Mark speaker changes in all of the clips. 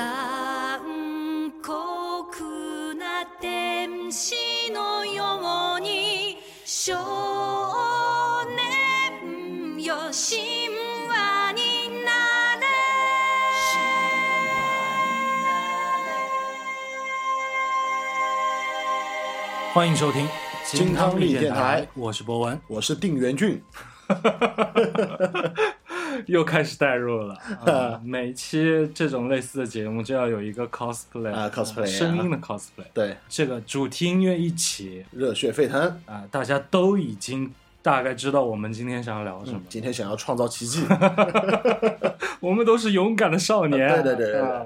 Speaker 1: 残酷な天使のように少年よ神話になれ
Speaker 2: 欢迎收听
Speaker 3: 金汤力电台
Speaker 2: 我是博文，
Speaker 3: 我是定元俊，
Speaker 2: 又开始代入了。啊每期这种类似的节目就要有一个 cosplay
Speaker 3: 啊，cosplay 啊
Speaker 2: 声音的 cosplay。
Speaker 3: 对，
Speaker 2: 这个主题音乐一起
Speaker 3: 热血沸腾。嗯
Speaker 2: 啊，大家都已经大概知道我们今天想要聊什么。
Speaker 3: 今天想要创造 奇迹，
Speaker 2: 我们都是勇敢的少年。
Speaker 3: 啊对对对对对
Speaker 2: 啊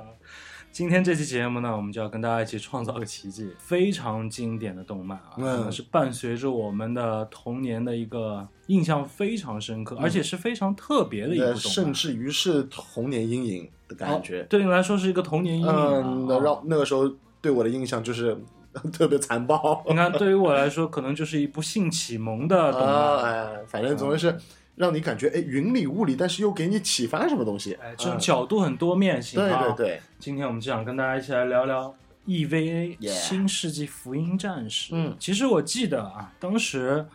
Speaker 2: 今天这期节目呢，我们就要跟大家一起创造个奇迹，非常经典的动漫啊，
Speaker 3: 嗯
Speaker 2: 可能是伴随着我们的童年的一个印象非常深
Speaker 3: 嗯
Speaker 2: 刻，而且是非常特别的一部动漫，
Speaker 3: 甚至于是童年阴影的感觉
Speaker 2: 哦。对你来说是一个童年阴影、啊。
Speaker 3: 嗯，那让那个时候对我的印象就是 特别 残暴
Speaker 2: 你看，对于我来说，可能就是一部性启蒙的动
Speaker 3: 啊，
Speaker 2: 漫，嗯
Speaker 3: 哎，反正总是让你感觉哎云里雾里，但是又给你启发什么东西。嗯
Speaker 2: 哎，这种角度很多面性、
Speaker 3: 对
Speaker 2: 啊。
Speaker 3: 对。对，
Speaker 2: 今天我们就想跟大家一起来聊聊 EVA《
Speaker 3: Yeah
Speaker 2: 新世纪福音战士》。
Speaker 3: 嗯
Speaker 2: 其实我记得啊，当时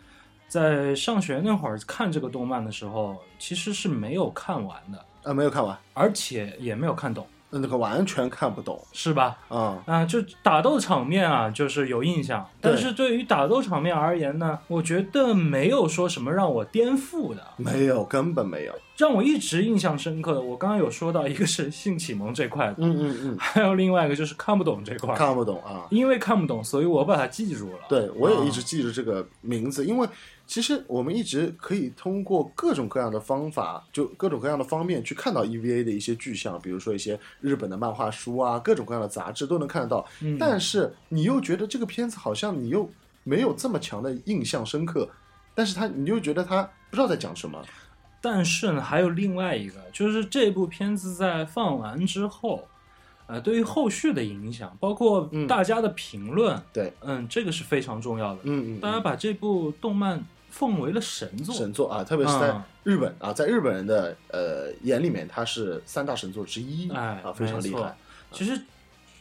Speaker 2: 在上学那会儿看这个动漫的时候，其实是没有看完的，
Speaker 3: 啊，没有看完，
Speaker 2: 而且也没有看懂，
Speaker 3: 那个完全看不懂
Speaker 2: 是吧？
Speaker 3: 啊。
Speaker 2: 啊、就打斗场面啊，就是有印象，但
Speaker 3: 对
Speaker 2: 是对于打斗场面而言呢，我觉得没有说什么让我颠覆的，
Speaker 3: 没有，根本没有。
Speaker 2: 让我一直印象深刻的。我刚刚有说到，一个是性启蒙这块的，
Speaker 3: 嗯嗯
Speaker 2: 还有另外一个就是看不懂这块
Speaker 3: 嗯，
Speaker 2: 儿，
Speaker 3: 看不懂啊。
Speaker 2: 因为看不懂，所以我把它记住了。
Speaker 3: 对，我也一直
Speaker 2: 啊
Speaker 3: 记着这个名字，因为其实我们一直可以通过各种各样的方法，就各种各样的方面去看到 EVA 的一些具象，比如说一些日本的漫画书啊，各种各样的杂志都能看得到。
Speaker 2: 嗯
Speaker 3: 但是你又觉得这个片子好像你又没有这么强的印象深刻，但是他你又觉得他不知道在讲什么。
Speaker 2: 但是呢，还有另外一个，就是这部片子在放完之后，呃，对于后续的影响，包括
Speaker 3: 嗯
Speaker 2: 大家的评论，
Speaker 3: 对，
Speaker 2: 嗯，这个是非常重要的。
Speaker 3: 嗯嗯
Speaker 2: 大家
Speaker 3: 嗯，
Speaker 2: 把这部动漫奉为了神作，
Speaker 3: 神作啊，特别是在
Speaker 2: 啊
Speaker 3: 日本、啊，在日本人的呃眼里面，它是三大神作之一、
Speaker 2: 哎，
Speaker 3: 啊，非常
Speaker 2: 没
Speaker 3: 厉
Speaker 2: 错
Speaker 3: 害。。
Speaker 2: 其实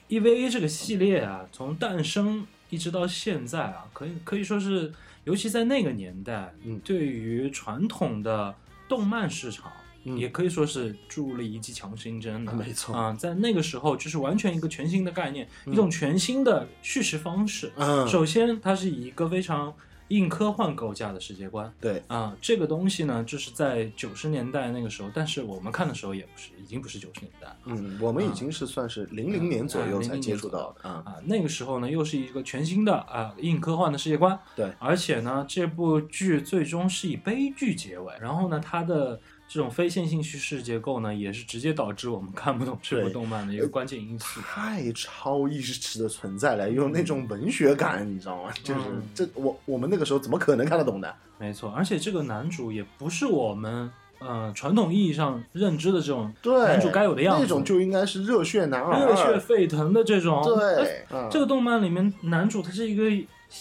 Speaker 2: EVA 这个系列啊，从诞生一直到现在啊，可以可以说是，尤其在那个年代，
Speaker 3: 嗯
Speaker 2: 对于传统的动漫市场。
Speaker 3: 嗯
Speaker 2: 也可以说是注入了一剂强心针的，
Speaker 3: 啊没错
Speaker 2: 啊、在那个时候就是完全一个全新的概念，一种全新的叙事方式。
Speaker 3: 嗯，
Speaker 2: 首先，它是以一个非常硬科幻构架的世界观，
Speaker 3: 对，
Speaker 2: 啊，这个东西呢，就是在九十年代那个时候，但是我们看的时候也不是，已经不是九十年代了
Speaker 3: 嗯，我们已经是算是零零年左右才接触到的啊，
Speaker 2: 啊。那个时候呢，又是一个全新的啊硬科幻的世界观。
Speaker 3: 对，
Speaker 2: 而且呢，这部剧最终是以悲剧结尾。然后呢，它的这种非线性叙事结构呢，也是直接导致我们看不懂这部
Speaker 3: 对
Speaker 2: 动漫的一个关键因素。
Speaker 3: 太超意识的存在了，有那种文学感，你知道吗？就是
Speaker 2: 嗯
Speaker 3: 这我我们那个时候怎么可能看得懂的？
Speaker 2: 没错，而且这个男主也不是我们呃传统意义上认知的这种
Speaker 3: 对，
Speaker 2: 男主该有的样子，
Speaker 3: 那种就应该是热血男儿，
Speaker 2: 热血沸腾的这种。呃
Speaker 3: 对，嗯
Speaker 2: 这
Speaker 3: 个
Speaker 2: 个动漫里面男主他是一个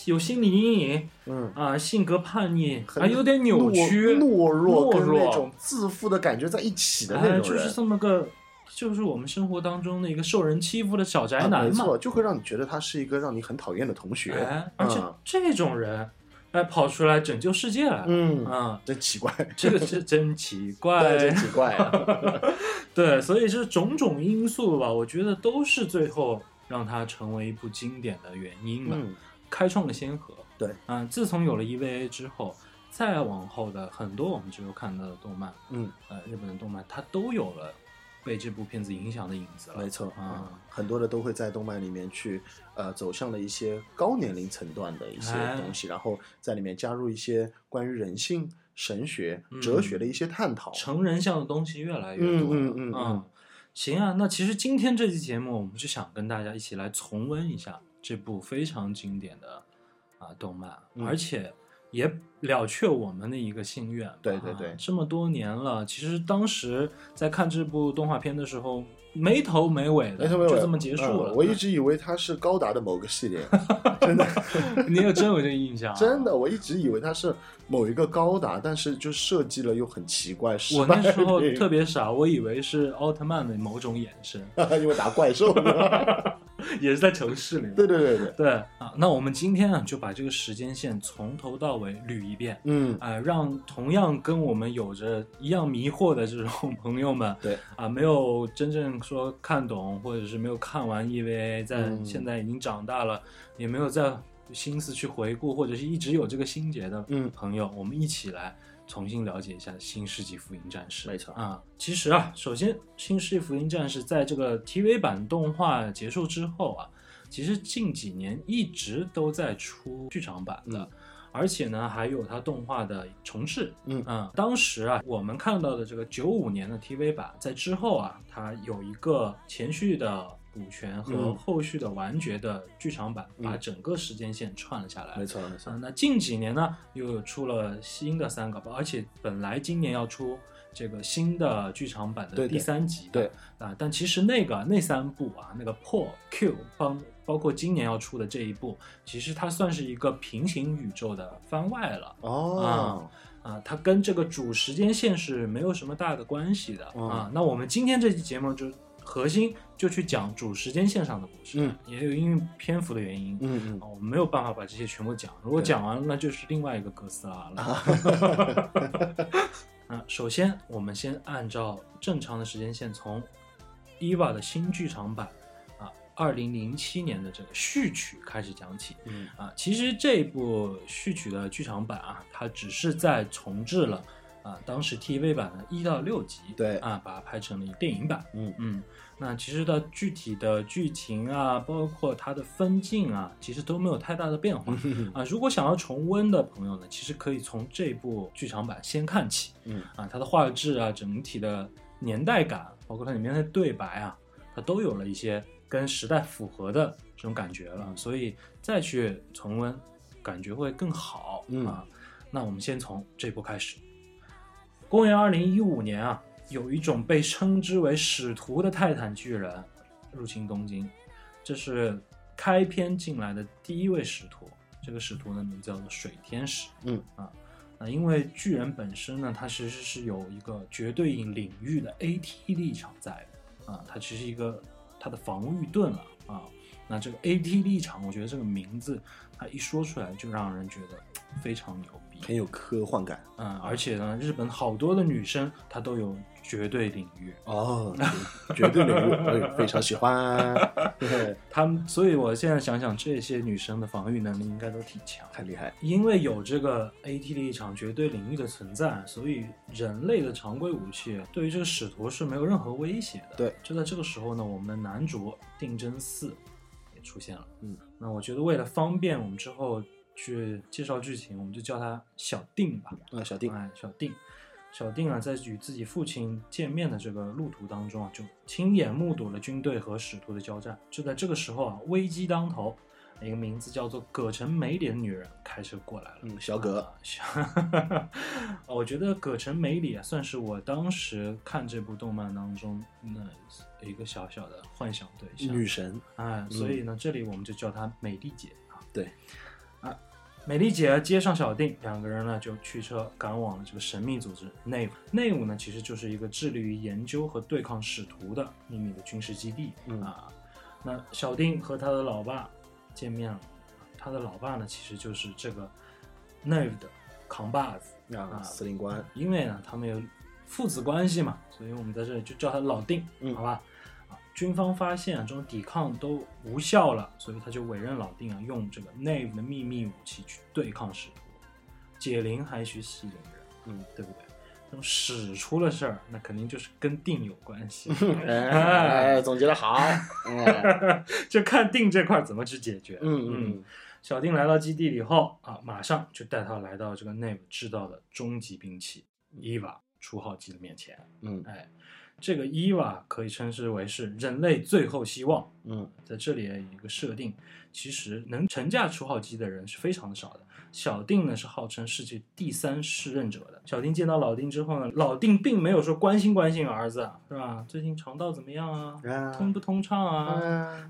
Speaker 2: 有心理阴影
Speaker 3: 嗯，
Speaker 2: 啊，性格叛逆，
Speaker 3: 很
Speaker 2: 还有点扭曲、
Speaker 3: 懦弱
Speaker 2: 懦
Speaker 3: 跟
Speaker 2: 弱
Speaker 3: 那种自负的感觉在一起的
Speaker 2: 哎，
Speaker 3: 那种
Speaker 2: 就是
Speaker 3: 人。
Speaker 2: 这么个，就是我们生活当中的一个受人欺负的小宅
Speaker 3: 啊没
Speaker 2: 男嘛。
Speaker 3: 错，就会让你觉得他是一个让你很讨厌的同学。
Speaker 2: 哎，而且
Speaker 3: 嗯
Speaker 2: 这种人，哎，跑出来拯救世界来，
Speaker 3: 嗯，
Speaker 2: 啊，哎
Speaker 3: 真奇怪，
Speaker 2: 这个是真奇怪
Speaker 3: 对，。真奇 怪啊。
Speaker 2: 对，所以是种种因素吧，我觉得都是最后让它成为一部经典的原因了。
Speaker 3: 嗯，
Speaker 2: 开创了先河。
Speaker 3: 对
Speaker 2: 嗯、自从有了 EVA 之后，再往后的很多我们之后看到的动漫，
Speaker 3: 嗯，
Speaker 2: 呃，日本的动漫，它都有了被这部片子影响的影子了
Speaker 3: 没。错
Speaker 2: 啊
Speaker 3: 嗯，很多的都会在动漫里面去，呃，走向了一些高年龄层段的一些
Speaker 2: 哎
Speaker 3: 东西，然后在里面加入一些关于人性、神学
Speaker 2: 嗯、
Speaker 3: 哲学的一些探讨。
Speaker 2: 成人向的东西越来越
Speaker 3: 嗯
Speaker 2: 多了。
Speaker 3: 嗯嗯嗯
Speaker 2: 行啊，那其实今天这期节目，我们就想跟大家一起来重温一下这部非常经典的啊、动漫，
Speaker 3: 嗯
Speaker 2: 而且也了却我们的一个心愿吧。
Speaker 3: 对对对
Speaker 2: 啊这么多年了，其实当时在看这部动画片的时候，没头没尾的，
Speaker 3: 没头没尾，
Speaker 2: 就这么结束了。啊
Speaker 3: 嗯我一直以为它是高达的某个系列，真的
Speaker 2: 你有真有这个印象、啊？
Speaker 3: 真的，我一直以为它是某一个高达，但是就设计了又很奇怪，失
Speaker 2: 我
Speaker 3: 败
Speaker 2: 那时候
Speaker 3: 的一个
Speaker 2: 特别傻，我以为是奥特曼的某种衍生，
Speaker 3: 因为打怪兽 嘛。
Speaker 2: 也是在城市里面。
Speaker 3: 对对对对，
Speaker 2: 对啊，那我们今天啊就把这个时间线从头到尾捋一遍，
Speaker 3: 嗯，
Speaker 2: 啊、让同样跟我们有着一样迷惑的这种朋友们，
Speaker 3: 对
Speaker 2: 啊、没有真正说看懂，或者是没有看完 EVA，在
Speaker 3: 嗯
Speaker 2: 现在已经长大了，也没有再心思去回顾，或者是一直有这个心结的
Speaker 3: 嗯
Speaker 2: 朋友，我们一起来。重新了解一下《新世纪福音战士》，
Speaker 3: 没错
Speaker 2: 啊。其实啊，首先，《新世纪福音战士》在这个 TV 版动画结束之后啊，其实近几年一直都在出剧场版的，
Speaker 3: 嗯
Speaker 2: 而且呢，还有它动画的重置。
Speaker 3: 嗯
Speaker 2: 当时啊，我们看到的这个九五年的 TV 版，在之后啊，它有一个前续的补全和
Speaker 3: 嗯
Speaker 2: 后续的完结的剧场版，
Speaker 3: 嗯
Speaker 2: 把整个时间线串了下来。
Speaker 3: 没错没错
Speaker 2: 啊，，那近几年呢，又有出了新的三个，而且本来今年要出这个新的剧场版的
Speaker 3: 对
Speaker 2: 第
Speaker 3: 对
Speaker 2: 三集，
Speaker 3: 对
Speaker 2: 啊，但其实那个那三部啊，那个破 Q 帮包括今年要出的这一部，其实它算是一个平行宇宙的番外了。
Speaker 3: 哦，
Speaker 2: 啊，它跟这个主时间线是没有什么大的关系的、
Speaker 3: 嗯
Speaker 2: 啊。那我们今天这期节目就核心就去讲主时间线上的故事，
Speaker 3: 嗯，
Speaker 2: 也有因为篇幅的原因，
Speaker 3: 嗯嗯
Speaker 2: 啊，我们没有办法把这些全部讲，如果
Speaker 3: 对
Speaker 2: 讲完了，那就是另外一个哥斯拉了。 啊，首先我们先按照正常的时间线，从伊娃的新剧场版啊，二零零七年的这个序曲开始讲起。
Speaker 3: 嗯
Speaker 2: 啊，其实这部序曲的剧场版啊，它只是在重置了啊当时 TV 版的一到六集，
Speaker 3: 对
Speaker 2: 啊，把它拍成了一个电影版。
Speaker 3: 嗯
Speaker 2: 嗯，那其实的具体的剧情啊，包括它的分镜啊，其实都没有太大的变化。
Speaker 3: 嗯
Speaker 2: 啊，如果想要重温的朋友呢，其实可以从这部剧场版先看起。
Speaker 3: 嗯
Speaker 2: 啊，它的画质啊，整体的年代感，包括它里面的对白啊，它都有了一些跟时代符合的这种感觉了，所以再去重温，感觉会更好、
Speaker 3: 嗯
Speaker 2: 啊。那我们先从这部开始。公元二零一五年啊，有一种被称之为使徒的泰坦巨人入侵东京，这是开篇进来的第一位使徒。这个使徒呢，名字叫做水天使。
Speaker 3: 嗯
Speaker 2: 啊，那因为巨人本身呢，它其实是有一个绝对领域的 AT 立场在的啊，它其实一个它的防御盾了啊。那这个 AT 立场，我觉得这个名字它一说出来就让人觉得非常牛逼，
Speaker 3: 很有科幻感
Speaker 2: 嗯，而且呢，日本好多的女生她都有绝对领域，
Speaker 3: 哦，绝对领域， 哎非常喜 欢，对
Speaker 2: 她们，所以我现在想想，这些女生的防御能力应该都挺强。
Speaker 3: 太厉害，
Speaker 2: 因为有这个 AT 立场绝对领域的存在，所以人类的常规武器对于这个使徒是没有任何威胁的。
Speaker 3: 对，
Speaker 2: 就在这个时候呢，我们的男主定真寺也出现了。
Speaker 3: 嗯，
Speaker 2: 那我觉得为了方便我们之后去介绍剧情，我们就叫他小定吧。
Speaker 3: 嗯，小丁，
Speaker 2: 哎，小定，小定啊，在与自己父亲见面的这个路途当中啊，就亲眼目睹了军队和使徒的交战。就在这个时候啊，危机当头，一个名字叫做葛城美里的女人开车过来了。
Speaker 3: 嗯，小葛，
Speaker 2: 啊小我觉得葛城美里啊，算是我当时看这部动漫当中那一个小小的幻想对象。
Speaker 3: 女神，
Speaker 2: 哎，所以呢，这里我们就叫她美丽姐啊。
Speaker 3: 嗯对，
Speaker 2: 啊，美丽姐接上小定，两个人呢就驱车赶往了这个神秘组织内务。内务呢，其实就是一个致力于研究和对抗使徒的秘密的军事基地、
Speaker 3: 嗯
Speaker 2: 啊。那小定和他的老爸见面了，他的老爸呢，其实就是这个 Nave 的扛把子，
Speaker 3: 啊，司令官，
Speaker 2: 因为呢，他们有父子关系嘛，所以我们在这里就叫他老定，
Speaker 3: 嗯
Speaker 2: 好吧？啊，军方发现啊这种抵抗都无效了，所以他就委任老定啊，用这个 Nave 的秘密武器去对抗使徒。解铃还须系铃人，
Speaker 3: 嗯，
Speaker 2: 对不对？这种使出了事儿，那肯定就是跟定有关系，
Speaker 3: 嗯哎，总结的 好，哎
Speaker 2: 就看定这块儿怎么去解决。
Speaker 3: 嗯嗯，
Speaker 2: 小丁来到基地以后啊，马上就带他来到这个内部制造的终极兵器伊娃初号机的面前。
Speaker 3: 嗯
Speaker 2: 哎，这个伊娃可以称之为是人类最后希望，
Speaker 3: 嗯，
Speaker 2: 在这里有一个设定，其实能乘驾初号机的人是非常的少的。小定呢是号称世界第三世任者的。小定见到老丁之后呢，老丁并没有说关心关心儿子，啊是吧？最近肠道怎么样啊？通
Speaker 3: 啊
Speaker 2: 不通畅啊？
Speaker 3: 啊，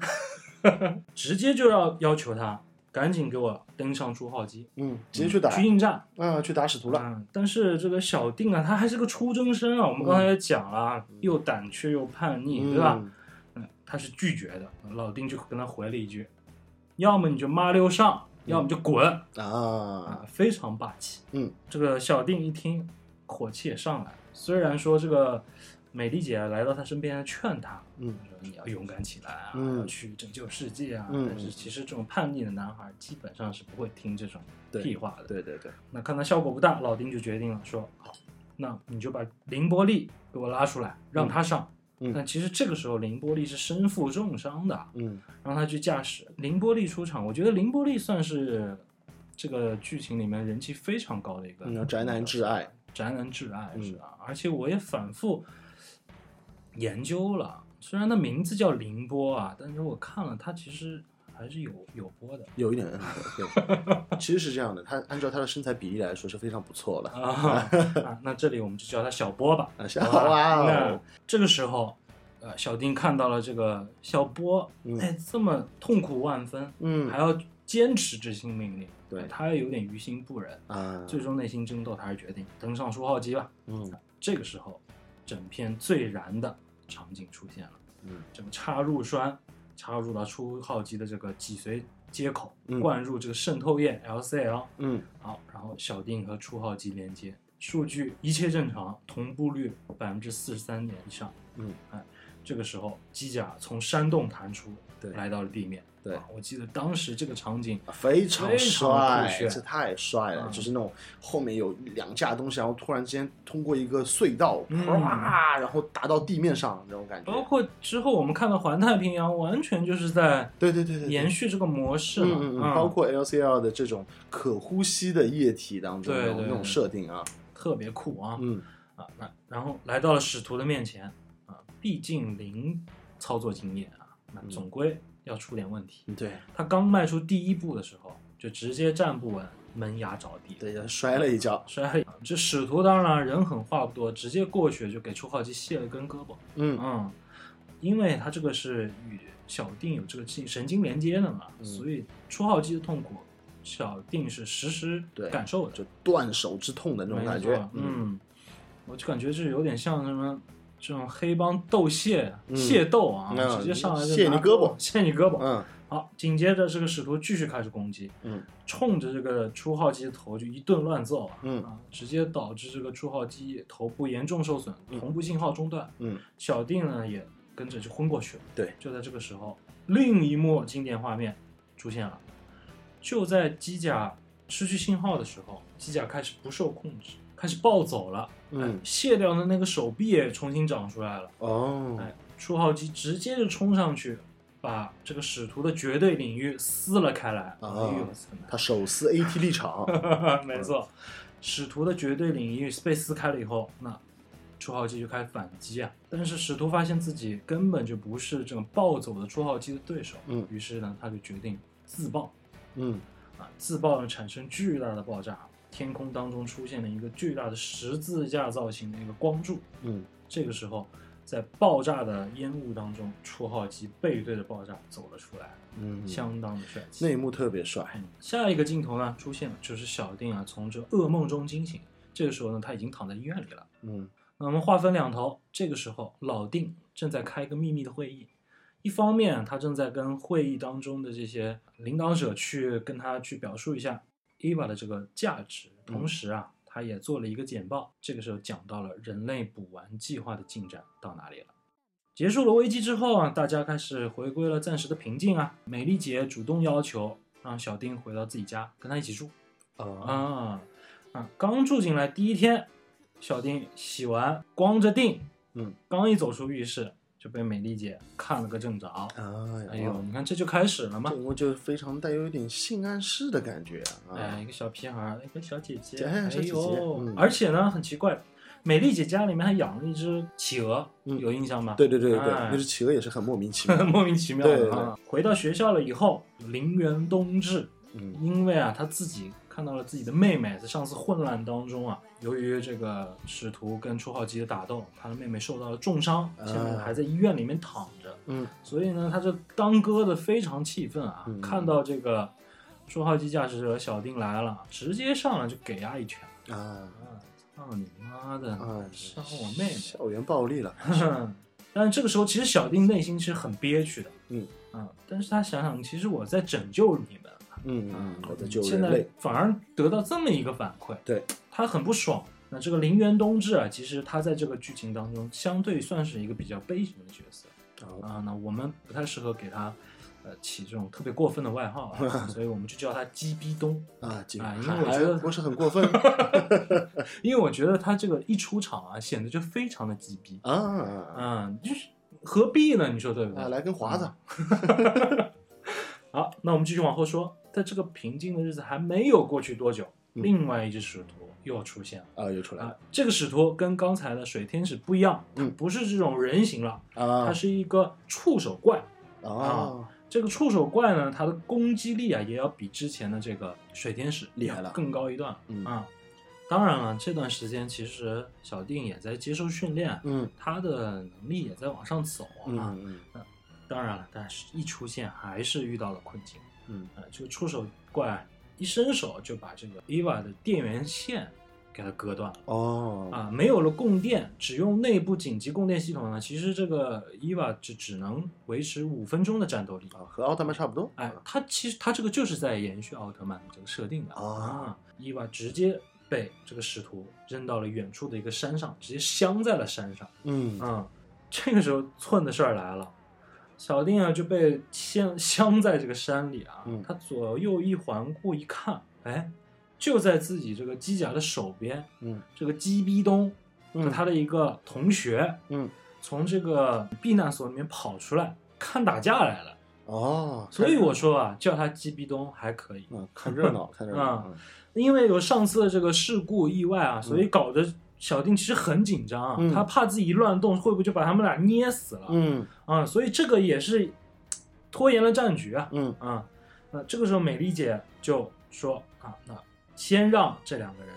Speaker 2: 直接就要要求他赶紧给我登上初号机，
Speaker 3: 嗯，直接去打，
Speaker 2: 去应战。
Speaker 3: 啊，去打使徒了，
Speaker 2: 嗯，但是这个小定啊，他还是个初中生啊，我们刚才也讲了啊，又胆怯又叛逆，对吧？
Speaker 3: 嗯？
Speaker 2: 嗯，他是拒绝的。老丁就跟他回了一句：“要么你就妈溜上，要么就滚。
Speaker 3: 嗯
Speaker 2: 啊
Speaker 3: 啊，，
Speaker 2: 非常霸气。
Speaker 3: 嗯，
Speaker 2: 这个小定一听，火气也上来了。虽然说这个美丽姐来到他身边劝他，
Speaker 3: 嗯
Speaker 2: 说你要勇敢起来啊，
Speaker 3: 嗯
Speaker 2: 要去拯救世界啊。
Speaker 3: 嗯
Speaker 2: 但是其实这种叛逆的男孩基本上是不会听这种
Speaker 3: 对
Speaker 2: 屁话的。
Speaker 3: 对对对，
Speaker 2: 那看他效果不大，老丁就决定了说好，那你就把凌波丽给我拉出来，让他上。
Speaker 3: 嗯
Speaker 2: 但其实这个时候凌波丽是身负重伤的，
Speaker 3: 嗯
Speaker 2: 让他去驾驶凌波丽出场。我觉得凌波丽算是这个剧情里面人气非常高的一个、
Speaker 3: 嗯宅男挚爱，
Speaker 2: 宅男挚爱
Speaker 3: 嗯
Speaker 2: 是啊，而且我也反复研究了，虽然它名字叫凌波啊，但是我看了它其实还是有有波 的
Speaker 3: 有一点，对，其实是这样的，他按照他的身材比例来说是非常不错了，
Speaker 2: 啊啊。那这里我们就叫它小波吧。
Speaker 3: 啊，是哇
Speaker 2: 那
Speaker 3: 哦，
Speaker 2: 这个时候，呃，小丁看到了这个小波，
Speaker 3: 嗯
Speaker 2: 哎，这么痛苦万分，
Speaker 3: 嗯
Speaker 2: 还要坚持执行命令，哎
Speaker 3: 对
Speaker 2: 他也有点于心不忍，
Speaker 3: 啊，
Speaker 2: 最终内心争斗，他还是决定登上书号机吧。
Speaker 3: 嗯
Speaker 2: 这个时候，整片最燃的场景出现了，
Speaker 3: 嗯
Speaker 2: 这个插入栓插入到初号机的这个脊髓接口，
Speaker 3: 嗯
Speaker 2: 灌入这个渗透液 LCL，
Speaker 3: 嗯
Speaker 2: 好，然后小定和初号机连接，数据一切正常，同步率百分之四十三点以上。
Speaker 3: 嗯，
Speaker 2: 哎，这个时候机甲从山洞弹出，
Speaker 3: 对
Speaker 2: 来到了地面。
Speaker 3: 对
Speaker 2: 啊我记得当时这个场景，
Speaker 3: 非常
Speaker 2: 非
Speaker 3: 帅
Speaker 2: 常酷，炫
Speaker 3: 这太帅了！
Speaker 2: 嗯
Speaker 3: 就是那种后面有两架东西，然后突然之间通过一个隧道，
Speaker 2: 嗯
Speaker 3: 啪，然后打到地面上那种感觉。
Speaker 2: 包括之后我们看到环太平洋，完全就是在
Speaker 3: 对对对对，对
Speaker 2: 延啊续这个模式嘛。
Speaker 3: 嗯嗯嗯，包括 LCL 的这种可呼吸的液体当中
Speaker 2: 对
Speaker 3: 那种
Speaker 2: 对
Speaker 3: 那种
Speaker 2: 对
Speaker 3: 设定啊，
Speaker 2: 特别酷啊、
Speaker 3: 嗯
Speaker 2: 啊！那然后来到了使徒的面前啊，毕竟零操作经验啊，那
Speaker 3: 嗯
Speaker 2: 总归要出点问题。
Speaker 3: 对
Speaker 2: 他刚迈出第一步的时候，就直接站不稳，门牙着地，
Speaker 3: 对，摔了一跤，
Speaker 2: 摔了一。这使徒当然人狠话不多，直接过去就给初号机卸了根胳膊。
Speaker 3: 嗯
Speaker 2: 嗯，因为他这个是与小定有这个神神经连接的嘛，
Speaker 3: 嗯
Speaker 2: 所以初号机的痛苦，小定是实时
Speaker 3: 对
Speaker 2: 感受的，
Speaker 3: 就断手之痛的那种
Speaker 2: 没
Speaker 3: 感觉
Speaker 2: 错，嗯，我就感觉这有点像什么。这种黑帮斗械、械斗啊，
Speaker 3: 嗯
Speaker 2: 直接上来就
Speaker 3: 卸
Speaker 2: 拿
Speaker 3: 你胳膊
Speaker 2: 卸你胳膊，
Speaker 3: 嗯
Speaker 2: 好，紧接着这个使徒继续开始攻击，
Speaker 3: 嗯
Speaker 2: 冲着这个初号机的头就一顿乱揍啊，
Speaker 3: 嗯
Speaker 2: 啊，直接导致这个初号机头部严重受损，
Speaker 3: 嗯
Speaker 2: 同步信号中断。
Speaker 3: 嗯，
Speaker 2: 小定呢也跟着就昏过去了。
Speaker 3: 对，
Speaker 2: 就在这个时候，另一幕经典画面出现了，就在机甲失去信号的时候，机甲开始不受控制，开始暴走了，哎
Speaker 3: 嗯
Speaker 2: 卸掉的那个手臂也重新长出来了。
Speaker 3: 哦，
Speaker 2: 哎，初号机直接就冲上去，把这个使徒的绝对领域撕了开来。
Speaker 3: 啊
Speaker 2: 哎呦我操
Speaker 3: 他手撕 AT 立场， 嗯
Speaker 2: 没错，使徒的绝对领域被撕开了以后，那初号机就开始反击啊。但是使徒发现自己根本就不是这种暴走的初号机的对手，
Speaker 3: 嗯
Speaker 2: 于是呢，他就决定自爆
Speaker 3: 嗯
Speaker 2: 啊，自爆呢产生巨大的爆炸，天空当中出现了一个巨大的十字架造型的一个光柱。
Speaker 3: 嗯
Speaker 2: 这个时候，在爆炸的烟雾当中，初号机背对着爆炸走了出来，
Speaker 3: 嗯，
Speaker 2: 相当的帅气。
Speaker 3: 那一幕特别帅，
Speaker 2: 嗯，下一个镜头呢出现了，就是小定啊从这噩梦中惊醒。这个时候呢，他已经躺在医院里了。
Speaker 3: 嗯
Speaker 2: 那我们划分两头，这个时候老定正在开一个秘密的会议，一方面他正在跟会议当中的这些领导者去跟他去表述一下 EVA 的这个价值，
Speaker 3: 嗯
Speaker 2: 同时啊，他也做了一个简报。这个时候讲到了人类补完计划的进展到哪里了。结束了危机之后啊，大家开始回归了暂时的平静啊。美丽姐主动要求让小丁回到自己家，跟他一起住。
Speaker 3: 啊
Speaker 2: 啊啊！刚住进来第一天，小丁洗完光着腚，
Speaker 3: 嗯，
Speaker 2: 刚一走出浴室就被美丽姐看了个正着。
Speaker 3: 啊，
Speaker 2: 哎呦，你看这就开始了嘛
Speaker 3: 这一！幕就非常带有一点性暗示的感觉啊，
Speaker 2: 哎哎，一个小屁孩儿，一个小姐姐，
Speaker 3: 哎
Speaker 2: 哎
Speaker 3: 小姐姐
Speaker 2: 呦！
Speaker 3: 嗯
Speaker 2: 而且呢，很奇怪，美丽姐家里面还养了一只企鹅，
Speaker 3: 嗯
Speaker 2: 有印 象吗？
Speaker 3: 对对对对对，
Speaker 2: 哎
Speaker 3: 那只企鹅也是很莫名其 妙。
Speaker 2: 莫名其妙的
Speaker 3: 对对
Speaker 2: 啊。回到学校了以后，林原冬至，
Speaker 3: 嗯
Speaker 2: 因为啊他自己看到了自己的妹妹在上次混乱当中啊，由于这个使徒跟初号机的打斗，他的妹妹受到了重伤，现在
Speaker 3: 啊
Speaker 2: 还在医院里面躺着。
Speaker 3: 嗯，
Speaker 2: 所以呢，他这当哥的非常气愤啊，
Speaker 3: 嗯
Speaker 2: 看到这个初号机驾驶者小丁来了，直接上来就给他一拳。
Speaker 3: 啊
Speaker 2: 啊，操你妈的！
Speaker 3: 啊，
Speaker 2: 伤我妹妹。
Speaker 3: 校园暴力了。
Speaker 2: 但是这个时候，其实小丁内心是很憋屈的，
Speaker 3: 嗯
Speaker 2: 啊，但是他想想，其实我在拯救你们，
Speaker 3: 嗯
Speaker 2: 啊
Speaker 3: 嗯，我在救
Speaker 2: 现
Speaker 3: 人
Speaker 2: 在
Speaker 3: 类。
Speaker 2: 反而得到这么一个反馈，
Speaker 3: 对
Speaker 2: 他很不爽。那这个林原冬至啊，其实他在这个剧情当中相对算是一个比较悲情的角色
Speaker 3: 啊
Speaker 2: 啊，那我们不太适合给他。呃，起这种特别过分的外号、 啊，所以我们就叫他鸡逼东，
Speaker 3: 啊，警
Speaker 2: 啊
Speaker 3: 察
Speaker 2: 因为我觉得
Speaker 3: 不是 很过分
Speaker 2: 因为我觉得他这个一出场啊，显得就非常的鸡逼，
Speaker 3: 啊
Speaker 2: 嗯，就是何必呢？你说对不对？
Speaker 3: 啊！来根华子，
Speaker 2: 好，那我们继续往后说，在这个平静的日子还没有过去多久，
Speaker 3: 嗯
Speaker 2: 另外一只使徒又出现了。
Speaker 3: 啊，又出来
Speaker 2: 啊
Speaker 3: 了，
Speaker 2: 这个使徒跟刚才的水天使不一样，它
Speaker 3: 嗯
Speaker 2: 不是这种人形了，它
Speaker 3: 啊
Speaker 2: 嗯是一个触手怪。
Speaker 3: 啊！
Speaker 2: 这个触手怪呢，它的攻击力啊，也要比之前的这个水天使
Speaker 3: 厉害了
Speaker 2: 更高一段。
Speaker 3: 嗯
Speaker 2: 啊，当然了，这段时间其实小定也在接受训练，
Speaker 3: 嗯
Speaker 2: 他的能力也在往上走啊。
Speaker 3: 嗯嗯
Speaker 2: 当然了，但是一出现还是遇到了困境。
Speaker 3: 嗯
Speaker 2: 呃，这个触手怪一伸手就把这个 EVA 的电源线给它割断了
Speaker 3: 哦，
Speaker 2: 啊，没有了供电，只用内部紧急供电系统呢，其实这个 EVA 只只能维持五分钟的战斗力
Speaker 3: 啊，。和奥特曼差不多。
Speaker 2: 哎，它其实它这个就是在延续奥特曼的这个设定的
Speaker 3: 啊
Speaker 2: ，EVA 直接被这个使徒扔到了远处的一个山上，直接镶在了山上。
Speaker 3: 嗯
Speaker 2: 嗯，这个时候寸的事儿来了，小丁啊就被镶镶在这个山里啊，
Speaker 3: 嗯
Speaker 2: 他左右一环顾一看，哎，就在自己这个机甲的手边，
Speaker 3: 嗯
Speaker 2: 这个鸡逼东和
Speaker 3: 嗯
Speaker 2: 他的一个同学
Speaker 3: 嗯
Speaker 2: 从这个避难所里面跑出来看打架来了，
Speaker 3: 哦，
Speaker 2: 所以我说啊，叫他鸡逼东还可以，
Speaker 3: 嗯看热闹，看热闹。嗯
Speaker 2: 因为有上次的这个事故意外啊，所以搞得小丁其实很紧张啊，
Speaker 3: 嗯
Speaker 2: 他怕自己一乱动会不会就把他们俩捏死了，
Speaker 3: 嗯
Speaker 2: 啊，所以这个也是嘖拖延了战局啊
Speaker 3: 嗯
Speaker 2: 啊。那这个时候美丽姐就说啊，那先让这两个人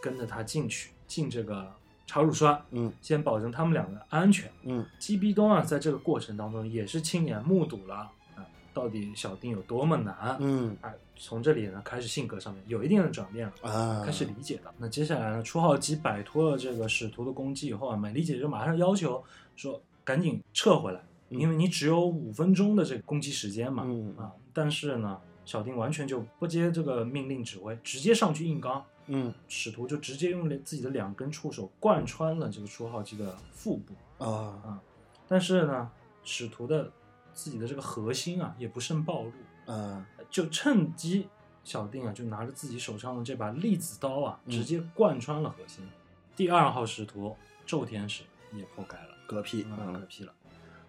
Speaker 2: 跟着他进去进这个茶乳栓，
Speaker 3: 嗯
Speaker 2: 先保证他们两个安全。
Speaker 3: 嗯
Speaker 2: 基比东啊，在这个过程当中也是亲眼目睹了啊，到底小丁有多么难。
Speaker 3: 嗯
Speaker 2: 啊，从这里呢开始性格上面有一定的转变了。
Speaker 3: 啊，
Speaker 2: 开始理解的。那接下来呢，初号机摆脱了这个使徒的攻击以后啊，美丽姐就马上要求说赶紧撤回来，
Speaker 3: 嗯
Speaker 2: 因为你只有五分钟的这个攻击时间嘛。
Speaker 3: 嗯
Speaker 2: 啊，但是呢，小丁完全就不接这个命令指挥，直接上去硬刚。
Speaker 3: 嗯
Speaker 2: 使徒就直接用了自己的两根触手贯穿了这个初号机的腹部，
Speaker 3: 啊
Speaker 2: 但是呢，使徒的自己的这个核心啊也不慎暴露，
Speaker 3: 啊
Speaker 2: 就趁机，小丁啊就拿着自己手上的这把粒子刀啊，
Speaker 3: 嗯
Speaker 2: 直接贯穿了核心。第二号使徒宙天使也破开了，
Speaker 3: 嗝屁，
Speaker 2: 嗯，嗝
Speaker 3: 嗯
Speaker 2: 屁了。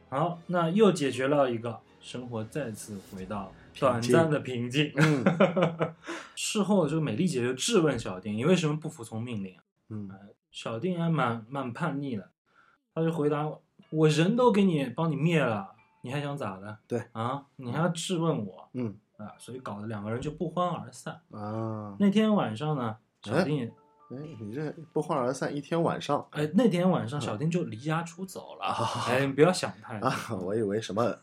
Speaker 2: 好，那又解决了一个，生活再次回到短
Speaker 3: 平静
Speaker 2: 暂的平静。
Speaker 3: 嗯
Speaker 2: 事后，这个美丽姐就质问小丁：“你为什么不服从命令啊、
Speaker 3: 嗯
Speaker 2: 小丁还蛮蛮叛逆的，他就回答：“我人都给你帮你灭了，你还想咋的？
Speaker 3: 对
Speaker 2: 啊，你还要质问我？
Speaker 3: 嗯
Speaker 2: 啊，所以搞得两个人就不欢而散。
Speaker 3: 啊，
Speaker 2: 那天晚上呢，小丁也，
Speaker 3: 哎，你这不欢而散一天晚上
Speaker 2: 哎，那天晚上小丁就离家出走了。哎，你不要想太多
Speaker 3: 嗯 啊，我以为 什么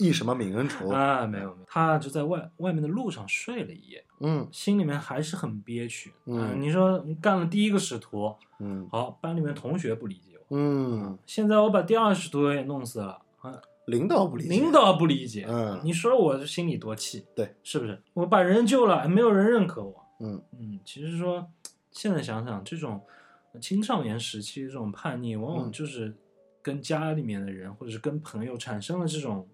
Speaker 3: 一什么名人愁，
Speaker 2: 啊，没有没有，他就在外外面的路上睡了一夜，
Speaker 3: 嗯
Speaker 2: 心里面还是很憋屈。
Speaker 3: 嗯
Speaker 2: 啊你说你干了第一个使徒，
Speaker 3: 嗯
Speaker 2: 好，班里面同学不理解我，啊
Speaker 3: 嗯，
Speaker 2: 现在我把第二使徒也弄死了，啊，
Speaker 3: 领导不理解，
Speaker 2: 领导不理解，
Speaker 3: 嗯
Speaker 2: 你说我这心里多气，
Speaker 3: 对，
Speaker 2: 是不是？我把人救了，哎没有人认可我，
Speaker 3: 嗯
Speaker 2: 嗯，其实说现在想想，这种呃青少年时期的这种叛逆，往往
Speaker 3: 嗯
Speaker 2: 就是跟家里面的人、或者是跟朋友产生了这种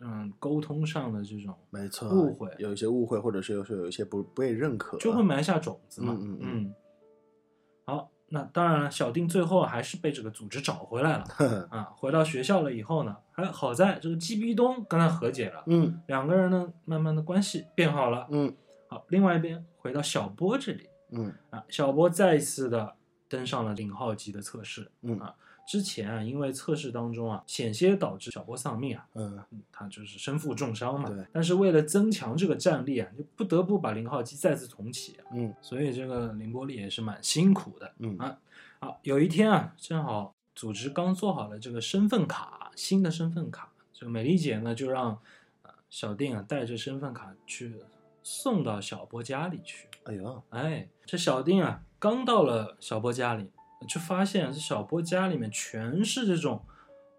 Speaker 2: 嗯沟通上的这种，
Speaker 3: 没错，
Speaker 2: 误会
Speaker 3: 有一些误会，或者是有时候有一些不被认可，
Speaker 2: 就会埋下种子嘛。
Speaker 3: 啊嗯嗯嗯
Speaker 2: 好，那当然了，小丁最后还是被这个组织找回来了
Speaker 3: 呵呵
Speaker 2: 啊。回到学校了以后呢，还好在这个鸡逼东跟他和解了，
Speaker 3: 嗯
Speaker 2: 两个人呢慢慢的关系变好了。
Speaker 3: 嗯
Speaker 2: 好，另外一边回到小波这里。
Speaker 3: 嗯
Speaker 2: 啊，小波再一次的登上了零号机的测试。
Speaker 3: 嗯
Speaker 2: 啊，之前啊，因为测试当中啊，险些导致小波丧命啊，
Speaker 3: 嗯，
Speaker 2: 嗯他就是身负重伤嘛。
Speaker 3: 对。
Speaker 2: 但是为了增强这个战力啊，就不得不把零号机再次重启、啊。
Speaker 3: 嗯。
Speaker 2: 所以这个凌波丽也是蛮辛苦的。
Speaker 3: 嗯
Speaker 2: 啊啊，有一天啊，正好组织刚做好了这个身份卡，新的身份卡，就美丽姐呢就让、呃、小定啊带着身份卡去送到小波家里去。
Speaker 3: 哎呀，
Speaker 2: 哎，这小丁啊，刚到了小波家里，就发现这小波家里面全是这种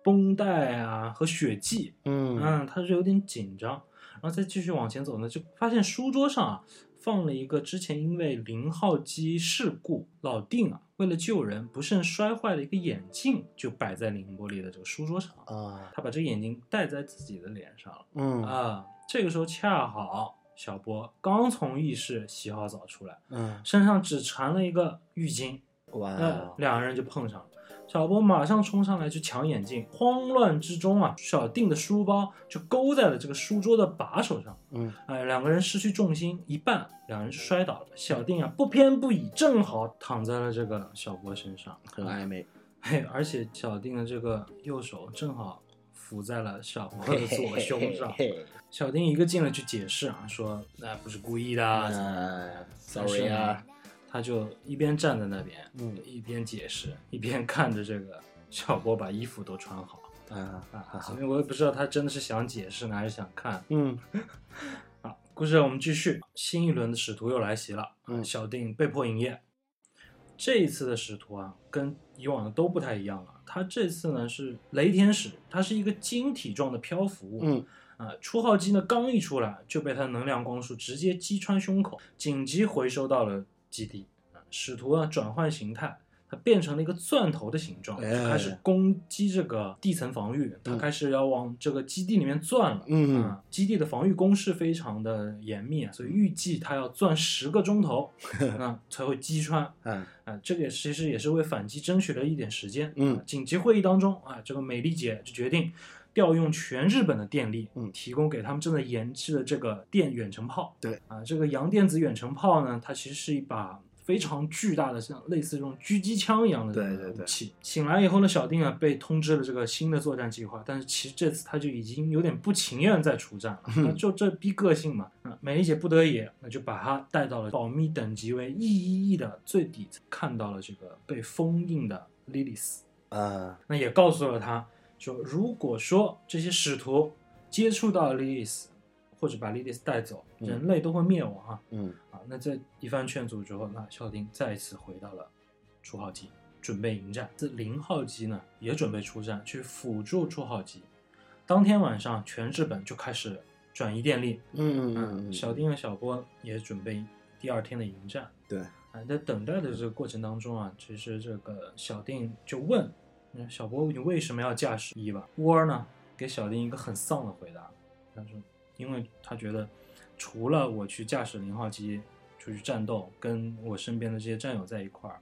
Speaker 2: 绷带啊和血迹，
Speaker 3: 嗯
Speaker 2: 嗯，他是有点紧张。然后再继续往前走呢，就发现书桌上啊放了一个之前因为零号机事故，老丁啊为了救人不慎摔坏的一个眼镜，就摆在凌波丽的这个书桌上。
Speaker 3: 啊，
Speaker 2: 他把这个眼镜戴在自己的脸上了。
Speaker 3: 嗯
Speaker 2: 啊，这个时候恰好小波刚从浴室洗好澡出来，
Speaker 3: 嗯，
Speaker 2: 身上只缠了一个浴巾，
Speaker 3: 哇
Speaker 2: 那、
Speaker 3: 哦，
Speaker 2: 两人就碰上了。小波马上冲上来去抢眼镜，慌乱之中啊，小定的书包就勾在了这个书桌的把手上，
Speaker 3: 嗯
Speaker 2: 哎、两个人失去重心，一半两人就摔倒了。小定啊不偏不倚，正好躺在了这个小波身上，
Speaker 3: 很
Speaker 2: 哎
Speaker 3: 暧昧，
Speaker 2: 嘿，而且小定的这个右手正好扶在了小波的左胸 上。
Speaker 3: 嘿嘿嘿
Speaker 2: 小丁一个劲的去解释啊，说那、不是故意的啊、怎么样
Speaker 3: 哎
Speaker 2: 但是
Speaker 3: ，sorry 啊，
Speaker 2: 他就一边站在那边，
Speaker 3: 嗯
Speaker 2: 一边解释，一边看着这个小波把衣服都穿好
Speaker 3: 啊
Speaker 2: 啊，所以我也不知道他真的是想解释呢，还是想看
Speaker 3: 嗯
Speaker 2: 啊。故事我们继续，新一轮的使徒又来袭了，
Speaker 3: 嗯
Speaker 2: 小丁被迫营业。这一次的使徒啊，跟以往的都不太一样了。他这次呢是雷天使，它是一个晶体状的漂浮物，
Speaker 3: 嗯
Speaker 2: 啊，初号机呢刚一出来就被它能量光束直接击穿胸口，紧急回收到了基地。啊，使徒啊转换形态，它变成了一个钻头的形状，就
Speaker 3: 哎
Speaker 2: 开始攻击这个地层防御，它
Speaker 3: 嗯
Speaker 2: 开始要往这个基地里面钻了。
Speaker 3: 嗯
Speaker 2: 啊，基地的防御工事非常的严密啊，所以预计它要钻十个钟 头，那才会击穿。
Speaker 3: 哎
Speaker 2: 啊，这个也其实也是为反击争取了一点时间。啊
Speaker 3: 嗯
Speaker 2: 紧急会议当中啊，这个美丽姐就决定调用全日本的电力，
Speaker 3: 嗯
Speaker 2: 提供给他们正在研制的这个电远程炮。
Speaker 3: 对
Speaker 2: 啊，这个洋电子远程炮呢，它其实是一把。非常巨大的，像类似这种狙击枪一样的这
Speaker 3: 对
Speaker 2: 种
Speaker 3: 对对
Speaker 2: 武器。醒来以后呢，小丁啊被通知了这个新的作战计划，但是其实这次他就已经有点不情愿再出 战了。那就这逼个性嘛，啊，美丽姐不得已，那就把他带到了保密等级为 E 一 E 的最底层，看到了这个被封印的莉莉丝。
Speaker 3: 啊，
Speaker 2: 那也告诉了他，说如果说这些使徒接触到莉莉丝，或者把莉莉丝带走，
Speaker 3: 嗯
Speaker 2: 人类都会灭亡啊！
Speaker 3: 嗯
Speaker 2: 啊，那在一番劝阻之后，那孝丁再次回到了初号机，准备迎战。这零号机呢，也准备出战，去辅助初号机。当天晚上，全日本就开始转移电力，
Speaker 3: 嗯嗯嗯，
Speaker 2: 啊小丁和小波也准备第二天的迎战。
Speaker 3: 对，
Speaker 2: 啊，在等待的这个过程当中啊，其实这个小丁就问，嗯小波，你为什么要驾驶伊娃？沃尔呢，给小丁一个很丧的回答，他说，因为他觉得除了我去驾驶零号机出去战斗，跟我身边的这些战友在一块儿。啊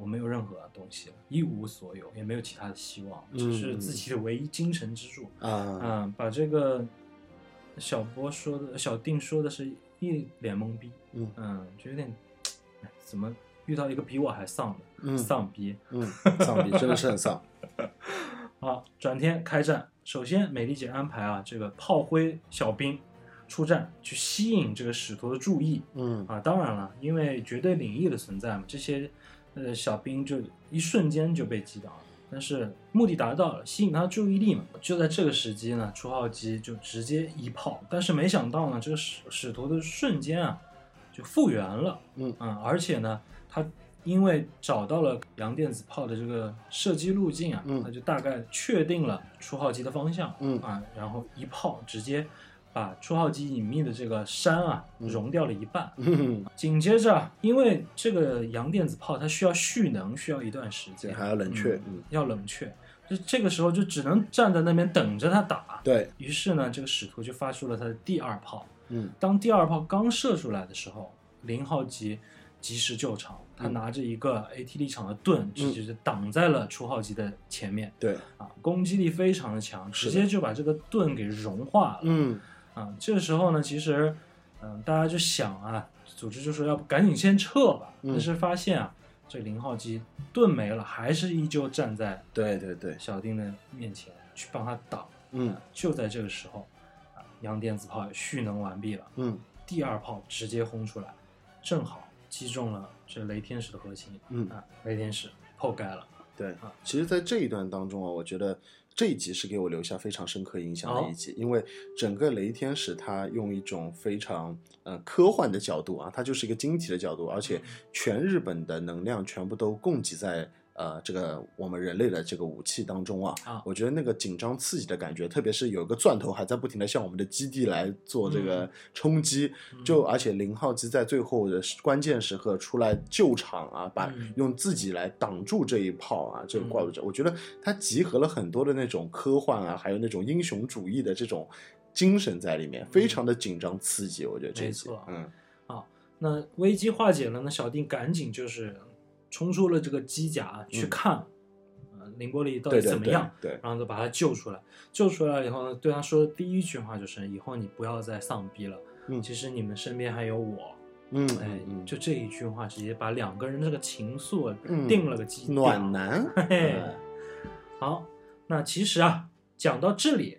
Speaker 2: 我没有任何东西了，一无所有，也没有其他的希望，只是
Speaker 3: 嗯
Speaker 2: 自己的唯一精神支柱。
Speaker 3: 啊，
Speaker 2: 嗯，把这个小波说的，小定说的是一脸懵逼，
Speaker 3: 嗯
Speaker 2: 就有点，哎怎么遇到一个比我还丧的、
Speaker 3: 嗯
Speaker 2: 丧逼
Speaker 3: 嗯，丧逼真的是很丧，
Speaker 2: 啊！转天开战，首先美丽姐安排啊这个炮灰小兵出战，去吸引这个使徒的注意
Speaker 3: 嗯
Speaker 2: 啊。当然了，因为绝对领域的存在嘛，这些呃小兵就一瞬间就被击倒了。但是目的达到了，吸引他注意力嘛。就在这个时机呢，初号机就直接一炮，但是没想到呢，这个使使徒的瞬间啊就复原了，啊
Speaker 3: 嗯
Speaker 2: 而且呢，他因为找到了洋电子炮的这个射击路径啊，
Speaker 3: 嗯
Speaker 2: 他就大概确定了初号机的方向，
Speaker 3: 嗯
Speaker 2: 啊，然后一炮直接把初号机隐秘的这个山啊融掉了一半，
Speaker 3: 嗯，
Speaker 2: 紧接着啊，因为这个洋电子炮它需要蓄能，需要一段时
Speaker 3: 这
Speaker 2: 间，
Speaker 3: 还要冷却，嗯，
Speaker 2: 要冷却，就这个时候就只能站在那边等着他打。
Speaker 3: 嗯对，
Speaker 2: 于是呢，这个使徒就发出了他的第二炮。
Speaker 3: 嗯
Speaker 2: 当第二炮刚射出来的时候，零号机及时救场，他
Speaker 3: 嗯
Speaker 2: 拿着一个 AT 立场的盾，直接就挡在了初号机的前面、
Speaker 3: 对，
Speaker 2: 啊，攻击力非常的强，
Speaker 3: 是
Speaker 2: 直
Speaker 3: 的
Speaker 2: 接就把这个盾给融化了。
Speaker 3: 嗯
Speaker 2: 啊，这个时候呢，其实，嗯、大家就想啊，组织就说要不赶紧先撤吧，
Speaker 3: 嗯
Speaker 2: 但是发现啊，这零号机盾没了，还是依旧站在
Speaker 3: 对对对，
Speaker 2: 小丁的面前去帮他挡。啊
Speaker 3: 嗯
Speaker 2: 就在这个时候，啊，洋电子炮蓄能完毕了，
Speaker 3: 嗯
Speaker 2: 第二炮直接轰出来，正好击中了这雷天使的核心。
Speaker 3: 嗯，
Speaker 2: 啊，雷天使破盖了。
Speaker 3: 对
Speaker 2: 啊。
Speaker 3: 其实，在这一段当中啊，我觉得这一集是给我留下非常深刻印
Speaker 2: 哦
Speaker 3: 象的一集，因为整个雷天使他用一种非常呃科幻的角度啊，它就是一个晶体的角度，而
Speaker 2: 嗯
Speaker 3: 且全日本的能量全部都供给在。呃，这个我们人类的这个武器当中啊，
Speaker 2: 啊
Speaker 3: 我觉得那个紧张刺激的感觉，特别是有一个钻头还在不停的向我们的基地来做这个冲击，
Speaker 2: 嗯
Speaker 3: 就而且零号机在最后的关键时刻出来救场啊，把
Speaker 2: 嗯
Speaker 3: 用自己来挡住这一炮啊，这个怪物者，我觉得它集合了很多的那种科幻啊，还有那种英雄主义的这种精神在里面，非常的紧张刺激。我觉得这一集
Speaker 2: 嗯没错，
Speaker 3: 嗯
Speaker 2: 那危机化解了，那小丁赶紧就是冲出了这个机甲去看，呃，凌波丽到底
Speaker 3: 嗯对对
Speaker 2: 怎么
Speaker 3: 对
Speaker 2: 样，
Speaker 3: 对，
Speaker 2: 然后就把他救出来。救出来以后呢，对他说的第一句话就是：“以后你不要再丧逼了，
Speaker 3: 嗯
Speaker 2: 其实你们身边还有我。”
Speaker 3: 嗯
Speaker 2: 哎
Speaker 3: 嗯，嗯，
Speaker 2: 就这一句话，直接把两个人这个情愫
Speaker 3: 嗯
Speaker 2: 定了个基调。
Speaker 3: 暖男，
Speaker 2: 嘿
Speaker 3: 嗯
Speaker 2: 哎好，那其实啊，讲到这里，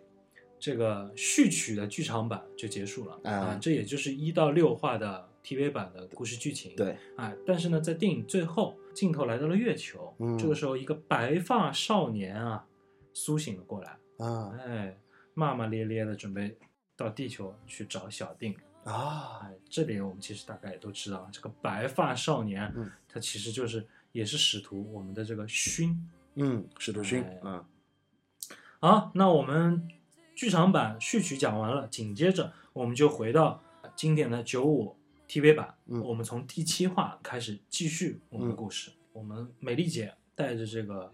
Speaker 2: 这个序曲的剧场版就结束了、
Speaker 3: 啊
Speaker 2: 啊，这也就是一到六话的 TV 版的故事剧情。
Speaker 3: 对，
Speaker 2: 啊，但是呢，在电影最后，镜头来到了月球，
Speaker 3: 嗯
Speaker 2: 这个时候一个白发少年啊苏醒了过来，
Speaker 3: 啊
Speaker 2: 哎，骂骂咧咧的准备到地球去找小定。
Speaker 3: 啊，
Speaker 2: 哎，这里我们其实大概也都知道，这个白发少年，
Speaker 3: 嗯
Speaker 2: 他其实就是也是使徒，我们的这个勋。
Speaker 3: 嗯，使徒勋
Speaker 2: 哎，
Speaker 3: 嗯
Speaker 2: 好，啊那我们剧场版序曲讲完了，紧接着我们就回到经典的九五 TV 版，
Speaker 3: 嗯
Speaker 2: 我们从第七话开始继续我们的故事。我们美丽姐带着这个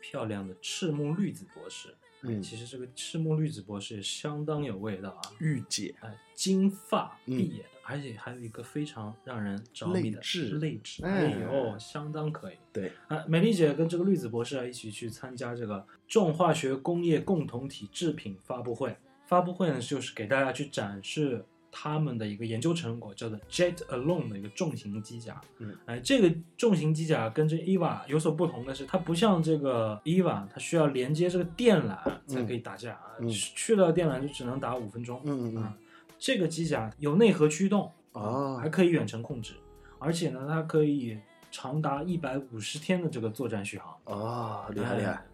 Speaker 2: 漂亮的赤木绿子博士，
Speaker 3: 嗯，
Speaker 2: 其实这个赤木绿子博士也相当有味道啊，
Speaker 3: 御姐，
Speaker 2: 哎，金发
Speaker 3: 嗯
Speaker 2: 碧眼，而且还有一个非常让人着迷的
Speaker 3: 泪痣
Speaker 2: 泪痣，
Speaker 3: 哎
Speaker 2: 哎呦，相当可以。
Speaker 3: 对，
Speaker 2: 啊，美丽姐跟这个绿子博士啊一起去参加这个重化学工业共同体制品发布会。发布会呢，就是给大家去展示他们的一个研究成果，叫做 Jet Alone 的一个重型机甲。
Speaker 3: 嗯，
Speaker 2: 哎，这个重型机甲跟这 EVA 有所不同的是，它不像这个 EVA，它需要连接这个电缆才可以打架，
Speaker 3: 嗯嗯
Speaker 2: 去掉电缆就只能打五分钟。
Speaker 3: 嗯嗯嗯
Speaker 2: 啊，这个机甲有内核驱动啊
Speaker 3: 哦
Speaker 2: 还可以远程控制，而且呢，它可以长达一百五十天的这个作战续航，
Speaker 3: 啊，厉害厉害
Speaker 2: 嗯哎，。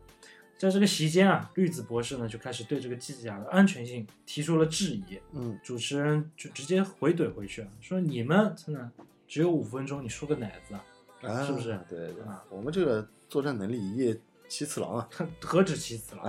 Speaker 2: 在这个期间啊，绿子博士呢就开始对这个机甲的安全性提出了质疑，
Speaker 3: 嗯
Speaker 2: 主持人就直接回怼回去啊，说你们真的只有五分钟，你输个奶子啊，
Speaker 3: 啊，
Speaker 2: 是不是？
Speaker 3: 对对对
Speaker 2: 啊，
Speaker 3: 我们这个作战能力一夜七次郎啊，
Speaker 2: 何止其次 了。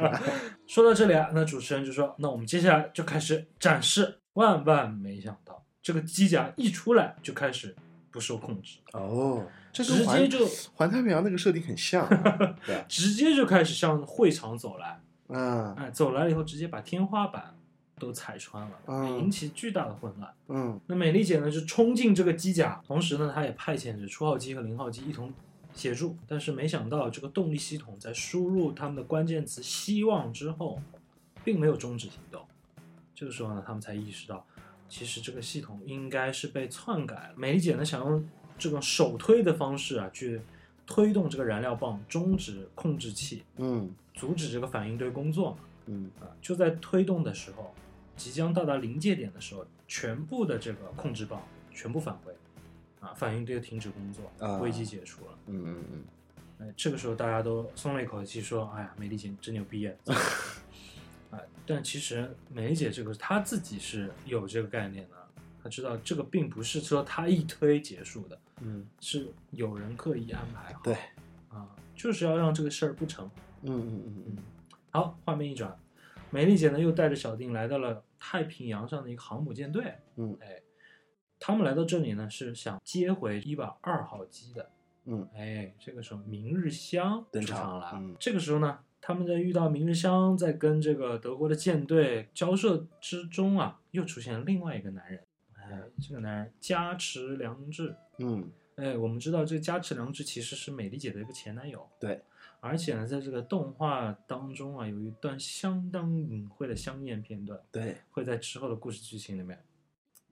Speaker 2: 说到这里啊，那主持人就说：“那我们接下来就开始展示。”万万没想到，这个机甲一出来就开始不受控制，
Speaker 3: 哦，这
Speaker 2: 直
Speaker 3: 跟环
Speaker 2: 接就
Speaker 3: 环太平洋那个设定很像啊，对吧
Speaker 2: 直接就开始向会场走来。
Speaker 3: 嗯
Speaker 2: 哎，走来了以后，直接把天花板都踩穿了，
Speaker 3: 嗯
Speaker 2: 引起巨大的混乱。
Speaker 3: 嗯
Speaker 2: 那美丽姐呢，就冲进这个机甲，同时呢，她也派遣着初号机和零号机一同协助。但是没想到，这个动力系统在输入他们的关键词“希望”之后，并没有终止行动。这个时候呢，他们才意识到，其实这个系统应该是被篡改了。美丽姐呢，想用这种手推的方式啊，去推动这个燃料棒终止控制器，
Speaker 3: 嗯
Speaker 2: 阻止这个反应堆工作嘛。
Speaker 3: 嗯
Speaker 2: 啊，就在推动的时候，即将到达临界点的时候，全部的这个控制棒全部返回，啊，反应堆停止工作
Speaker 3: 啊，
Speaker 2: 危机解除了。
Speaker 3: 嗯嗯嗯，
Speaker 2: 哎，这个时候大家都松了一口气，说：“哎呀，美丽姐真牛逼啊！” 啊，但其实美丽姐这个她自己是有这个概念的，她知道这个并不是说她一推结束的，
Speaker 3: 嗯，
Speaker 2: 是有人刻意安排好
Speaker 3: 对，
Speaker 2: 啊，就是要让这个事儿不成。
Speaker 3: 嗯嗯嗯
Speaker 2: 好，画面一转，美丽姐呢又带着小丁来到了太平洋上的一个航母舰队。
Speaker 3: 嗯
Speaker 2: 哎，他们来到这里呢是想接回伊瓦二号机的。
Speaker 3: 嗯，
Speaker 2: 哎，这个时候明日香
Speaker 3: 登
Speaker 2: 出
Speaker 3: 场
Speaker 2: 场了。
Speaker 3: 嗯
Speaker 2: 这个时候呢，他们在遇到明日香在跟这个德国的舰队交涉之中啊，又出现了另外一个男人。哎，这个男人加持良治。
Speaker 3: 嗯嗯，
Speaker 2: 哎，我们知道这个加持良治其实是美丽姐的一个前男友。
Speaker 3: 对，
Speaker 2: 而且呢，在这个动画当中啊，有一段相当隐晦的香艳片段，
Speaker 3: 对，
Speaker 2: 会在之后的故事剧情里面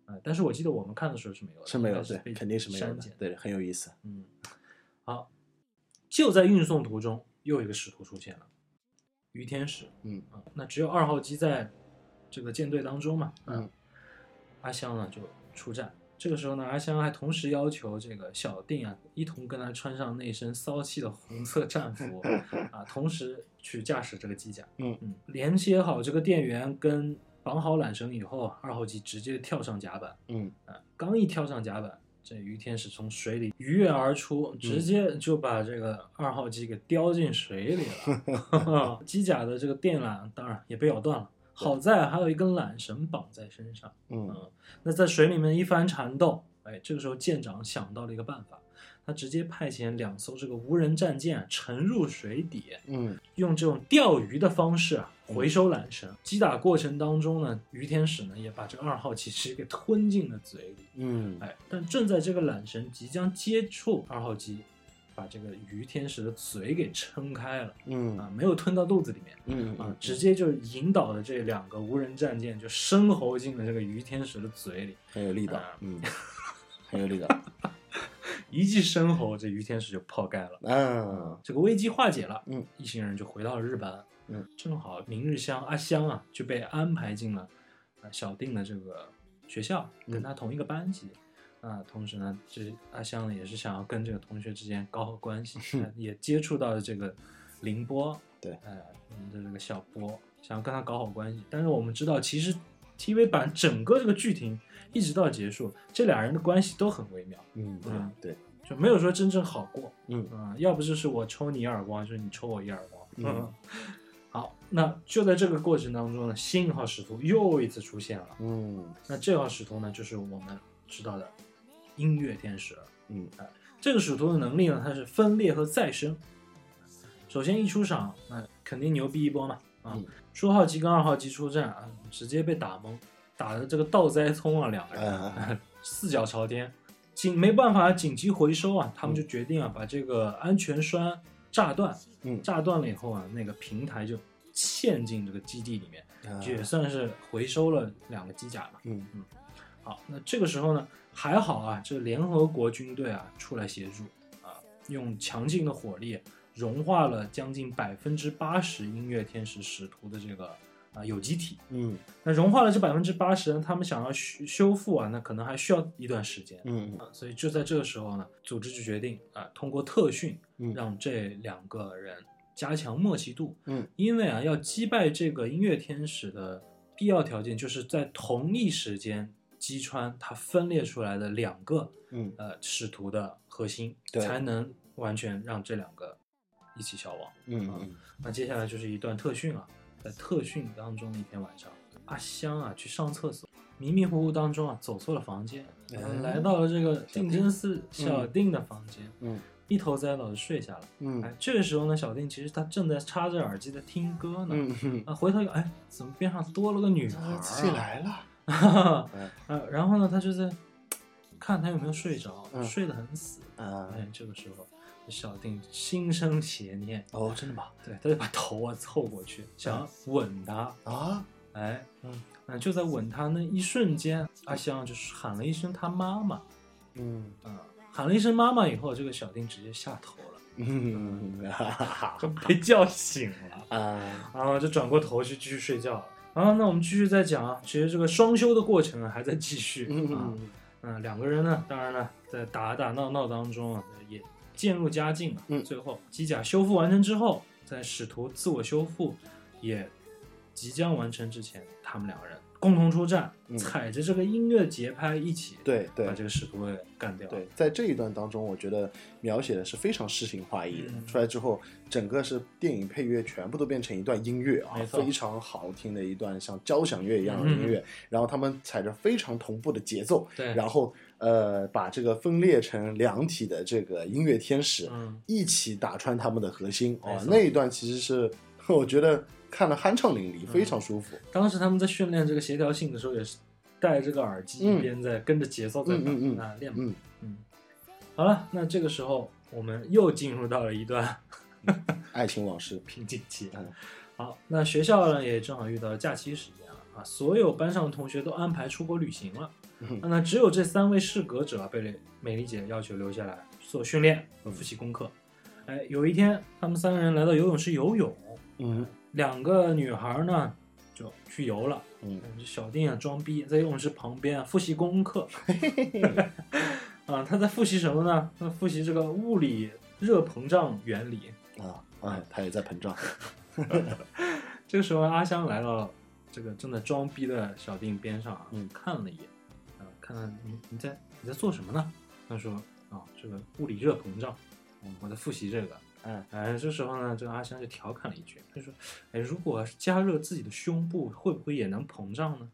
Speaker 2: 呃，但是我记得我们看的时候是没有的，
Speaker 3: 是没有
Speaker 2: 应该
Speaker 3: 对
Speaker 2: 被，
Speaker 3: 肯定是没有
Speaker 2: 删
Speaker 3: 的
Speaker 2: 减，
Speaker 3: 对，很有意思。
Speaker 2: 嗯，好，就在运送途中，又一个使徒出现了，于天使。
Speaker 3: 嗯
Speaker 2: 啊，那只有二号机在这个舰队当中嘛。啊
Speaker 3: 嗯，
Speaker 2: 阿香呢就出战。这个时候呢，阿香还同时要求这个小定啊，一同跟他穿上那身骚气的红色战 服啊，同时去驾驶这个机甲。
Speaker 3: 嗯
Speaker 2: 嗯，连接好这个电源跟绑好缆绳以后，二号机直接跳上甲板。
Speaker 3: 嗯，
Speaker 2: 啊，刚一跳上甲板，这于天使从水里鱼跃而出，直接就把这个二号机给叼进水里了。机甲的这个电缆当然也被咬断了，好在还有一根缆绳绑在身上。
Speaker 3: 嗯
Speaker 2: 嗯，那在水里面一番缠斗，哎，这个时候舰长想到了一个办法，他直接派遣两艘这个无人战舰啊沉入水底，
Speaker 3: 嗯
Speaker 2: 用这种钓鱼的方式啊回收缆绳。击打过程当中呢，于天使呢也把这个二号其实 给吞进了嘴里。
Speaker 3: 嗯
Speaker 2: 哎，但正在这个缆绳即将接触二号机，把这个于天使的嘴给撑开了啊，
Speaker 3: 嗯
Speaker 2: 没有吞到肚子里面
Speaker 3: 嗯
Speaker 2: 啊
Speaker 3: 嗯，，
Speaker 2: 直接就引导了这两个无人战舰就生喉进了这个于天使的嘴里，
Speaker 3: 很有力道
Speaker 2: 啊，
Speaker 3: 嗯，很有力道。
Speaker 2: 一记生喉，这于天使就泡盖了。
Speaker 3: 啊，
Speaker 2: 这个危机化解了，
Speaker 3: 嗯，
Speaker 2: 一行人就回到了日本，
Speaker 3: 嗯，
Speaker 2: 正好明日香阿香啊就被安排进了呃小定的这个学校，
Speaker 3: 嗯
Speaker 2: 跟他同一个班级。啊，同时呢，这阿香呢也是想要跟这个同学之间搞好关 系，呃也接触到了这个凌波，
Speaker 3: 对
Speaker 2: 呃，我们的这个小波，想要跟他搞好关系。但是我们知道，其实 TV 版整个这个剧情一直到结束，这俩人的关系都很微妙，
Speaker 3: 嗯，
Speaker 2: 嗯
Speaker 3: 对对，
Speaker 2: 就没有说真正好过。
Speaker 3: 嗯
Speaker 2: 嗯，要不就是我抽你一耳光，就是你抽我一耳光。
Speaker 3: 嗯，
Speaker 2: 好，那就在这个过程当中呢，新号使徒又一次出现了。
Speaker 3: 嗯
Speaker 2: 那这号使徒呢，就是我们知道的音乐天使。啊
Speaker 3: 嗯
Speaker 2: 这个使徒的能力呢，它是分裂和再生。首先一出场，那肯定牛逼一波嘛啊
Speaker 3: 嗯！
Speaker 2: 初号机跟二号机出战啊，直接被打懵，打的这个倒栽葱啊，两个人、
Speaker 3: 啊
Speaker 2: 四脚朝天，紧没办法紧急回收啊，他们就决定啊，把这个安全栓炸断，
Speaker 3: 嗯
Speaker 2: 炸断了以后啊，那个平台就嵌进这个基地里面，
Speaker 3: 啊
Speaker 2: 也算是回收了两个机甲嘛。
Speaker 3: 嗯
Speaker 2: 好，那这个时候呢，还好啊，这个联合国军队啊出来协助啊，用强劲的火力融化了将近百分之八十音乐天使使徒的这个啊有机体。
Speaker 3: 嗯
Speaker 2: 那融化了这百分之八十呢，他们想要修修复啊，那可能还需要一段时间。
Speaker 3: 嗯
Speaker 2: 啊，所以就在这个时候呢，组织就决定啊，通过特训
Speaker 3: 嗯
Speaker 2: 让这两个人加强默契度。
Speaker 3: 嗯，
Speaker 2: 因为啊，要击败这个音乐天使的必要条件就是在同一时间击穿它分裂出来的两个
Speaker 3: 嗯
Speaker 2: 呃使徒的核心，
Speaker 3: 对
Speaker 2: 才能完全让这两个一起消亡。
Speaker 3: 嗯
Speaker 2: 那接下来就是一段特训了，在特训当中的一天晚上，阿香啊去上厕所，迷迷糊糊当中啊走错了房间，
Speaker 3: 哎
Speaker 2: 呃来到了这个定真寺小定的房间，
Speaker 3: 嗯
Speaker 2: 一头栽倒就睡下了。
Speaker 3: 嗯
Speaker 2: 哎，这个时候呢，小定其实他正在插着耳机在听歌呢。
Speaker 3: 嗯嗯，
Speaker 2: 啊，回头一看，哎，怎么边上多了个女孩儿、啊？
Speaker 3: 谁来了？
Speaker 2: 啊
Speaker 3: 嗯，
Speaker 2: 然后呢，他就在看他有没有睡着，
Speaker 3: 嗯
Speaker 2: 睡得很死。
Speaker 3: 啊，
Speaker 2: 哎，这个时候，小定心生邪念，
Speaker 3: 哦，真的吗？
Speaker 2: 对，他就把头啊凑过去，想要吻她。
Speaker 3: 啊，
Speaker 2: 哎，
Speaker 3: 嗯
Speaker 2: 嗯，就在吻她那一瞬间，阿香就是喊了一声她妈妈，
Speaker 3: 嗯
Speaker 2: 嗯，喊了一声妈妈以后，这个小丁直接下头了，
Speaker 3: 嗯，哈哈哈
Speaker 2: 就被叫醒了，
Speaker 3: 啊，
Speaker 2: 啊，就转过头去继续睡觉了。啊，那我们继续再讲啊，其实这个双修的过程啊还在继续啊。
Speaker 3: 嗯
Speaker 2: 嗯，两个人呢，当然了，在打打闹闹当中啊，也渐入佳境了。啊
Speaker 3: 嗯
Speaker 2: 最后机甲修复完成之后，在使徒自我修复也即将完成之前，他们两个人共同出战，
Speaker 3: 嗯
Speaker 2: 踩着这个音乐节拍一起，，
Speaker 3: 对对
Speaker 2: 把这个使徒给干掉。
Speaker 3: 对，在这一段当中，我觉得描写的是非常诗情画意的。
Speaker 2: 嗯
Speaker 3: 出来之后，整个是电影配乐全部都变成一段音乐啊
Speaker 2: 没，错嗯
Speaker 3: 非常好听的一段像交响乐一样的音乐。然后他们踩着非常同步的节奏，
Speaker 2: 对，
Speaker 3: 然后呃，把这个分裂成两体的这个音乐天使、
Speaker 2: 嗯，
Speaker 3: 一起打穿他们的核心
Speaker 2: 没
Speaker 3: 啊
Speaker 2: 错。
Speaker 3: 那一段其实是我觉得看了酣畅淋漓，非
Speaker 2: 嗯
Speaker 3: 常舒服。
Speaker 2: 当时他们在训练这个协调性的时候，也是戴这个耳机，
Speaker 3: 嗯
Speaker 2: 一边在跟着节奏在
Speaker 3: 嗯
Speaker 2: 打
Speaker 3: 嗯嗯
Speaker 2: 啊练嘛。
Speaker 3: 嗯
Speaker 2: 嗯，好了，那这个时候我们又进入到了一段
Speaker 3: 爱情往事，
Speaker 2: 瓶颈期。
Speaker 3: 嗯
Speaker 2: 好，那学校呢也正好遇到了假期时间了啊，啊，所有班上的同学都安排出国旅行了啊
Speaker 3: 嗯。
Speaker 2: 那只有这三位适格者啊被美丽姐要求留下来做训练和复习功课。哎，有一天，他们三个人来到游泳池游泳，
Speaker 3: 嗯
Speaker 2: 两个女孩呢就去游了。
Speaker 3: 嗯
Speaker 2: 这小丁啊，装逼，在游泳池旁边啊复习功课。啊，他在复习什么呢？他复习这个物理热膨胀原理。
Speaker 3: 啊啊，他也在膨胀，
Speaker 2: 这个时候，阿香来到这个正在装逼的小丁边上啊，
Speaker 3: 嗯
Speaker 2: 看了一眼，啊、看看你你在你在做什么呢？他说啊，这个物理热膨胀，嗯我在复习这个。
Speaker 3: 嗯
Speaker 2: 哎，这时候呢，这个阿香就调侃了一句，他说：“哎，如果加热自己的胸部，会不会也能膨胀呢？”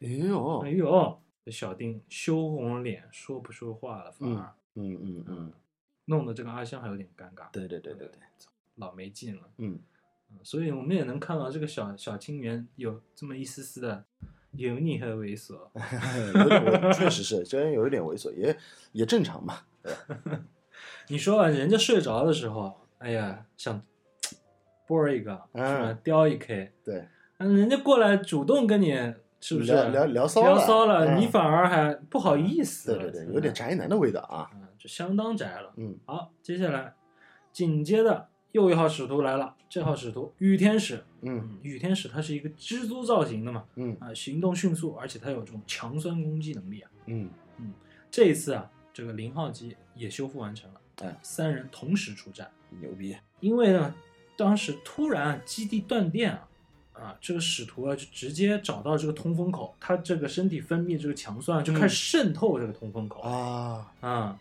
Speaker 3: 哎呦
Speaker 2: 哎，呦，这小丁羞红了脸，说不出话了，反而、
Speaker 3: 嗯嗯嗯，
Speaker 2: 弄得这个阿香还有点尴尬。
Speaker 3: 对对对对对，，
Speaker 2: 老没劲了。
Speaker 3: 嗯
Speaker 2: 嗯所以我们也能看到这个小小青年有这么一丝丝的油腻和猥 琐。
Speaker 3: 哎有点猥确实是，这人有一点猥琐，也也正常嘛。
Speaker 2: 你说啊，人家睡着的时候，哎呀，想啵一个，是吧？
Speaker 3: 嗯
Speaker 2: 叼一 K，
Speaker 3: 对，
Speaker 2: 嗯人家过来主动跟你，是不是
Speaker 3: 聊聊聊骚
Speaker 2: 聊
Speaker 3: 了
Speaker 2: 骚了，
Speaker 3: 嗯
Speaker 2: 你反而还不好意思
Speaker 3: 对
Speaker 2: 了。
Speaker 3: 对对，
Speaker 2: 真
Speaker 3: 有
Speaker 2: 的，
Speaker 3: 点宅男的味道啊。
Speaker 2: 嗯，就相当宅了。
Speaker 3: 嗯
Speaker 2: 好，接下来紧接着又一号使徒来了，这号使徒雨天使，
Speaker 3: 嗯
Speaker 2: 嗯，雨天使它是一个蜘蛛造型的嘛，
Speaker 3: 嗯
Speaker 2: 啊、行动迅速，而且它有这种强酸攻击能力啊。
Speaker 3: 嗯，
Speaker 2: 这一次啊，这个零号机也修复完成了，
Speaker 3: 哎，
Speaker 2: 三人同时出战，
Speaker 3: 牛逼。
Speaker 2: 因为呢，当时突然啊基地断电啊。啊，这个使徒啊，就直接找到这个通风口，他这个身体分泌这个强酸啊就
Speaker 3: 嗯
Speaker 2: 开始渗透这个通风口啊
Speaker 3: 啊，
Speaker 2: 啊，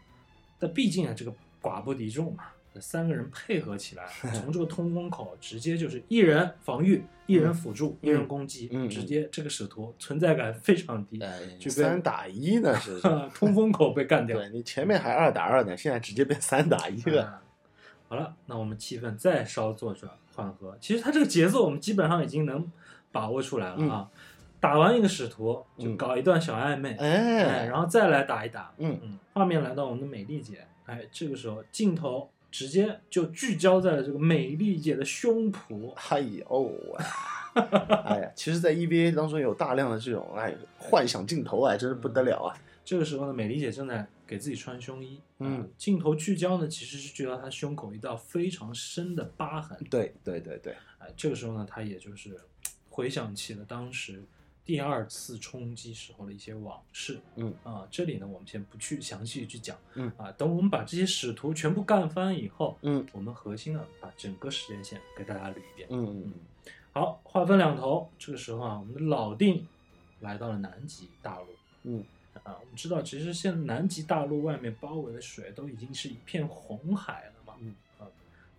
Speaker 2: 但毕竟啊，这个寡不敌众嘛，三个人配合起 来，从这个通风口直接就是一人防御，一人辅助，一人攻击，
Speaker 3: 嗯嗯嗯
Speaker 2: 直接这个使徒存在感非常低，就被
Speaker 3: 哎三打一 呢是
Speaker 2: 通风口被干掉。
Speaker 3: 对你前面还二打二呢，现在直接变三打一了。
Speaker 2: 啊好了，那我们气氛再稍做转缓和。其实它这个节奏我们基本上已经能把握出来了啊。打完一个使徒，就
Speaker 3: 嗯
Speaker 2: 搞一段小暧昧，哎，
Speaker 3: 哎，
Speaker 2: 然后再来打一打，
Speaker 3: 嗯
Speaker 2: 嗯，画面来到我们的美丽姐，哎，这个时候镜头直接就聚焦在了这个美丽姐的胸脯，
Speaker 3: 哎呦喂！哎呀，其实，在 EVA 当中有大量的这种哎幻想镜头啊，真是不得了啊！
Speaker 2: 这个时候呢，美丽姐正在给自己穿胸衣，
Speaker 3: 嗯
Speaker 2: 啊镜头聚焦呢，其实是聚焦她胸口一道非常深的疤痕，
Speaker 3: 对对对对，
Speaker 2: 哎，这个时候呢，她也就是嘖回想起了当时第二次冲击时候的一些往事，
Speaker 3: 嗯
Speaker 2: 啊，这里呢，我们先不去详细去讲，
Speaker 3: 嗯
Speaker 2: 啊，等我们把这些使徒全部干翻以后，
Speaker 3: 嗯
Speaker 2: 我们核心呢，把整个时间线给大家捋一遍。
Speaker 3: 嗯
Speaker 2: 好，划分两头，这个时候啊，我们的老定来到了南极大陆。
Speaker 3: 嗯
Speaker 2: 啊，我们知道，其实现在南极大陆外面包围的水都已经是一片红海了嘛。
Speaker 3: 嗯
Speaker 2: 啊，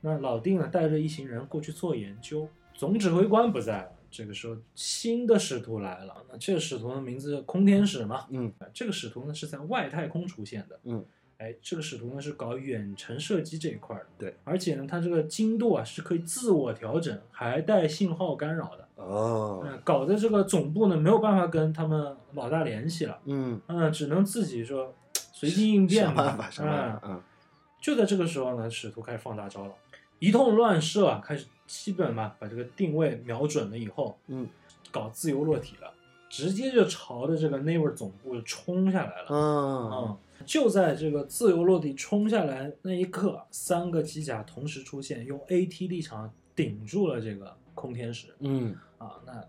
Speaker 2: 那老定呢，带着一行人过去做研究。总指挥官不在了，这个时候新的使徒来了。那这个使徒的名字空天使嘛，
Speaker 3: 嗯
Speaker 2: 啊这个使徒呢是在外太空出现的。
Speaker 3: 嗯，
Speaker 2: 哎，这个使徒呢是搞远程射击这一块的。
Speaker 3: 对，
Speaker 2: 而且呢，它这个精度啊是可以自我调整，还带信号干扰的。
Speaker 3: 哦，
Speaker 2: 嗯，搞得这个总部呢没有办法跟他们老大联系了，
Speaker 3: 嗯，
Speaker 2: 嗯，只能自己说随机应变
Speaker 3: 想办
Speaker 2: 嘛
Speaker 3: 法，想办
Speaker 2: 嗯。
Speaker 3: 法，嗯
Speaker 2: 就在这个时候呢，使徒开始放大招了，一通乱射啊，开始基本嘛把这个定位瞄准了以后，
Speaker 3: 嗯
Speaker 2: 搞自由落体了，直接就朝着这个 Naver 总部冲下来了。
Speaker 3: 嗯
Speaker 2: 嗯，就在这个自由落体冲下来那一刻，三个机甲同时出现，用 AT 立场顶住了这个空天使
Speaker 3: 嗯
Speaker 2: 啊。那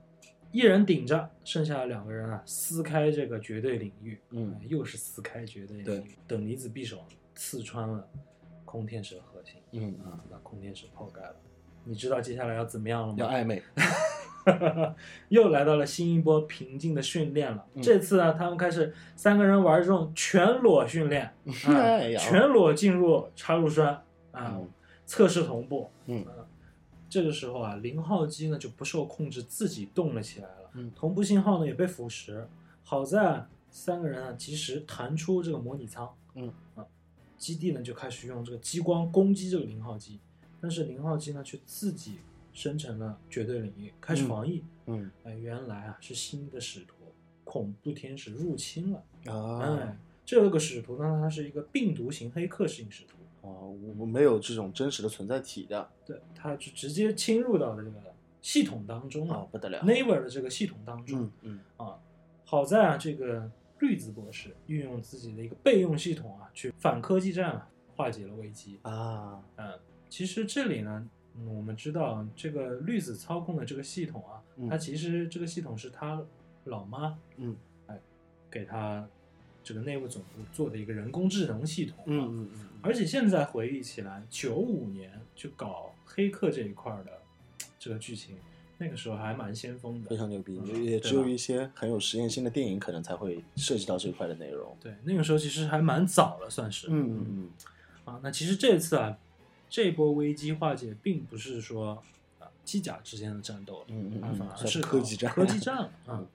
Speaker 2: 一人顶着，剩下的两个人啊，撕开这个绝对领域，
Speaker 3: 嗯
Speaker 2: 哎又是撕开绝对领域，等离子匕首刺穿了空天使的核心
Speaker 3: 嗯，
Speaker 2: 啊，把空天使抛开了。你知道接下来要怎么样了吗？
Speaker 3: 要暧昧，
Speaker 2: 又来到了新一波平静的训练了。
Speaker 3: 嗯
Speaker 2: 这次呢，啊他们开始三个人玩这种全裸训练， 啊
Speaker 3: 哎呀
Speaker 2: 全裸进入插入栓啊
Speaker 3: 嗯，
Speaker 2: 测试同步。啊
Speaker 3: 嗯
Speaker 2: 这个时候啊，零号机呢就不受控制，自己动了起来了。
Speaker 3: 嗯
Speaker 2: 同步信号呢也被腐蚀。好在三个人啊及时弹出这个模拟舱。
Speaker 3: 嗯
Speaker 2: 啊，基地呢就开始用这个激光攻击这个零号机，但是零号机呢却自己生成了绝对领域，开始
Speaker 3: 嗯
Speaker 2: 防御。
Speaker 3: 嗯
Speaker 2: 哎，原来啊是新的使徒恐怖天使入侵了。
Speaker 3: 啊
Speaker 2: 哎，这个使徒呢，它是一个病毒型黑客型使徒，
Speaker 3: 哦，我没有这种真实的存在体的，
Speaker 2: 对，它就直接侵入到了这个系统当中
Speaker 4: 啊
Speaker 2: 啊、
Speaker 3: 哦
Speaker 4: 不得了，
Speaker 2: n a v e r 的这个系统当中、
Speaker 3: 嗯
Speaker 4: 嗯
Speaker 2: 啊，好在啊，这个绿子博士运用自己的一个备用系统啊，去反科技战啊，化解了危机。
Speaker 4: 啊，
Speaker 2: 嗯，其实这里呢，嗯我们知道这个绿子操控的这个系统啊，
Speaker 3: 嗯
Speaker 2: 它其实这个系统是他老妈，
Speaker 3: 嗯，
Speaker 2: 哎，给他这个内部总部做的一个人工智能系统、啊，
Speaker 3: 嗯嗯嗯，
Speaker 2: 而且现在回忆起来，九五年就搞黑客这一块儿的这个剧情，那个时候还蛮先锋
Speaker 3: 非
Speaker 2: 的。
Speaker 3: 常牛逼，
Speaker 2: 嗯
Speaker 3: 也只
Speaker 2: 对
Speaker 3: 有
Speaker 2: 吧
Speaker 3: 一些很有实验性的电影可能才会涉及到这一块的内容。
Speaker 2: 对，那个时候其实还蛮早了，算是。
Speaker 3: 嗯嗯嗯，
Speaker 2: 啊，那其实这次啊，这波危机化解并不是说啊机甲之间的战斗了，
Speaker 3: 嗯嗯
Speaker 2: 啊
Speaker 3: 嗯
Speaker 2: 反而
Speaker 3: 算
Speaker 2: 是
Speaker 3: 科
Speaker 2: 搞
Speaker 3: 技战
Speaker 2: 科技 战了。嗯，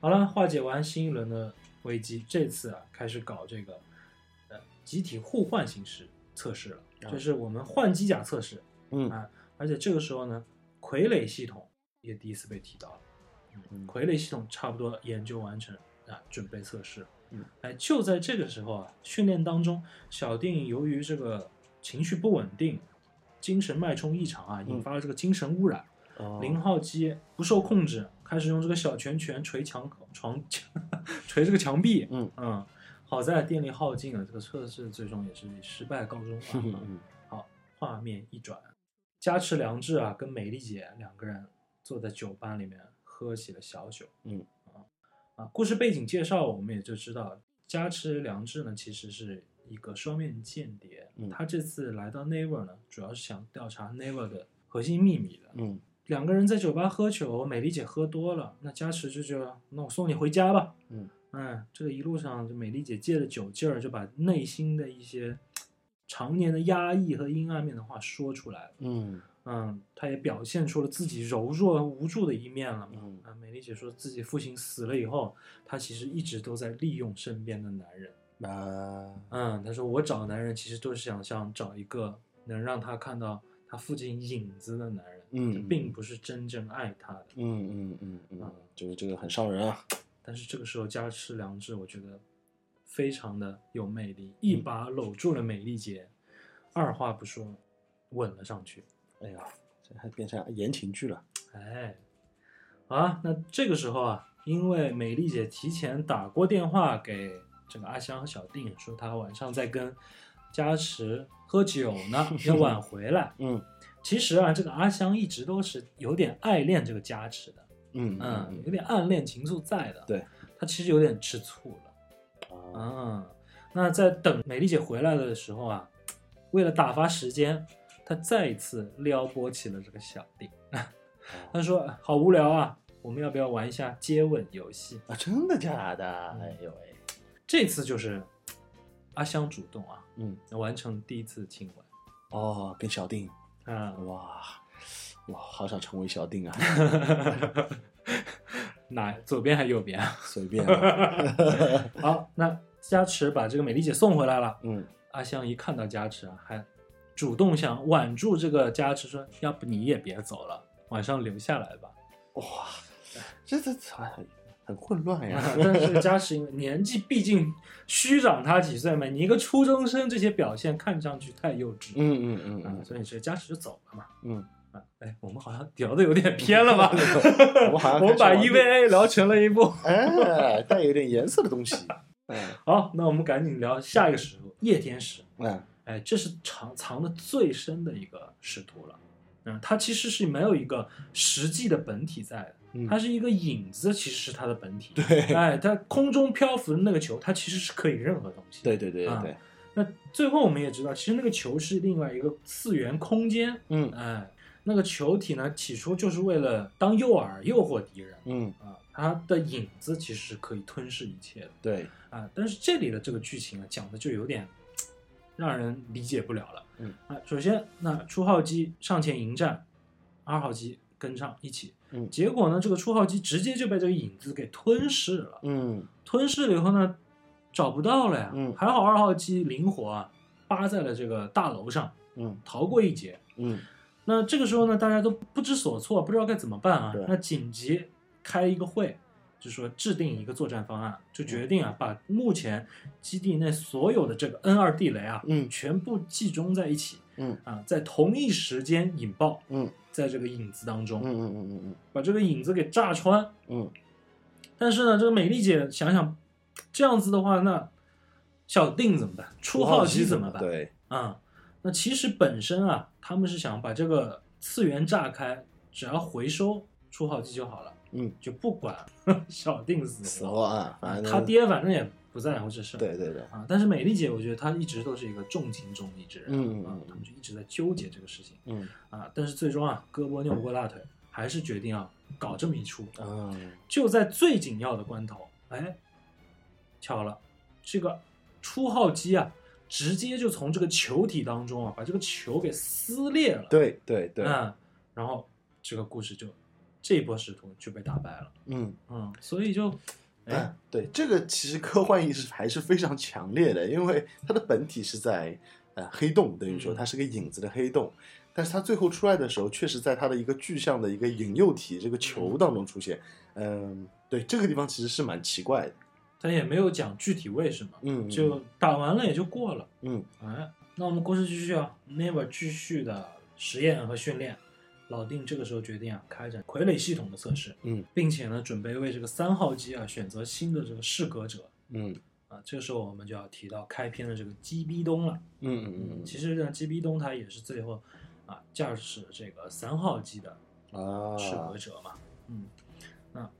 Speaker 2: 好了，化解完新一轮的危机，这次啊开始搞这个呃集体互换形式测试了，
Speaker 3: 啊
Speaker 2: 就是我们换机甲测试。
Speaker 3: 嗯
Speaker 2: 啊，而且这个时候呢，傀儡系统也第一次被提到了。
Speaker 3: 嗯
Speaker 2: 傀儡系统差不多研究完成啊，准备测试。
Speaker 3: 嗯，
Speaker 2: 哎，就在这个时候啊，训练当中，小定由于这个情绪不稳定，精神脉冲异常啊，引发了这个精神污染。
Speaker 3: 嗯哦
Speaker 2: 零号机不受控制，开始用这个小拳拳捶墙口床， 捶这个墙壁。
Speaker 3: 嗯
Speaker 2: 嗯，好在电力耗尽了，这个测试最终也是以失败告终
Speaker 3: 嗯
Speaker 2: 啊。
Speaker 3: 嗯
Speaker 2: 好，画面一转，加持良治啊跟美丽姐两个人坐在酒吧里面喝起了小酒。
Speaker 3: 嗯，
Speaker 2: 啊啊，故事背景介绍我们也就知道，加持良治呢其实是一个双面间谍，
Speaker 3: 嗯
Speaker 2: 他这次来到 Never 呢，主要是想调查 Never 的核心秘密的。
Speaker 3: 嗯
Speaker 2: 两个人在酒吧喝酒，美丽姐喝多了，那加持就觉得那我送你回家吧。
Speaker 3: 嗯
Speaker 2: 哎，这个一路上，这美丽姐借着酒劲儿，就把内心的一些常年的压抑和阴暗面的话说出来了。
Speaker 3: 嗯
Speaker 2: 嗯，她也表现出了自己柔弱和无助的一面了嘛。
Speaker 3: 嗯
Speaker 2: 啊，美丽姐说自己父亲死了以后，她其实一直都在利用身边的男人。
Speaker 3: 嗯啊
Speaker 2: 嗯，她说我找男人其实都是想想找一个能让她看到她父亲影子的男人，
Speaker 3: 嗯
Speaker 2: 就并不是真正爱她的。
Speaker 3: 嗯嗯嗯嗯
Speaker 2: 啊，
Speaker 3: 就是这个很伤人啊。
Speaker 2: 但是这个时候加持良知，我觉得非常的有魅力，一
Speaker 3: 嗯
Speaker 2: 把搂住了美丽姐，二话不说吻了上去。
Speaker 3: 哎呀，这还变成言情剧了。
Speaker 2: 哎，好啊，那这个时候啊，因为美丽姐提前打过电话给这个阿香和小定，说她晚上在跟加持喝酒 呢，要晚回来。
Speaker 3: 嗯
Speaker 2: 其实啊，这个阿香一直都是有点爱恋这个加持的，
Speaker 3: 嗯
Speaker 2: 嗯，有点暗恋情愫在的。
Speaker 3: 对，
Speaker 2: 她其实有点吃醋了。
Speaker 3: 嗯啊
Speaker 2: 嗯，那在等美丽姐回来的时候啊，为了打发时间，她再一次撩拨起了这个小弟。 她说：“好无聊啊，我们要不要玩一下接吻游戏
Speaker 3: 啊，真的假的？哎呦喂，？”
Speaker 2: 这次就是阿香主动啊，
Speaker 3: 嗯
Speaker 2: 完成第一次亲
Speaker 3: 哦，跟小定，
Speaker 2: 吻啊，
Speaker 3: 哇哇，好想成为小定啊，
Speaker 2: 哪左边还右边啊？
Speaker 3: 随便吧。
Speaker 2: 好，那加持把这个美丽姐送回来了。
Speaker 3: 嗯
Speaker 2: 阿香一看到加持啊，还主动想挽住这个加持，说：“要不你也别走了，晚上留下来吧。”
Speaker 3: 哇，这这很很混乱呀。
Speaker 2: 啊但是加时因为年纪毕竟虚长他几岁嘛，你一个初中生这些表现看上去太幼稚，
Speaker 3: 嗯嗯
Speaker 2: 啊
Speaker 3: 嗯
Speaker 2: 所以这加时就走了嘛。
Speaker 3: 嗯
Speaker 2: 啊，哎，我们好像聊的有点偏了吧？
Speaker 3: 我们好像
Speaker 2: 我们把
Speaker 3: 开始往
Speaker 2: EVA 聊成了一部。
Speaker 3: 嗯， 哎，带有点颜色的东西。嗯
Speaker 2: 好，那我们赶紧聊下一个使徒夜天使。
Speaker 3: 嗯
Speaker 2: 哎，这是藏藏的最深的一个使徒了。嗯，它其实是没有一个实际的本体在的，
Speaker 3: 嗯
Speaker 2: 它是一个影子，其实是它的本体。
Speaker 3: 对
Speaker 2: 哎，它空中漂浮的那个球，它其实是可以任何东西。
Speaker 3: 对对对对对，
Speaker 2: 那最后我们也知道，其实那个球是另外一个次元空间，
Speaker 3: 嗯
Speaker 2: 哎，那个球体呢，起初就是为了当诱饵诱惑敌人
Speaker 3: 嗯
Speaker 2: 啊，它的影子其实是可以吞噬一切的
Speaker 3: 对，
Speaker 2: 啊。但是这里的这个剧情啊，讲的就有点嘖让人理解不了了。
Speaker 3: 嗯
Speaker 2: 啊，首先那初号机上前迎战，二号机跟上一起，
Speaker 3: 嗯
Speaker 2: 结果呢，这个初号机直接就被这个影子给吞噬了。
Speaker 3: 嗯
Speaker 2: 吞噬了以后呢，找不到了呀。
Speaker 3: 嗯
Speaker 2: 还好二号机灵活啊，扒在了这个大楼上，
Speaker 3: 嗯
Speaker 2: 逃过一劫。
Speaker 3: 嗯
Speaker 2: 那这个时候呢，大家都不知所措，不知道该怎么办啊
Speaker 3: 对。
Speaker 2: 那紧急开一个会，就是说制定一个作战方案，就决定啊，把目前基地内所有的这个 N 二地雷啊，
Speaker 3: 嗯
Speaker 2: 全部集中在一起，
Speaker 3: 嗯
Speaker 2: 啊，在同一时间引爆，
Speaker 3: 嗯，
Speaker 2: 在这个影子当中，
Speaker 3: 嗯嗯嗯嗯
Speaker 2: 把这个影子给炸穿。
Speaker 3: 嗯
Speaker 2: 但是呢，这个美丽姐想想，这样子的话，那小定怎么办？初号机怎么办？
Speaker 3: 对，
Speaker 2: 啊、那其实本身啊，他们是想把这个次元炸开，只要回收初号机就好了，
Speaker 3: 嗯，
Speaker 2: 就不管 小定死
Speaker 3: 死
Speaker 2: 活
Speaker 3: 活
Speaker 2: 啊
Speaker 3: 啊，反正
Speaker 2: 他，爹反正也不在乎这事儿，
Speaker 3: 对对对，
Speaker 2: 啊。但是美丽姐，我觉得她一直都是一个重情重义之人，
Speaker 3: 嗯嗯
Speaker 2: 啊
Speaker 3: 嗯，
Speaker 2: 他们就一直在纠结这个事情
Speaker 3: 嗯
Speaker 2: 啊。但是最终啊，胳膊拗不过大腿，还是决定要搞这么一出，
Speaker 3: 啊，
Speaker 2: 就在最紧要的关头，哎，巧了，这个初号机啊，直接就从这个球体当中啊，把这个球给撕裂了。，
Speaker 3: 对对对，
Speaker 2: 嗯，然后这个故事就这一波使徒就被打败了。
Speaker 3: 嗯。
Speaker 2: 嗯，所以就，
Speaker 3: 哎
Speaker 2: 哎，，
Speaker 3: 对，这个其实科幻意识还是非常强烈的，因为它的本体是在呃黑洞，等于说
Speaker 2: 嗯
Speaker 3: 它是个影子的黑洞，但是它最后出来的时候，确实在它的一个具象的一个引诱体这个球当中出现。嗯，对，这个地方其实是蛮奇怪的。
Speaker 2: 他也没有讲具体为什么，
Speaker 3: 嗯，
Speaker 2: 就打完了也就过了。
Speaker 3: 嗯
Speaker 2: 哎，那我们故事继续啊，Never 继续的实验和训练。老丁这个时候决定啊，开展傀儡系统的测试，
Speaker 3: 嗯，
Speaker 2: 并且呢，准备为这个三号机啊选择新的这个适格者
Speaker 3: 嗯
Speaker 2: 啊。这个时候我们就要提到开篇的这个基逼东了。
Speaker 3: 嗯嗯
Speaker 2: 其实呢，基逼东他也是最后啊驾驶这个三号机的
Speaker 3: 嗯啊，
Speaker 2: 适格者嘛，嗯，那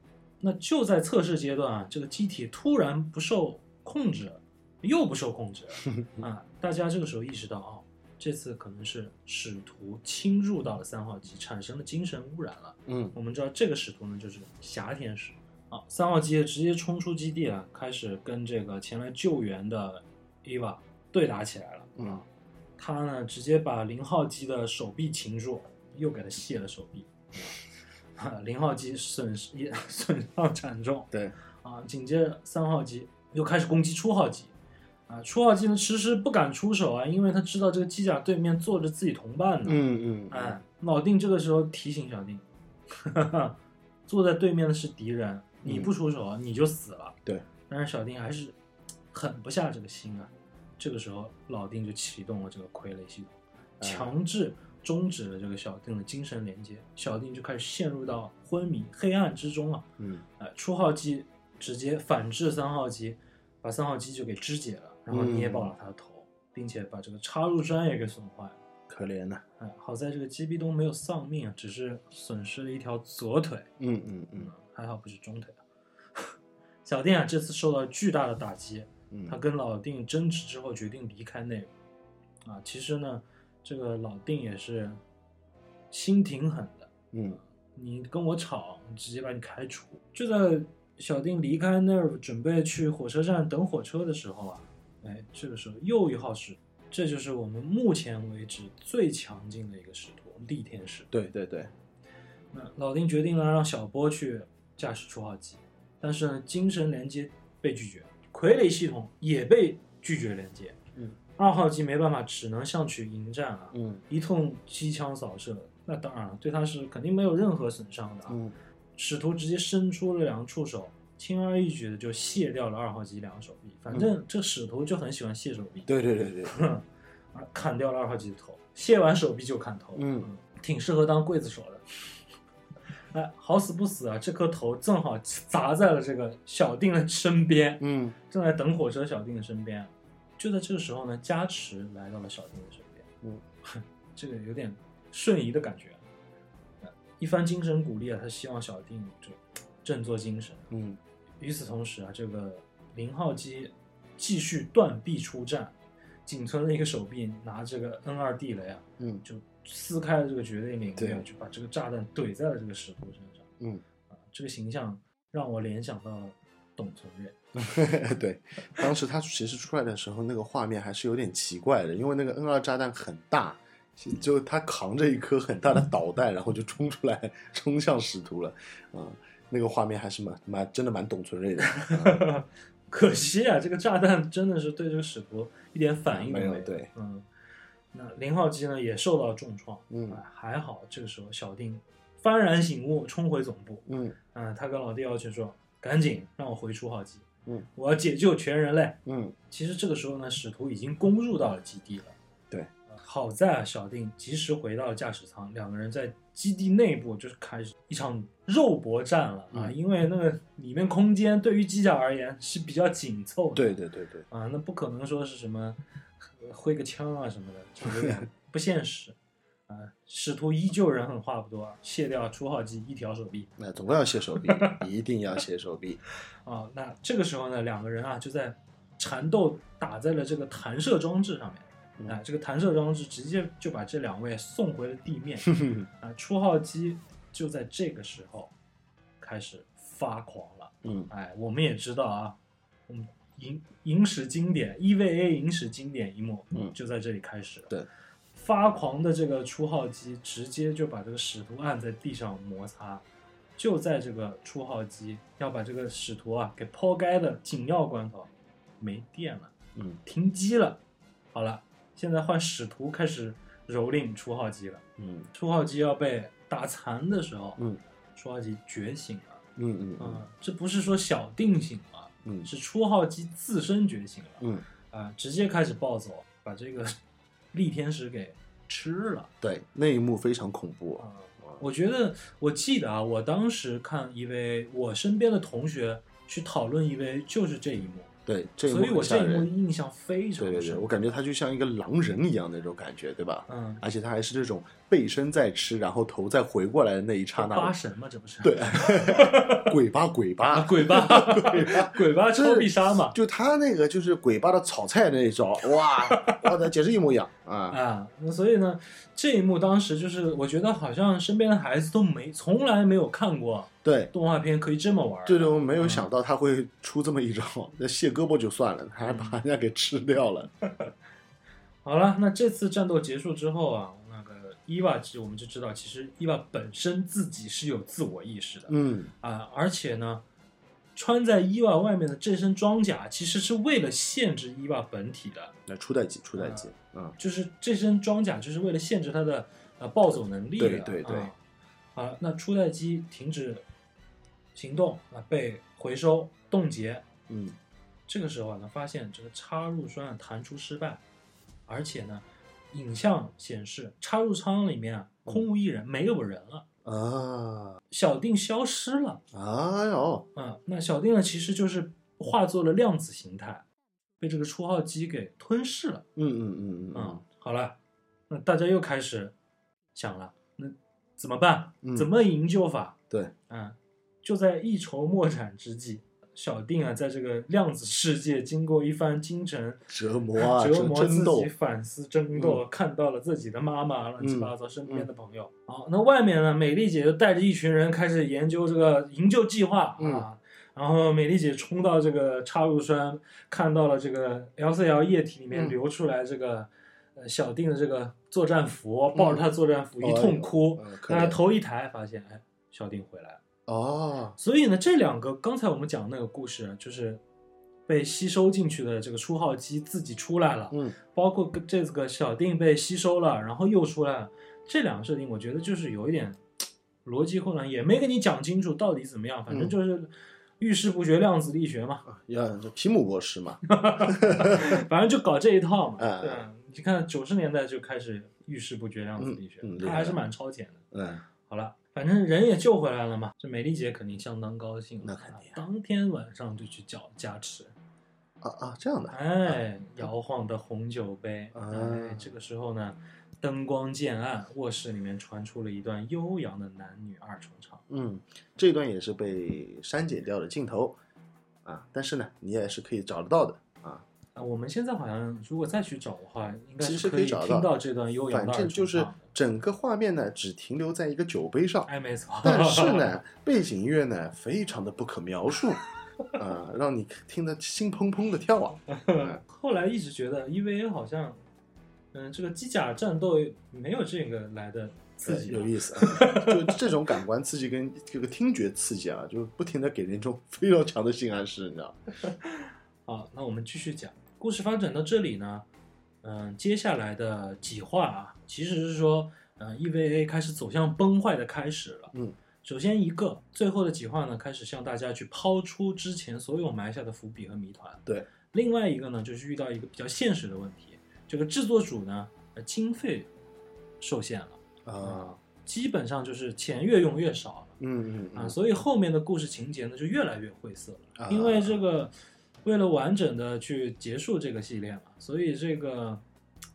Speaker 2: 那就在测试阶段啊，这个机体突然不受控制，又不受控制啊，大家这个时候意识到哦，这次可能是使徒侵入到了三号机，产生了精神污染了。
Speaker 3: 嗯
Speaker 2: 我们知道这个使徒呢，就是霞天使啊，三号机直接冲出基地啊，开始跟这个前来救援的伊娃对打起来了。啊
Speaker 3: 嗯
Speaker 2: 他呢直接把零号机的手臂擒住，又给他卸了手臂。啊，零号机损失也 损伤惨重
Speaker 3: 对，
Speaker 2: 啊！紧接着三号机又开始攻击初号机，啊，初号机呢迟迟不敢出手啊，因为他知道这个机甲对面坐着自己同伴呢。，
Speaker 3: 嗯嗯
Speaker 2: 哎，老丁这个时候提醒小丁，哈哈， 坐在对面的是敌人，你不出手啊、你就死了。
Speaker 3: 嗯对，
Speaker 2: 但是小丁还是狠不下这个心啊。这个时候，老丁就启动了这个傀儡系统，
Speaker 3: 哎
Speaker 2: 强制终止了这个小丁的精神连接，小丁就开始陷入到昏迷、黑暗之中了。
Speaker 3: 嗯
Speaker 2: 哎，初号机直接反制三号机，把三号机就给肢解了，然
Speaker 3: 嗯
Speaker 2: 后捏爆了他的头，并且把这个插入栓也给损坏了。
Speaker 3: 可怜呐、
Speaker 2: 哎，好在这个基壁东没有丧命啊，只是损失了一条左腿，
Speaker 3: 嗯嗯嗯
Speaker 2: 还好不是中腿啊。 小丁啊，这次受到巨大的打击，
Speaker 3: 嗯，
Speaker 2: 他跟老丁争执之后决定离开内部。啊，其实呢，这个老丁也是心挺狠的，
Speaker 3: 嗯
Speaker 2: 你跟我吵，直接把你开除。就在小丁离开 Nerve 准备去火车站等火车的时候啊，哎，这个时候又一号使，这就是我们目前为止最强劲的一个使徒——力天使。
Speaker 3: 对对对，
Speaker 2: 那老丁决定了让小波去驾驶初号机，但是呢，精神连接被拒绝，傀儡系统也被拒绝连接。
Speaker 3: 嗯，
Speaker 2: 二号机没办法，只能上去迎战啊，
Speaker 3: 嗯
Speaker 2: 一通机枪扫射。那当然了，对他是肯定没有任何损伤的啊。
Speaker 3: 嗯
Speaker 2: 使徒直接伸出了两个触手，轻而易举的就卸掉了二号机两个手臂。反正这使徒就很喜欢卸手臂，
Speaker 3: 嗯对对对对，
Speaker 2: 啊，砍掉了二号机的头，卸完手臂就砍头，
Speaker 3: 嗯，
Speaker 2: 挺适合当刽子手的。哎，好死不死啊，这颗头正好砸在了这个小定的身边，
Speaker 3: 嗯
Speaker 2: 正在等火车小定的身边。啊就在这个时候呢，加持来到了小定的身边，
Speaker 3: 嗯，
Speaker 2: 这个有点瞬移的感觉。呃一番精神鼓励啊，他希望小定就振作精神。啊
Speaker 3: 嗯
Speaker 2: 与此同时啊，这个零号机继续断臂出战，仅存的一个手臂拿这个 N 二地雷啊，
Speaker 3: 嗯
Speaker 2: 就撕开了这个绝对领域啊
Speaker 3: 对，
Speaker 2: 就把这个炸弹怼在了这个使徒身上
Speaker 3: 嗯，
Speaker 2: 啊。这个形象让我联想到了董存瑞，
Speaker 3: 对，当时它其实出来的时候，那个画面还是有点奇怪的，因为那个 N 二炸弹很大，就它扛着一颗很大的
Speaker 2: 嗯
Speaker 3: 导弹，然后就冲出来，冲向使徒了，啊、那个画面还是蛮蛮真的蛮董存瑞的，啊
Speaker 2: 可惜啊，这个炸弹真的是对这个使徒一点反应都
Speaker 3: 没有
Speaker 2: 有。
Speaker 3: 对，
Speaker 2: 嗯。那零号机呢也受到重创，
Speaker 3: 嗯
Speaker 2: 哎还好这个时候小丁幡然醒悟，冲回总部，
Speaker 3: 嗯
Speaker 2: 嗯，他跟老弟要求说：“赶紧让我回出号机，
Speaker 3: 嗯，
Speaker 2: 我要解救全人类。
Speaker 3: 嗯，
Speaker 2: 其实这个时候呢，使徒已经攻入到了基地了。
Speaker 3: 对
Speaker 2: 呃，好在啊，小定及时回到了驾驶舱，两个人在基地内部就是开始一场肉搏战了啊，
Speaker 3: 嗯
Speaker 2: 因为那个里面空间对于机甲而言是比较紧凑的。
Speaker 3: 对对对对，
Speaker 2: 啊，那不可能说是什么呃挥个枪啊什么的，就有 点不现实。啊，使徒依旧人狠话不多，啊卸掉初号机一条手臂
Speaker 3: 那总归要写手臂，一定要写手臂。
Speaker 2: 啊。那这个时候呢，两个人啊就在缠斗打在了这个弹射装置上
Speaker 3: 嗯
Speaker 2: 面。啊，这个弹射装置直接就把这两位送回了地 面。啊，初号机就在这个时候开始发狂了。
Speaker 3: 嗯，
Speaker 2: 哎，我们也知道啊，我们影影史经典，E EVA 影史经典一幕，
Speaker 3: 嗯
Speaker 2: 就在这里开始了。
Speaker 3: 对，
Speaker 2: 发狂的这个初号机直接就把这个使徒按在地上摩擦，就在这个初号机要把这个使徒啊给抛开的紧要关头，没电了，
Speaker 3: 嗯，
Speaker 2: 停机了。好了，现在换使徒开始蹂躏初号机了。
Speaker 3: 嗯
Speaker 2: 初号机要被打残的时候，
Speaker 3: 嗯，
Speaker 2: 初号机觉醒了。
Speaker 3: 嗯嗯嗯
Speaker 2: 啊，这不是说小定醒了，
Speaker 3: 嗯
Speaker 2: 是初号机自身觉醒了，
Speaker 3: 嗯，
Speaker 2: 啊，直接开始暴走，把这个 力天使给吃了
Speaker 3: 对，那一幕非常恐怖。
Speaker 2: 啊。我觉得，我记得啊，我当时看 EVA，我身边的同学去讨论 EVA 就是这一幕，
Speaker 3: 对，这一幕
Speaker 2: 所以我
Speaker 3: 很吓
Speaker 2: 这一幕
Speaker 3: 人。
Speaker 2: 印象非常
Speaker 3: 对对对，
Speaker 2: 深。
Speaker 3: 我感觉他就像一个狼人一样那种感觉，对吧？
Speaker 2: 嗯，
Speaker 3: 而且他还是这种背身在吃，然后头再回过来的那一刹
Speaker 2: 八
Speaker 3: 那，
Speaker 2: 神嘛，这不是
Speaker 3: 对， 鬼吧鬼
Speaker 2: 啊，
Speaker 3: 吧，
Speaker 2: 鬼 八鬼八超必杀嘛，
Speaker 3: 就他那个就是鬼吧的炒菜那一招，哇，哇，他简直一模一样啊！
Speaker 2: 啊，那所以呢，这一幕当时就是我觉得好像身边的孩子都没从来没有看过
Speaker 3: 对，
Speaker 2: 动画片可以这么玩儿。
Speaker 3: 对对，我没有想到他会出这么一招，那卸胳膊就算了，他还把人家给吃掉了。
Speaker 2: 好了，那这次战斗结束之后啊，那个伊娃其实我们就知道，其实伊娃本身自己是有自我意识的、
Speaker 3: 嗯，
Speaker 2: 啊，而且呢，穿在伊娃外面的这身装甲其实是为了限制伊娃本体的，
Speaker 3: 那初代机，初代机，嗯，
Speaker 2: 就是这身装甲就是为了限制它的呃暴走能力的。
Speaker 3: 对对对
Speaker 2: 啊，啊，那初代机停止行动啊，被回收冻结，
Speaker 3: 嗯
Speaker 2: 这个时候啊，呢，发现这个插入栓啊弹出失败，而且呢，影像显示插入舱里面啊空无一人，没有人了，
Speaker 3: 啊
Speaker 2: 小定消失了。
Speaker 3: 哎呦，
Speaker 2: 啊，那小定呢，其实就是化作了量子形态，被这个初号机给吞噬了。
Speaker 3: 嗯嗯嗯
Speaker 2: 嗯
Speaker 3: 嗯，
Speaker 2: 好了，那大家又开始想了，那怎么办？
Speaker 3: 嗯
Speaker 2: 怎么营救法？
Speaker 3: 对，
Speaker 2: 嗯，就在一筹莫展之际，小定啊，在这个量子世界经过一番精神
Speaker 3: 折磨啊，
Speaker 2: 折磨
Speaker 3: 争
Speaker 2: 自
Speaker 3: 斗
Speaker 2: 己，，反思争斗，看到了自己的妈妈，乱七
Speaker 3: 嗯
Speaker 2: 八糟身边的朋友。好，那外面呢，美丽姐就带着一群人开始研究这个营救计划啊
Speaker 3: 嗯。
Speaker 2: 然后美丽姐冲到这个插入栓，看到了这个 LCL 液体里面
Speaker 3: 嗯
Speaker 2: 流出来这个呃小定的这个作战服，抱着他作战服一
Speaker 3: 哎
Speaker 2: 通
Speaker 3: 呦
Speaker 2: 哭
Speaker 3: 嗯，可
Speaker 2: 但他
Speaker 3: 怜
Speaker 2: 头一抬发现，哎，小定回来了。
Speaker 3: 哦，
Speaker 2: 所以呢，这两个刚才我们讲的那个故事，啊就是被吸收进去的这个初号机自己出来了，
Speaker 3: 嗯
Speaker 2: 包括跟这个小定被吸收了，然后又出来了，这两个设定我觉得就是有一点嘖逻辑混乱，也没跟你讲清楚到底怎么样，反正
Speaker 3: 嗯
Speaker 2: 就是遇事不决量子力学嘛，
Speaker 3: 要皮姆博士嘛，
Speaker 2: 反正就搞这一套嘛。
Speaker 3: 嗯
Speaker 2: 对啊，你看九十年代就开始遇事不决量子力学，
Speaker 3: 嗯嗯
Speaker 2: 他还是蛮超前的。
Speaker 3: 嗯，
Speaker 2: 好了，反正人也救回来了嘛，这美丽姐肯定相当高兴了。
Speaker 3: 那肯定啊
Speaker 2: 当天晚上就去找加持，
Speaker 3: 啊啊，这样的，
Speaker 2: 哎，摇晃的红酒杯，
Speaker 3: 啊
Speaker 2: 哎，这个时候呢，灯光渐暗，卧室里面传出了一段悠扬的男女二重唱。
Speaker 3: 嗯，这段也是被删减掉的镜头啊，但是呢，你也是可以找得到的啊，
Speaker 2: 啊，我们现在好像如果再去找的话，应该
Speaker 3: 其实
Speaker 2: 是
Speaker 3: 可
Speaker 2: 可
Speaker 3: 以
Speaker 2: 以
Speaker 3: 找
Speaker 2: 听
Speaker 3: 到
Speaker 2: 到这段悠扬
Speaker 3: 反
Speaker 2: 的二重唱的。
Speaker 3: 正就是整个画面呢，只停留在一个酒杯上，
Speaker 2: 哎，没错。
Speaker 3: 但是， 呢，背景音乐呢，非常的不可描述，啊、让你听得心怦怦的跳啊。
Speaker 2: 后来一直觉得 EVA 好像，嗯，这个机甲战斗没有这个来的刺激吧，
Speaker 3: 有意思、啊，就这种感官刺激跟这个听觉刺激啊，就不停的给人一种非常强的性暗示，你知道？
Speaker 2: 好，那我们继续讲故事发展到这里呢，嗯、接下来的几话啊，其实是说，嗯、e v a 开始走向崩坏的开始了。
Speaker 3: 嗯，
Speaker 2: 首先一个，最后的几话呢，开始向大家去抛出之前所有埋下的伏笔和谜团。
Speaker 3: 对，
Speaker 2: 另外一个呢，就是遇到一个比较现实的问题，这个制作组呢，呃经费受限了
Speaker 3: 啊，，
Speaker 2: 基本上就是钱越用越少了
Speaker 3: 嗯嗯
Speaker 2: 啊，
Speaker 3: 嗯
Speaker 2: 所以后面的故事情节呢就越来越晦涩了。
Speaker 3: 啊，
Speaker 2: 因为这个为了完整的去结束这个系列嘛，所以这个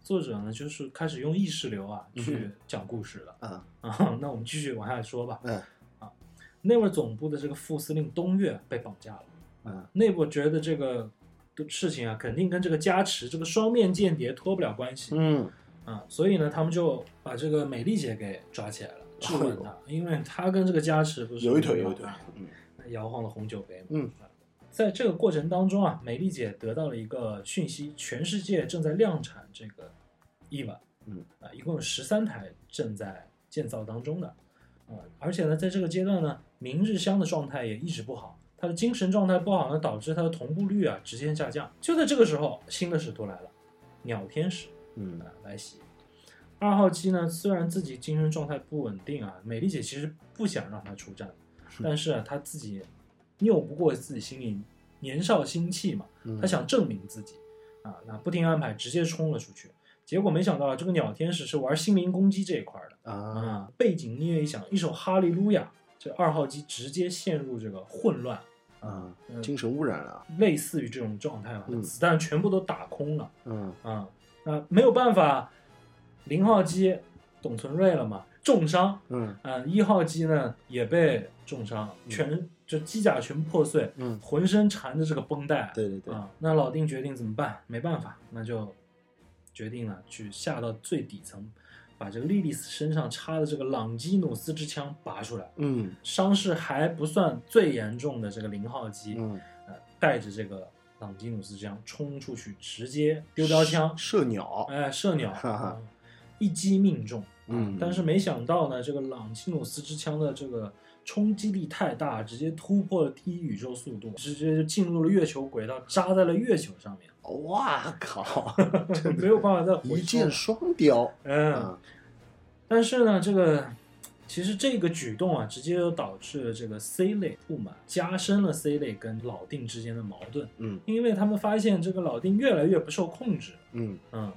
Speaker 2: 作者呢就是开始用意识流啊
Speaker 3: 嗯哼
Speaker 2: 去讲故事了
Speaker 3: 啊，
Speaker 2: 啊。那我们继续往下说吧。
Speaker 3: 嗯
Speaker 2: 啊，内部总部的这个副司令东岳被绑架了。
Speaker 3: 嗯
Speaker 2: 内部觉得这个事情啊，肯定跟这个加持这个双面间谍脱不了关系。
Speaker 3: 嗯
Speaker 2: 啊，所以呢，他们就把这个美丽姐给抓起来了，质问她，因为她跟这个加持不是
Speaker 3: 有一腿有一腿，嗯
Speaker 2: 摇晃了红酒杯嘛。
Speaker 3: 嗯，
Speaker 2: 在这个过程当中啊，美丽姐得到了一个讯息，全世界正在量产这个 EVA，
Speaker 3: 嗯
Speaker 2: 啊，一共有十三台正在建造当中的，啊，而且呢，在这个阶段呢，明日香的状态也一直不好。她的精神状态不好呢，导致她的同步率啊直线下降。就在这个时候，新的使徒来了，鸟天使。
Speaker 3: 嗯
Speaker 2: 啊来袭。二号机呢，虽然自己精神状态不稳定啊，美丽姐其实不想让他出战，但是啊，她自己拗不过自己心里年少心气嘛，
Speaker 3: 嗯，
Speaker 2: 她想证明自己啊，那不听安排，直接冲了出去。结果没想到啊这个鸟天使是玩心灵攻击这一块的
Speaker 3: 啊，
Speaker 2: 啊，背景音乐一响，一首哈利路亚，这二号机直接陷入这个混乱，
Speaker 3: 啊
Speaker 2: 嗯，
Speaker 3: 精神污染啊了，
Speaker 2: 类似于这种状态嘛，
Speaker 3: 嗯
Speaker 2: 子弹全部都打空了。
Speaker 3: 嗯
Speaker 2: 啊、那没有办法，零号机董存瑞了嘛，重伤，
Speaker 3: 嗯
Speaker 2: 啊、一号机呢也被重伤，
Speaker 3: 嗯
Speaker 2: 全就机甲全破碎，
Speaker 3: 嗯，
Speaker 2: 浑身缠着这个绷带，
Speaker 3: 对对对，
Speaker 2: 啊、那老丁决定怎么办？没办法，那就决定了去下到最底层，把这个莉莉丝身上插的这个朗基努斯之枪拔出来，
Speaker 3: 嗯
Speaker 2: 伤势还不算最严重的这个零号机，
Speaker 3: 嗯，
Speaker 2: 呃，带着这个朗基努斯之枪冲出去，直接丢标枪，
Speaker 3: 射鸟，
Speaker 2: 哎，射鸟，
Speaker 3: 哈哈
Speaker 2: 啊一击命中。啊
Speaker 3: 嗯
Speaker 2: 但是没想到呢，这个朗基努斯之枪的这个冲击力太大，直接突破了第一宇宙速度，直接就进入了月球轨道，扎在了月球上面，
Speaker 3: 哇 靠，
Speaker 2: 没有办法再回收
Speaker 3: 一箭双雕，
Speaker 2: 嗯，
Speaker 3: 啊
Speaker 2: 但是呢，这个其实这个举动啊，直接就导致了这个 C 类不满，加深了 C 类跟老丁之间的矛盾，
Speaker 3: 嗯
Speaker 2: 因为他们发现这个老丁越来越不受控制，
Speaker 3: 嗯，
Speaker 2: 嗯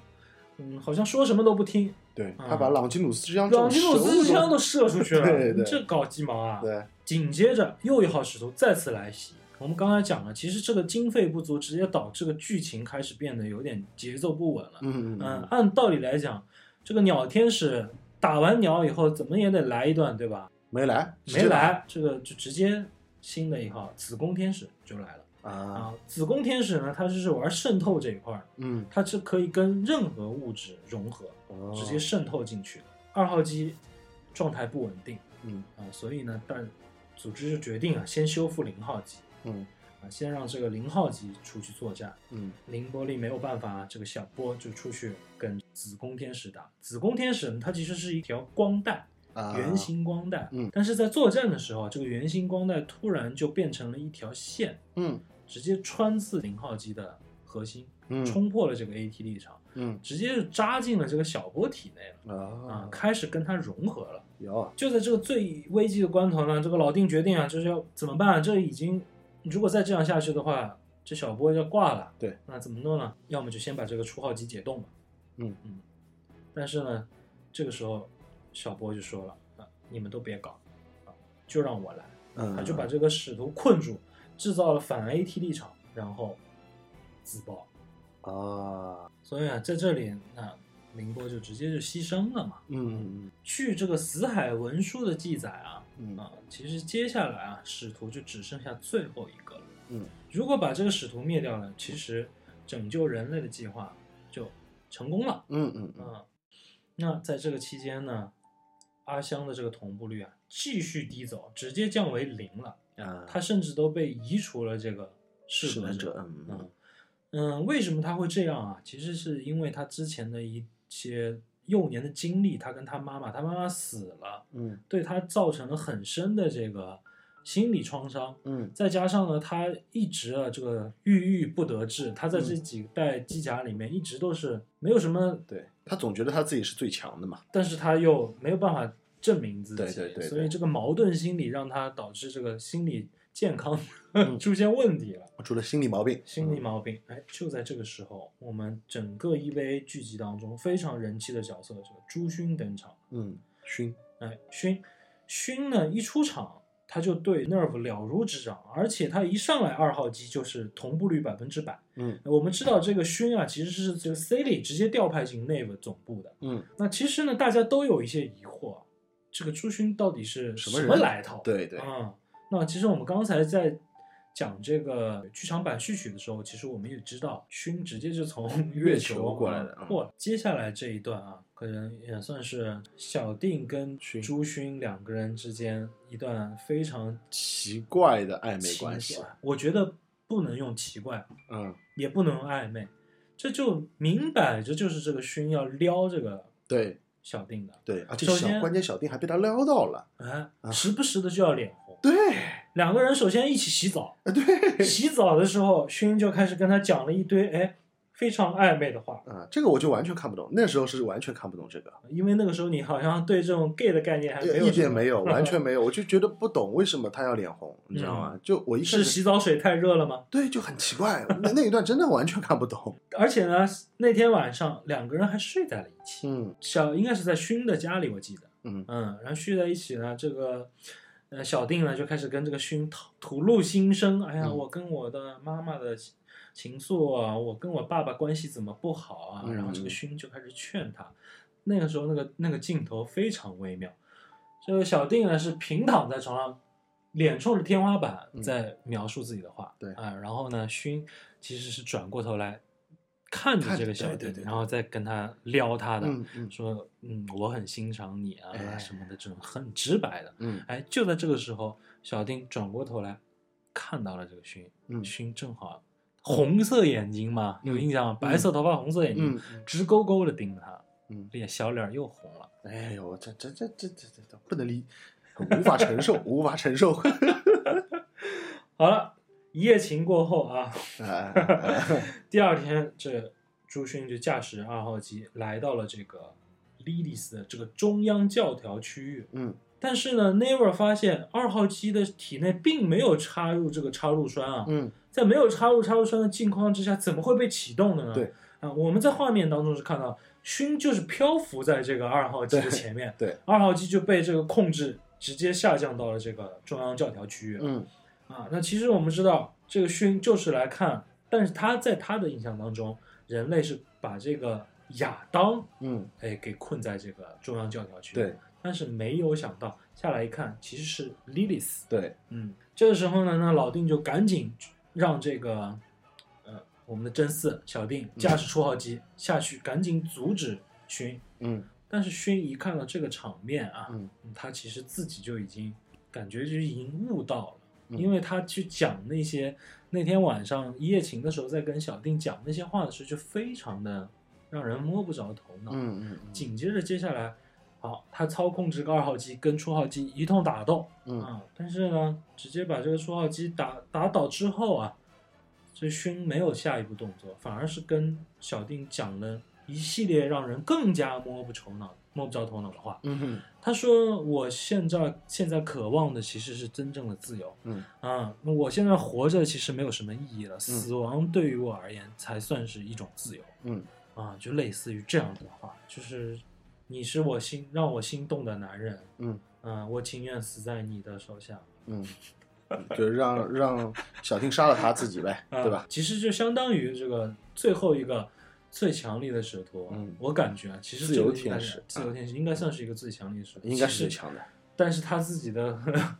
Speaker 2: 嗯，好像说什么都不听，
Speaker 3: 对
Speaker 2: 啊
Speaker 3: 他把朗基努斯之枪这
Speaker 2: 朗
Speaker 3: 种
Speaker 2: 基
Speaker 3: 神
Speaker 2: 努
Speaker 3: 物都，
Speaker 2: 斯枪都射出去了，
Speaker 3: 对对
Speaker 2: 你这搞鸡毛啊！
Speaker 3: 对，
Speaker 2: 紧接着又一号使徒再次来袭。我们刚才讲了，其实这个经费不足，直接导致这个剧情开始变得有点节奏不稳了。
Speaker 3: 嗯嗯
Speaker 2: 嗯
Speaker 3: 嗯，
Speaker 2: 按道理来讲，这个鸟天使打完鸟以后，怎么也得来一段，对吧？
Speaker 3: 没来，直
Speaker 2: 没
Speaker 3: 接打
Speaker 2: 来，这个就直接新的一号子宫天使就来了
Speaker 3: 啊，
Speaker 2: 啊。子宫天使呢，它就是玩渗透这一块儿，
Speaker 3: 嗯，
Speaker 2: 它是可以跟任何物质融合。
Speaker 3: 哦
Speaker 2: 直接渗透进去了。二号机状态不稳定
Speaker 3: 嗯
Speaker 2: 啊、所以呢，但组织就决定啊，先修复零号机
Speaker 3: 嗯
Speaker 2: 啊、先让这个零号机出去作战。
Speaker 3: 嗯
Speaker 2: 凌波丽没有办法，这个小波就出去跟子宫天使打。子宫天使呢它其实是一条光带，
Speaker 3: 啊，
Speaker 2: 圆，形光带，
Speaker 3: 嗯
Speaker 2: 但是在作战的时候，啊这个圆形光带突然就变成了一条线，
Speaker 3: 嗯
Speaker 2: 直接穿刺零号机的核心，
Speaker 3: 嗯，
Speaker 2: 冲破了这个 AT 立场，
Speaker 3: 嗯
Speaker 2: 直接就扎进了这个小波体内了。啊
Speaker 3: 啊，，
Speaker 2: 开始跟他融合了。
Speaker 3: 有，
Speaker 2: 就在这个最危机的关头呢，这个老丁决定啊，就是要怎么办、这已经，如果再这样下去的话，这小波要挂了。
Speaker 3: 对，
Speaker 2: 那怎么弄呢？要么就先把这个初号机解冻吧。
Speaker 3: 嗯
Speaker 2: 嗯。但是呢，这个时候小波就说了啊，你们都别搞，啊，就让我来。
Speaker 3: 嗯，
Speaker 2: 他就把这个使徒困住，制造了反 AT 立场，然后自爆。
Speaker 3: 啊，
Speaker 2: 所以啊，在这里，那凌波就直接就牺牲了嘛。
Speaker 3: 嗯
Speaker 2: 据这个死海文书的记载啊，
Speaker 3: 嗯嗯
Speaker 2: 啊，其实接下来啊，使徒就只剩下最后一个了。
Speaker 3: 嗯，
Speaker 2: 如果把这个使徒灭掉了，其实拯救人类的计划就成功了。
Speaker 3: 嗯嗯嗯，
Speaker 2: 啊，那在这个期间呢，阿香的这个同步率啊继续低走，直接降为零了。
Speaker 3: 啊，
Speaker 2: 他甚至都被移除了这个
Speaker 3: 是
Speaker 2: 适合
Speaker 3: 能
Speaker 2: 者
Speaker 3: 者，。嗯
Speaker 2: 嗯
Speaker 3: 嗯，
Speaker 2: 嗯，为什么他会这样啊？其实是因为他之前的一些幼年的经历，他跟他妈妈，他妈妈死了，
Speaker 3: 嗯
Speaker 2: 对他造成了很深的这个心理创伤。
Speaker 3: 嗯
Speaker 2: 再加上呢，他一直啊这个郁郁不得志，他在这
Speaker 3: 嗯
Speaker 2: 几代机甲里面一直都是没有什么，
Speaker 3: 对他总觉得他自己是最强的嘛，
Speaker 2: 但是他又没有办法证明自己，
Speaker 3: 对对对对
Speaker 2: 所以这个矛盾心理让他导致这个心理健康
Speaker 3: 嗯
Speaker 2: 出现问题了，
Speaker 3: 出了心理毛病，
Speaker 2: 心理毛病。哎，就在这个时候，我们整个 EVA 剧集当中非常人气的角色，这个朱勋登场。
Speaker 3: 嗯，熏，
Speaker 2: 哎，勋，勋呢一出场他就对 Nerve 了如指掌，而且他一上来二号机就是同步率百分之百。
Speaker 3: 嗯
Speaker 2: 我们知道这个勋啊，其实是这个 C 里直接调派进 Nerve 总部的。
Speaker 3: 嗯，
Speaker 2: 那其实呢，大家都有一些疑惑，啊这个朱勋到底是
Speaker 3: 什
Speaker 2: 什
Speaker 3: 么人
Speaker 2: 来头？
Speaker 3: 对对，
Speaker 2: 啊、那其实我们刚才在讲这个剧场版序曲的时候，其实我们也知道，勋直接就从
Speaker 3: 月
Speaker 2: 月
Speaker 3: 球过来的
Speaker 2: 啊
Speaker 3: 嗯
Speaker 2: 过来。接下来这一段啊，可能也算是小定跟
Speaker 3: 勋
Speaker 2: 朱勋两个人之间一段非常
Speaker 3: 奇怪的暧昧
Speaker 2: 奇
Speaker 3: 关系
Speaker 2: 怪，我觉得不能用奇怪，
Speaker 3: 嗯，
Speaker 2: 也不能用暧昧，这就明摆着就是这个勋要撩这个
Speaker 3: 对
Speaker 2: 小定的，
Speaker 3: 对，而且
Speaker 2: 首
Speaker 3: 小
Speaker 2: 先
Speaker 3: 关键小定还被他撩到了，
Speaker 2: 哎
Speaker 3: 啊，
Speaker 2: 时不时的就要脸红。
Speaker 3: 对，
Speaker 2: 两个人首先一起洗澡，
Speaker 3: 啊对，
Speaker 2: 洗澡的时候，勋就开始跟他讲了一堆哎非常暧昧的话，
Speaker 3: 啊，这个我就完全看不懂，那时候是完全看不懂这个，
Speaker 2: 因为那个时候你好像对这种 gay 的概念还没有
Speaker 3: 一
Speaker 2: 什
Speaker 3: 点
Speaker 2: 么
Speaker 3: 没有，完全没有，我就觉得不懂为什么他要脸红，你知道吗？就我一开
Speaker 2: 是
Speaker 3: 始
Speaker 2: 洗澡水太热了吗？
Speaker 3: 对就很奇怪，那那一段真的完全看不懂，
Speaker 2: 而且呢，那天晚上两个人还睡在了一起，
Speaker 3: 嗯
Speaker 2: 小应该是在勋的家里，我记得，
Speaker 3: 嗯
Speaker 2: 嗯，然后睡在一起呢，这个。呃，小定呢就开始跟这个勋吐吐露心声，哎呀，
Speaker 3: 嗯
Speaker 2: 我跟我的妈妈的情情愫啊，我跟我爸爸关系怎么不好啊？
Speaker 3: 嗯
Speaker 2: 然后这个勋就开始劝他。那个时候，那个那个镜头非常微妙，这个小定呢是平躺在床上，脸冲着天花板
Speaker 3: 嗯
Speaker 2: 在描述自己的话，
Speaker 3: 对
Speaker 2: 啊，然后呢，勋其实是转过头来看着
Speaker 3: 看
Speaker 2: 这个小
Speaker 3: 着对
Speaker 2: 定，
Speaker 3: 对对对
Speaker 2: 然后再跟他撩他的，
Speaker 3: 嗯嗯
Speaker 2: 说嗯，我很欣赏你啊、
Speaker 3: 哎
Speaker 2: 什么的，这种很直白的。
Speaker 3: 嗯
Speaker 2: 哎，就在这个时候，小丁转过头来看到了这个勋，
Speaker 3: 嗯
Speaker 2: 勋正好红色眼睛嘛，有
Speaker 3: 嗯
Speaker 2: 印象吗？白色头发，红色眼睛，
Speaker 3: 嗯嗯
Speaker 2: 直勾勾的盯着他，
Speaker 3: 嗯，
Speaker 2: 脸小脸又红了。
Speaker 3: 哎呦，这这这这这这这不能理，无法承受，无法承受，
Speaker 2: 好了，一夜情过后啊，
Speaker 3: 哎哎
Speaker 2: 第二天这朱勋就驾驶二号机来到了这个 Lilith 的这个中央教条区域，
Speaker 3: 嗯
Speaker 2: 但是呢，Never 发现二号机的体内并没有插入这个插入栓啊，
Speaker 3: 嗯，
Speaker 2: 在没有插入插入栓的境况之下，怎么会被启动的呢？
Speaker 3: 对，
Speaker 2: 啊，我们在画面当中是看到勋就是漂浮在这个二号机的前面，
Speaker 3: 对，
Speaker 2: 二号机就被这个控制直接下降到了这个中央教条区域。
Speaker 3: 嗯
Speaker 2: 啊，那其实我们知道这个勋就是来看，但是他在他的印象当中，人类是把这个亚当
Speaker 3: 嗯，
Speaker 2: 哎给困在这个中央教条区，
Speaker 3: 对，
Speaker 2: 但是没有想到下来一看，其实是 Lilith。
Speaker 3: 对，
Speaker 2: 嗯，这个时候呢，那老丁就赶紧让这个呃我们的真嗣小定驾驶初号机、下去，赶紧阻止勋。
Speaker 3: 嗯
Speaker 2: 但是勋一看到这个场面啊，
Speaker 3: 嗯
Speaker 2: 他其实自己就已经感觉就已经悟到了。
Speaker 3: 嗯
Speaker 2: 因为他去讲那些那天晚上一夜情的时候，在跟小定讲那些话的时候，就非常的让人摸不着头脑。
Speaker 3: 嗯嗯嗯
Speaker 2: 紧接着接下来，好，他操控这个二号机跟初号机一通打斗，
Speaker 3: 嗯，
Speaker 2: 啊，但是呢，直接把这个初号机打打倒之后啊，这勋没有下一步动作，反而是跟小定讲了一系列让人更加摸不着脑、摸不着头脑的话。
Speaker 3: 嗯哼
Speaker 2: 他说：“我现在现在渴望的其实是真正的自由
Speaker 3: 嗯
Speaker 2: 啊，那我现在活着其实没有什么意义了，死亡对于我而言才算是一种自由
Speaker 3: 嗯
Speaker 2: 啊，就类似于这样的话，就是你是我心让我心动的男人，
Speaker 3: 嗯
Speaker 2: 啊，我情愿死在你的手下。”
Speaker 3: 嗯，就是让让小丁杀了他自己呗，
Speaker 2: 啊
Speaker 3: 对吧？？
Speaker 2: 其实就相当于这个最后一个最强力的使徒，
Speaker 3: 嗯
Speaker 2: 我感觉啊，其实
Speaker 3: 自
Speaker 2: 这个
Speaker 3: 由
Speaker 2: 应该
Speaker 3: 天
Speaker 2: 是
Speaker 3: 使
Speaker 2: 自由天使应该算是一个最强力的使徒，
Speaker 3: 应该是
Speaker 2: 其
Speaker 3: 最
Speaker 2: 实，
Speaker 3: 强的，
Speaker 2: 但是他自己的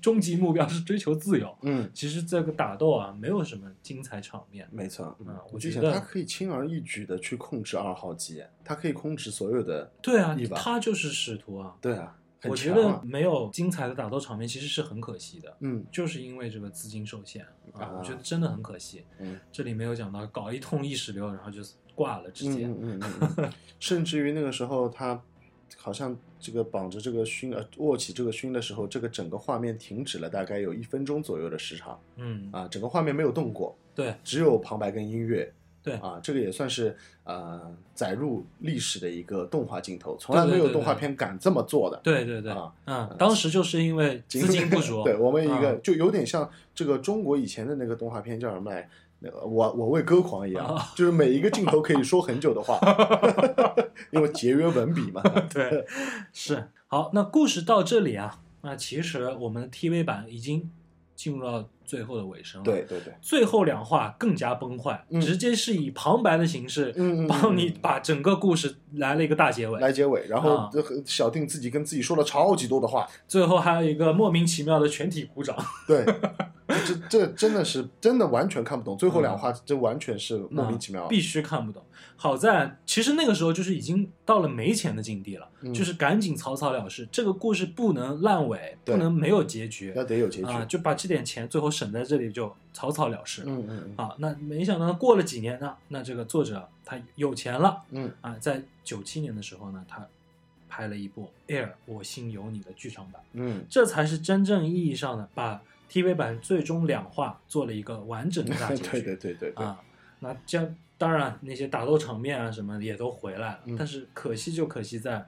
Speaker 2: 终极目标是追求自由。
Speaker 3: 嗯，
Speaker 2: 其实这个打斗啊，没有什么精彩场面，
Speaker 3: 没错，
Speaker 2: 啊我
Speaker 3: 嗯我就
Speaker 2: 觉
Speaker 3: 想
Speaker 2: 得
Speaker 3: 他可以轻而易举的去控制二号机，他可以控制所有的，
Speaker 2: 对啊
Speaker 3: 一，把
Speaker 2: 他就是使徒啊。
Speaker 3: 对啊，很
Speaker 2: 我觉
Speaker 3: 强
Speaker 2: 得
Speaker 3: 啊，
Speaker 2: 没有精彩的打斗场面，其实是很可惜的，
Speaker 3: 嗯
Speaker 2: 就是因为这个资金受限啊
Speaker 3: 啊，
Speaker 2: 我觉得真的很可惜。
Speaker 3: 嗯。
Speaker 2: 这里没有讲到搞一通意识流，然后就挂了，直接。
Speaker 3: 嗯嗯嗯嗯嗯，甚至于那个时候他好像这个绑着这个勋呃握起这个勋的时候，这个整个画面停止了大概有一分钟左右的时长啊
Speaker 2: 嗯，
Speaker 3: 啊，整个画面没有动过，
Speaker 2: 对，
Speaker 3: 只有旁白跟音乐
Speaker 2: 对
Speaker 3: 啊，这个也算是呃载入历史的一个动画镜头，从来没有动画片敢这么做的。
Speaker 2: 对对对
Speaker 3: 啊，
Speaker 2: 嗯，当时就是因 为资金不足，
Speaker 3: 对我们一个
Speaker 2: 嗯
Speaker 3: 就有点像这个中国以前的那个动画片叫什么来？那个我我为歌狂一样，
Speaker 2: 啊
Speaker 3: 就是每一个镜头可以说很久 的话，因为节约文笔嘛。
Speaker 2: 对，是好。那故事到这里啊，那其实我们的 TV 版已经进入到最后的尾声了。，
Speaker 3: 对对对，
Speaker 2: 最后两话更加崩坏，
Speaker 3: 嗯
Speaker 2: 直接是以旁白的形式
Speaker 3: 嗯嗯嗯
Speaker 2: 帮你把整个故事来了一个大结尾。
Speaker 3: 来结尾，然
Speaker 2: 啊
Speaker 3: 后这个小定自己跟自己说了超级多的话，
Speaker 2: 最后还有一个莫名其妙的全体鼓掌。
Speaker 3: 对，这这这真的是真的完全看不懂，最后两话这完全是莫名其妙。
Speaker 2: 嗯啊必须看不懂。好在其实那个时候就是已经到了没钱的境地了，
Speaker 3: 嗯
Speaker 2: 就是赶紧草草了事，这个故事不能烂尾，
Speaker 3: 对
Speaker 2: 不能没有结局
Speaker 3: 那得有结局。
Speaker 2: 啊，就把这点钱最后省在这里就草草了事。
Speaker 3: 嗯嗯
Speaker 2: 啊，那没想到过了几年呢，那这个作者他有钱了
Speaker 3: 嗯
Speaker 2: 啊，在九七年的时候呢，他拍了一部《Air 我心有你》的剧场版，
Speaker 3: 嗯
Speaker 2: 这才是真正意义上的把 TV 版最终两话做了一个完整的大
Speaker 3: 嗯，
Speaker 2: 结局。
Speaker 3: 对对对对对，
Speaker 2: 啊，那这样当然那些打斗场面啊什么的也都回来了，
Speaker 3: 嗯
Speaker 2: 但是可惜就可惜在，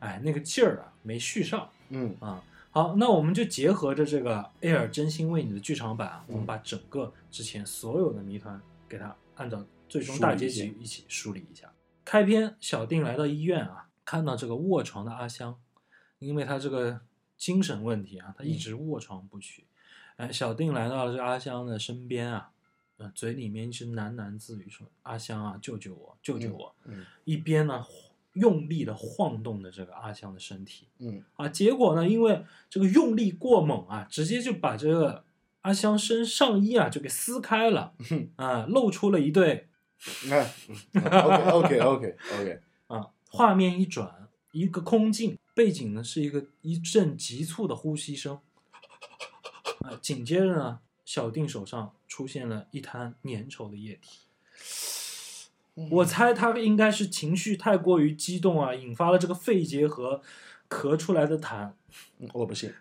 Speaker 2: 哎，那个劲儿啊没续上
Speaker 3: 嗯
Speaker 2: 啊。好，那我们就结合着这个《Air 真心为你》的剧场版啊，我们
Speaker 3: 嗯
Speaker 2: 把整个之前所有的谜团给它按照最终
Speaker 3: 梳
Speaker 2: 大
Speaker 3: 理
Speaker 2: 结
Speaker 3: 一下
Speaker 2: 局一起梳理一下。开篇，小定来到医院啊，看到这个卧床的阿香，因为他这个精神问题啊，他一
Speaker 3: 嗯
Speaker 2: 直卧床不起。哎，小定来到了这阿香的身边啊，呃，嘴里面一直喃喃自语说：“阿香啊，救救我，救救我！”
Speaker 3: 嗯
Speaker 2: 一边呢用力的晃动着这个阿香的身体
Speaker 3: 嗯
Speaker 2: 啊，结果呢，因为这个用力过猛啊，直接就把这个阿香身上衣啊就给撕开了
Speaker 3: 哼，
Speaker 2: 啊、露出了一对
Speaker 3: 哎，OK OK OK OK，
Speaker 2: 啊，画面一转，一个空镜，背景呢是一个一阵急促的呼吸声，啊，紧接着呢，小定手上出现了一滩粘稠的液体。我猜他应该是情绪太过于激动啊，引发了这个肺结核，咳出来的痰。
Speaker 3: 嗯我不信。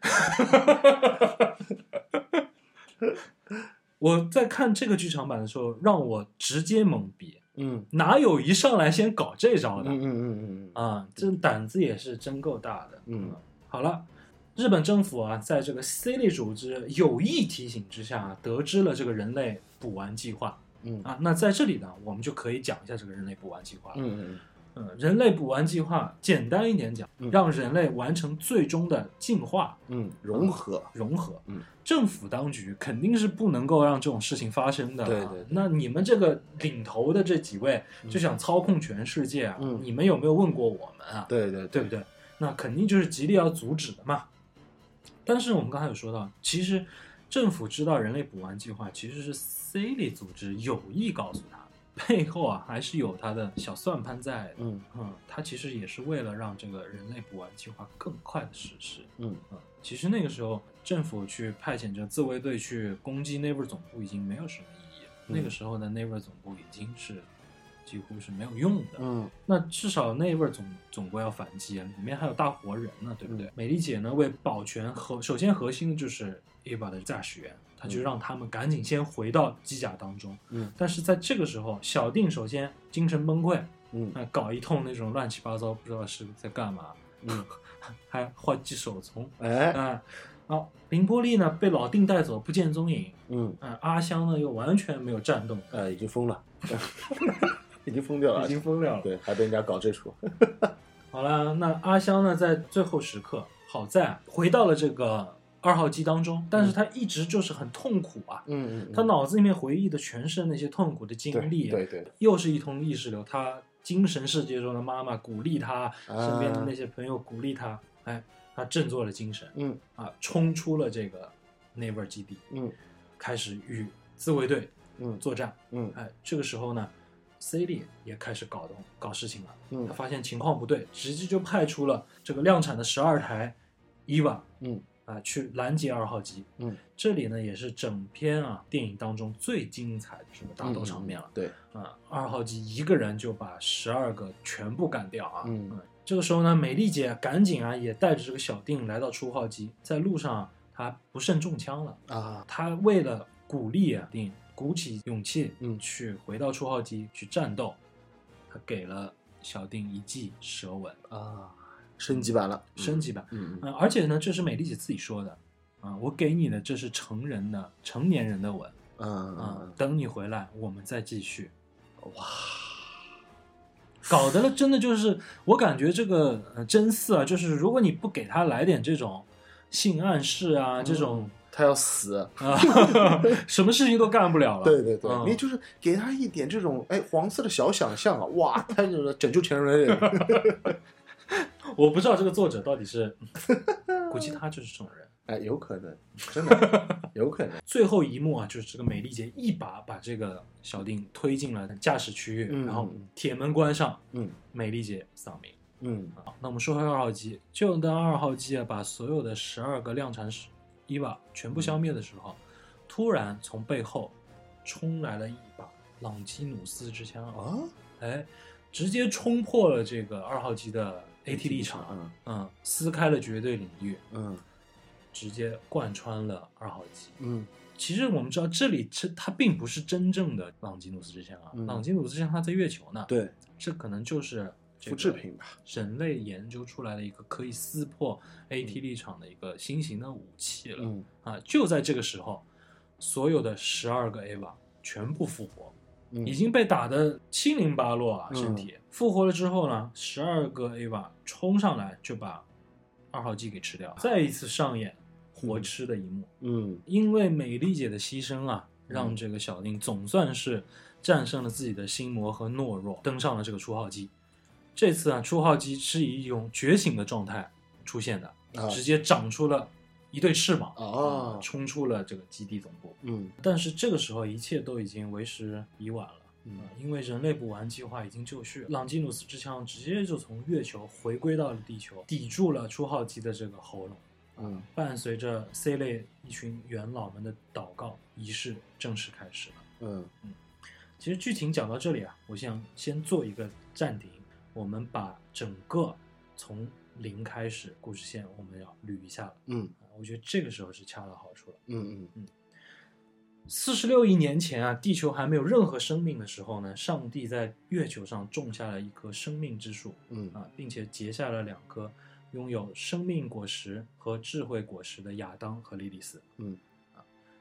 Speaker 2: 我在看这个剧场版的时候，让我直接懵逼，
Speaker 3: 嗯
Speaker 2: 哪有一上来先搞这招
Speaker 3: 嗯
Speaker 2: 的？
Speaker 3: 嗯嗯嗯嗯
Speaker 2: 啊，这胆子也是真够大的。啊
Speaker 3: 嗯，
Speaker 2: 好了，日本政府啊，在这个 C 类组织有意提醒之下啊，得知了这个人类补完计划
Speaker 3: 嗯
Speaker 2: 啊。那在这里呢，我们就可以讲一下这个人类补完计划了。
Speaker 3: 嗯嗯
Speaker 2: 嗯，人类补完计划简单一点讲，
Speaker 3: 嗯
Speaker 2: 让人类完成最终的进化
Speaker 3: 嗯，融合。
Speaker 2: 融合。
Speaker 3: 嗯，
Speaker 2: 政府当局肯定是不能够让这种事情发生的、啊。
Speaker 3: 对对对
Speaker 2: 那你们这个领头的这几位就想操控全世界啊？
Speaker 3: 嗯
Speaker 2: 你们有没有问过我们啊？
Speaker 3: 对对
Speaker 2: 对不对？那肯定就是极力要阻止的嘛。但是我们刚才有说到，其实政府知道人类补完计划其实是 C 类组织有意告诉他，背后啊还是有他的小算盘在的。
Speaker 3: 嗯
Speaker 2: 嗯，他其实也是为了让这个人类补完计划更快的实施。
Speaker 3: 嗯
Speaker 2: 嗯，其实那个时候政府去派遣着自卫队去攻击 Naver 总部已经没有什么意义了。
Speaker 3: 嗯
Speaker 2: 那个时候的 Naver 总部已经是几乎是没有用的。
Speaker 3: 嗯
Speaker 2: 那至少那味儿总总归要反击啊，里面还有大活人呢，对不对？
Speaker 3: 嗯
Speaker 2: 美丽姐呢为保全核，首先核心的就是 Eva 的驾驶员，她就
Speaker 3: 嗯
Speaker 2: 让他们赶紧先回到机甲当中。
Speaker 3: 嗯
Speaker 2: 但是在这个时候，小定首先精神崩溃，
Speaker 3: 嗯
Speaker 2: 那搞一通那种乱七八糟，不知道是在干嘛，
Speaker 3: 嗯，
Speaker 2: 还换记手铳
Speaker 3: 哎，
Speaker 2: 啊。好，凌波丽呢被老定带走，不见踪影。
Speaker 3: 嗯
Speaker 2: 嗯，阿香呢又完全没有战斗，
Speaker 3: 呃，已经疯了，已经疯掉了，
Speaker 2: 已经疯掉了。
Speaker 3: 呃对，还被人家搞这出。
Speaker 2: 好了，那阿香呢，在最后时刻，好在回到了这个二号机当中，但是他一直就是很痛苦啊，
Speaker 3: 嗯嗯嗯，
Speaker 2: 他脑子里面回忆的全是那些痛苦的经历，啊
Speaker 3: 对对，
Speaker 2: 又是一通意识流，他精神世界中的妈妈鼓励他，身边的那些朋友鼓励他，哎，他振作了精神
Speaker 3: 嗯
Speaker 2: 啊，冲出了这个 Never 基地，
Speaker 3: 嗯
Speaker 2: 开始与自卫队
Speaker 3: 嗯
Speaker 2: 作战，
Speaker 3: 嗯
Speaker 2: 哎，这个时候呢，C 利也开始搞东搞事情了。他
Speaker 3: 嗯
Speaker 2: 发现情况不对，直接就派出了这个量产的十二台伊娃
Speaker 3: 嗯
Speaker 2: 啊去拦截二号机。
Speaker 3: 嗯，
Speaker 2: 这里呢也是整篇啊电影当中最精彩的这个
Speaker 3: 嗯
Speaker 2: 打斗场面了。
Speaker 3: 对，
Speaker 2: 啊，二号机一个人就把十二个全部干掉啊。
Speaker 3: 嗯
Speaker 2: 这个时候呢，美丽姐赶紧啊也带着这个小定来到初号机，在路上啊她不慎中枪了。
Speaker 3: 啊，
Speaker 2: 她为了鼓励啊定鼓起勇气，
Speaker 3: 嗯
Speaker 2: 去回到初号机去战斗。他给了小定一记舌吻，
Speaker 3: 啊，升级版了，
Speaker 2: 升级版。
Speaker 3: 嗯，嗯，
Speaker 2: 嗯，而且呢，这是美丽姐自己说的，啊、我给你的这是成人的成年人的吻，
Speaker 3: 嗯
Speaker 2: 啊、
Speaker 3: 嗯，
Speaker 2: 等你回来我们再继续。哇，搞得了真的就是，我感觉这个呃真嗣啊，就是如果你不给他来点这种性暗示啊，
Speaker 3: 嗯
Speaker 2: 这种
Speaker 3: 他要死，
Speaker 2: 啊、 什么事情都干不了了。
Speaker 3: 对对对，
Speaker 2: 嗯
Speaker 3: 你就是给他一点这种哎黄色的小想象 啊，哇，他就是拯救全人类，
Speaker 2: 我不知道这个作者到底是，估计他就是这种人。
Speaker 3: 哎，有可能，真的有可能，
Speaker 2: 最后一幕啊，就是这个美丽姐一把把这个小定推进了驾驶区域，
Speaker 3: 嗯
Speaker 2: 然后铁门关上，
Speaker 3: 嗯
Speaker 2: 美丽姐丧命。
Speaker 3: 嗯
Speaker 2: 好，那我们说回二号机，就当二号机啊把所有的十二个量产史伊娃全部消灭的时候，突然从背后冲来了一把朗基努斯之枪啊，
Speaker 3: 啊
Speaker 2: 哎，直接冲破了这个二号机的 AT 立场，
Speaker 3: 嗯
Speaker 2: 嗯，撕开了绝对领域，
Speaker 3: 嗯
Speaker 2: 直接贯穿了二号机。
Speaker 3: 嗯
Speaker 2: 其实我们知道，这里这它并不是真正的朗基努斯之枪啊，
Speaker 3: 嗯
Speaker 2: 朗基努斯之枪它在月球呢，，
Speaker 3: 对，
Speaker 2: 这可能就是这
Speaker 3: 复
Speaker 2: 个
Speaker 3: 制品吧，
Speaker 2: 人类研究出来的一个可以撕破 AT 立场的一个新型的武器了、
Speaker 3: 嗯
Speaker 2: 啊！就在这个时候，所有的十二个 AVA 全部复活，
Speaker 3: 嗯
Speaker 2: 已经被打得七零八落啊，
Speaker 3: 嗯
Speaker 2: 身体、复活了之后呢，十二个 AVA 冲上来就把二号机给吃掉，再一次上演活吃的一幕。
Speaker 3: 嗯
Speaker 2: 因为美丽姐的牺牲啊，让
Speaker 3: 嗯
Speaker 2: 这个小令总算是战胜了自己的心魔和懦弱，登上了这个初号机。这次啊，初号机是以一种觉醒的状态出现的，
Speaker 3: 啊
Speaker 2: 直接长出了一对翅膀
Speaker 3: 啊
Speaker 2: 呃冲出了这个基地总部。
Speaker 3: 嗯
Speaker 2: 但是这个时候，一切都已经为时已晚了。
Speaker 3: 嗯
Speaker 2: 呃因为人类补完计划已经就绪，朗基努斯之枪直接就从月球回归到了地球，抵住了初号机的这个喉咙。
Speaker 3: 嗯
Speaker 2: 伴随着 C 类一群元老们的祷告仪式正式开始了。
Speaker 3: 嗯
Speaker 2: 其实剧情讲到这里啊，我想先做一个暂停，我们把整个从零开始故事线我们要捋一下了。啊
Speaker 3: 嗯
Speaker 2: 我觉得这个时候是恰到好处了。
Speaker 3: 嗯
Speaker 2: 四十六亿年前啊，地球还没有任何生命的时候呢，上帝在月球上种下了一棵生命之树
Speaker 3: 嗯嗯
Speaker 2: 啊，并且结下了两颗拥有生命果实和智慧果实的亚当和莉莉丝。啊
Speaker 3: 嗯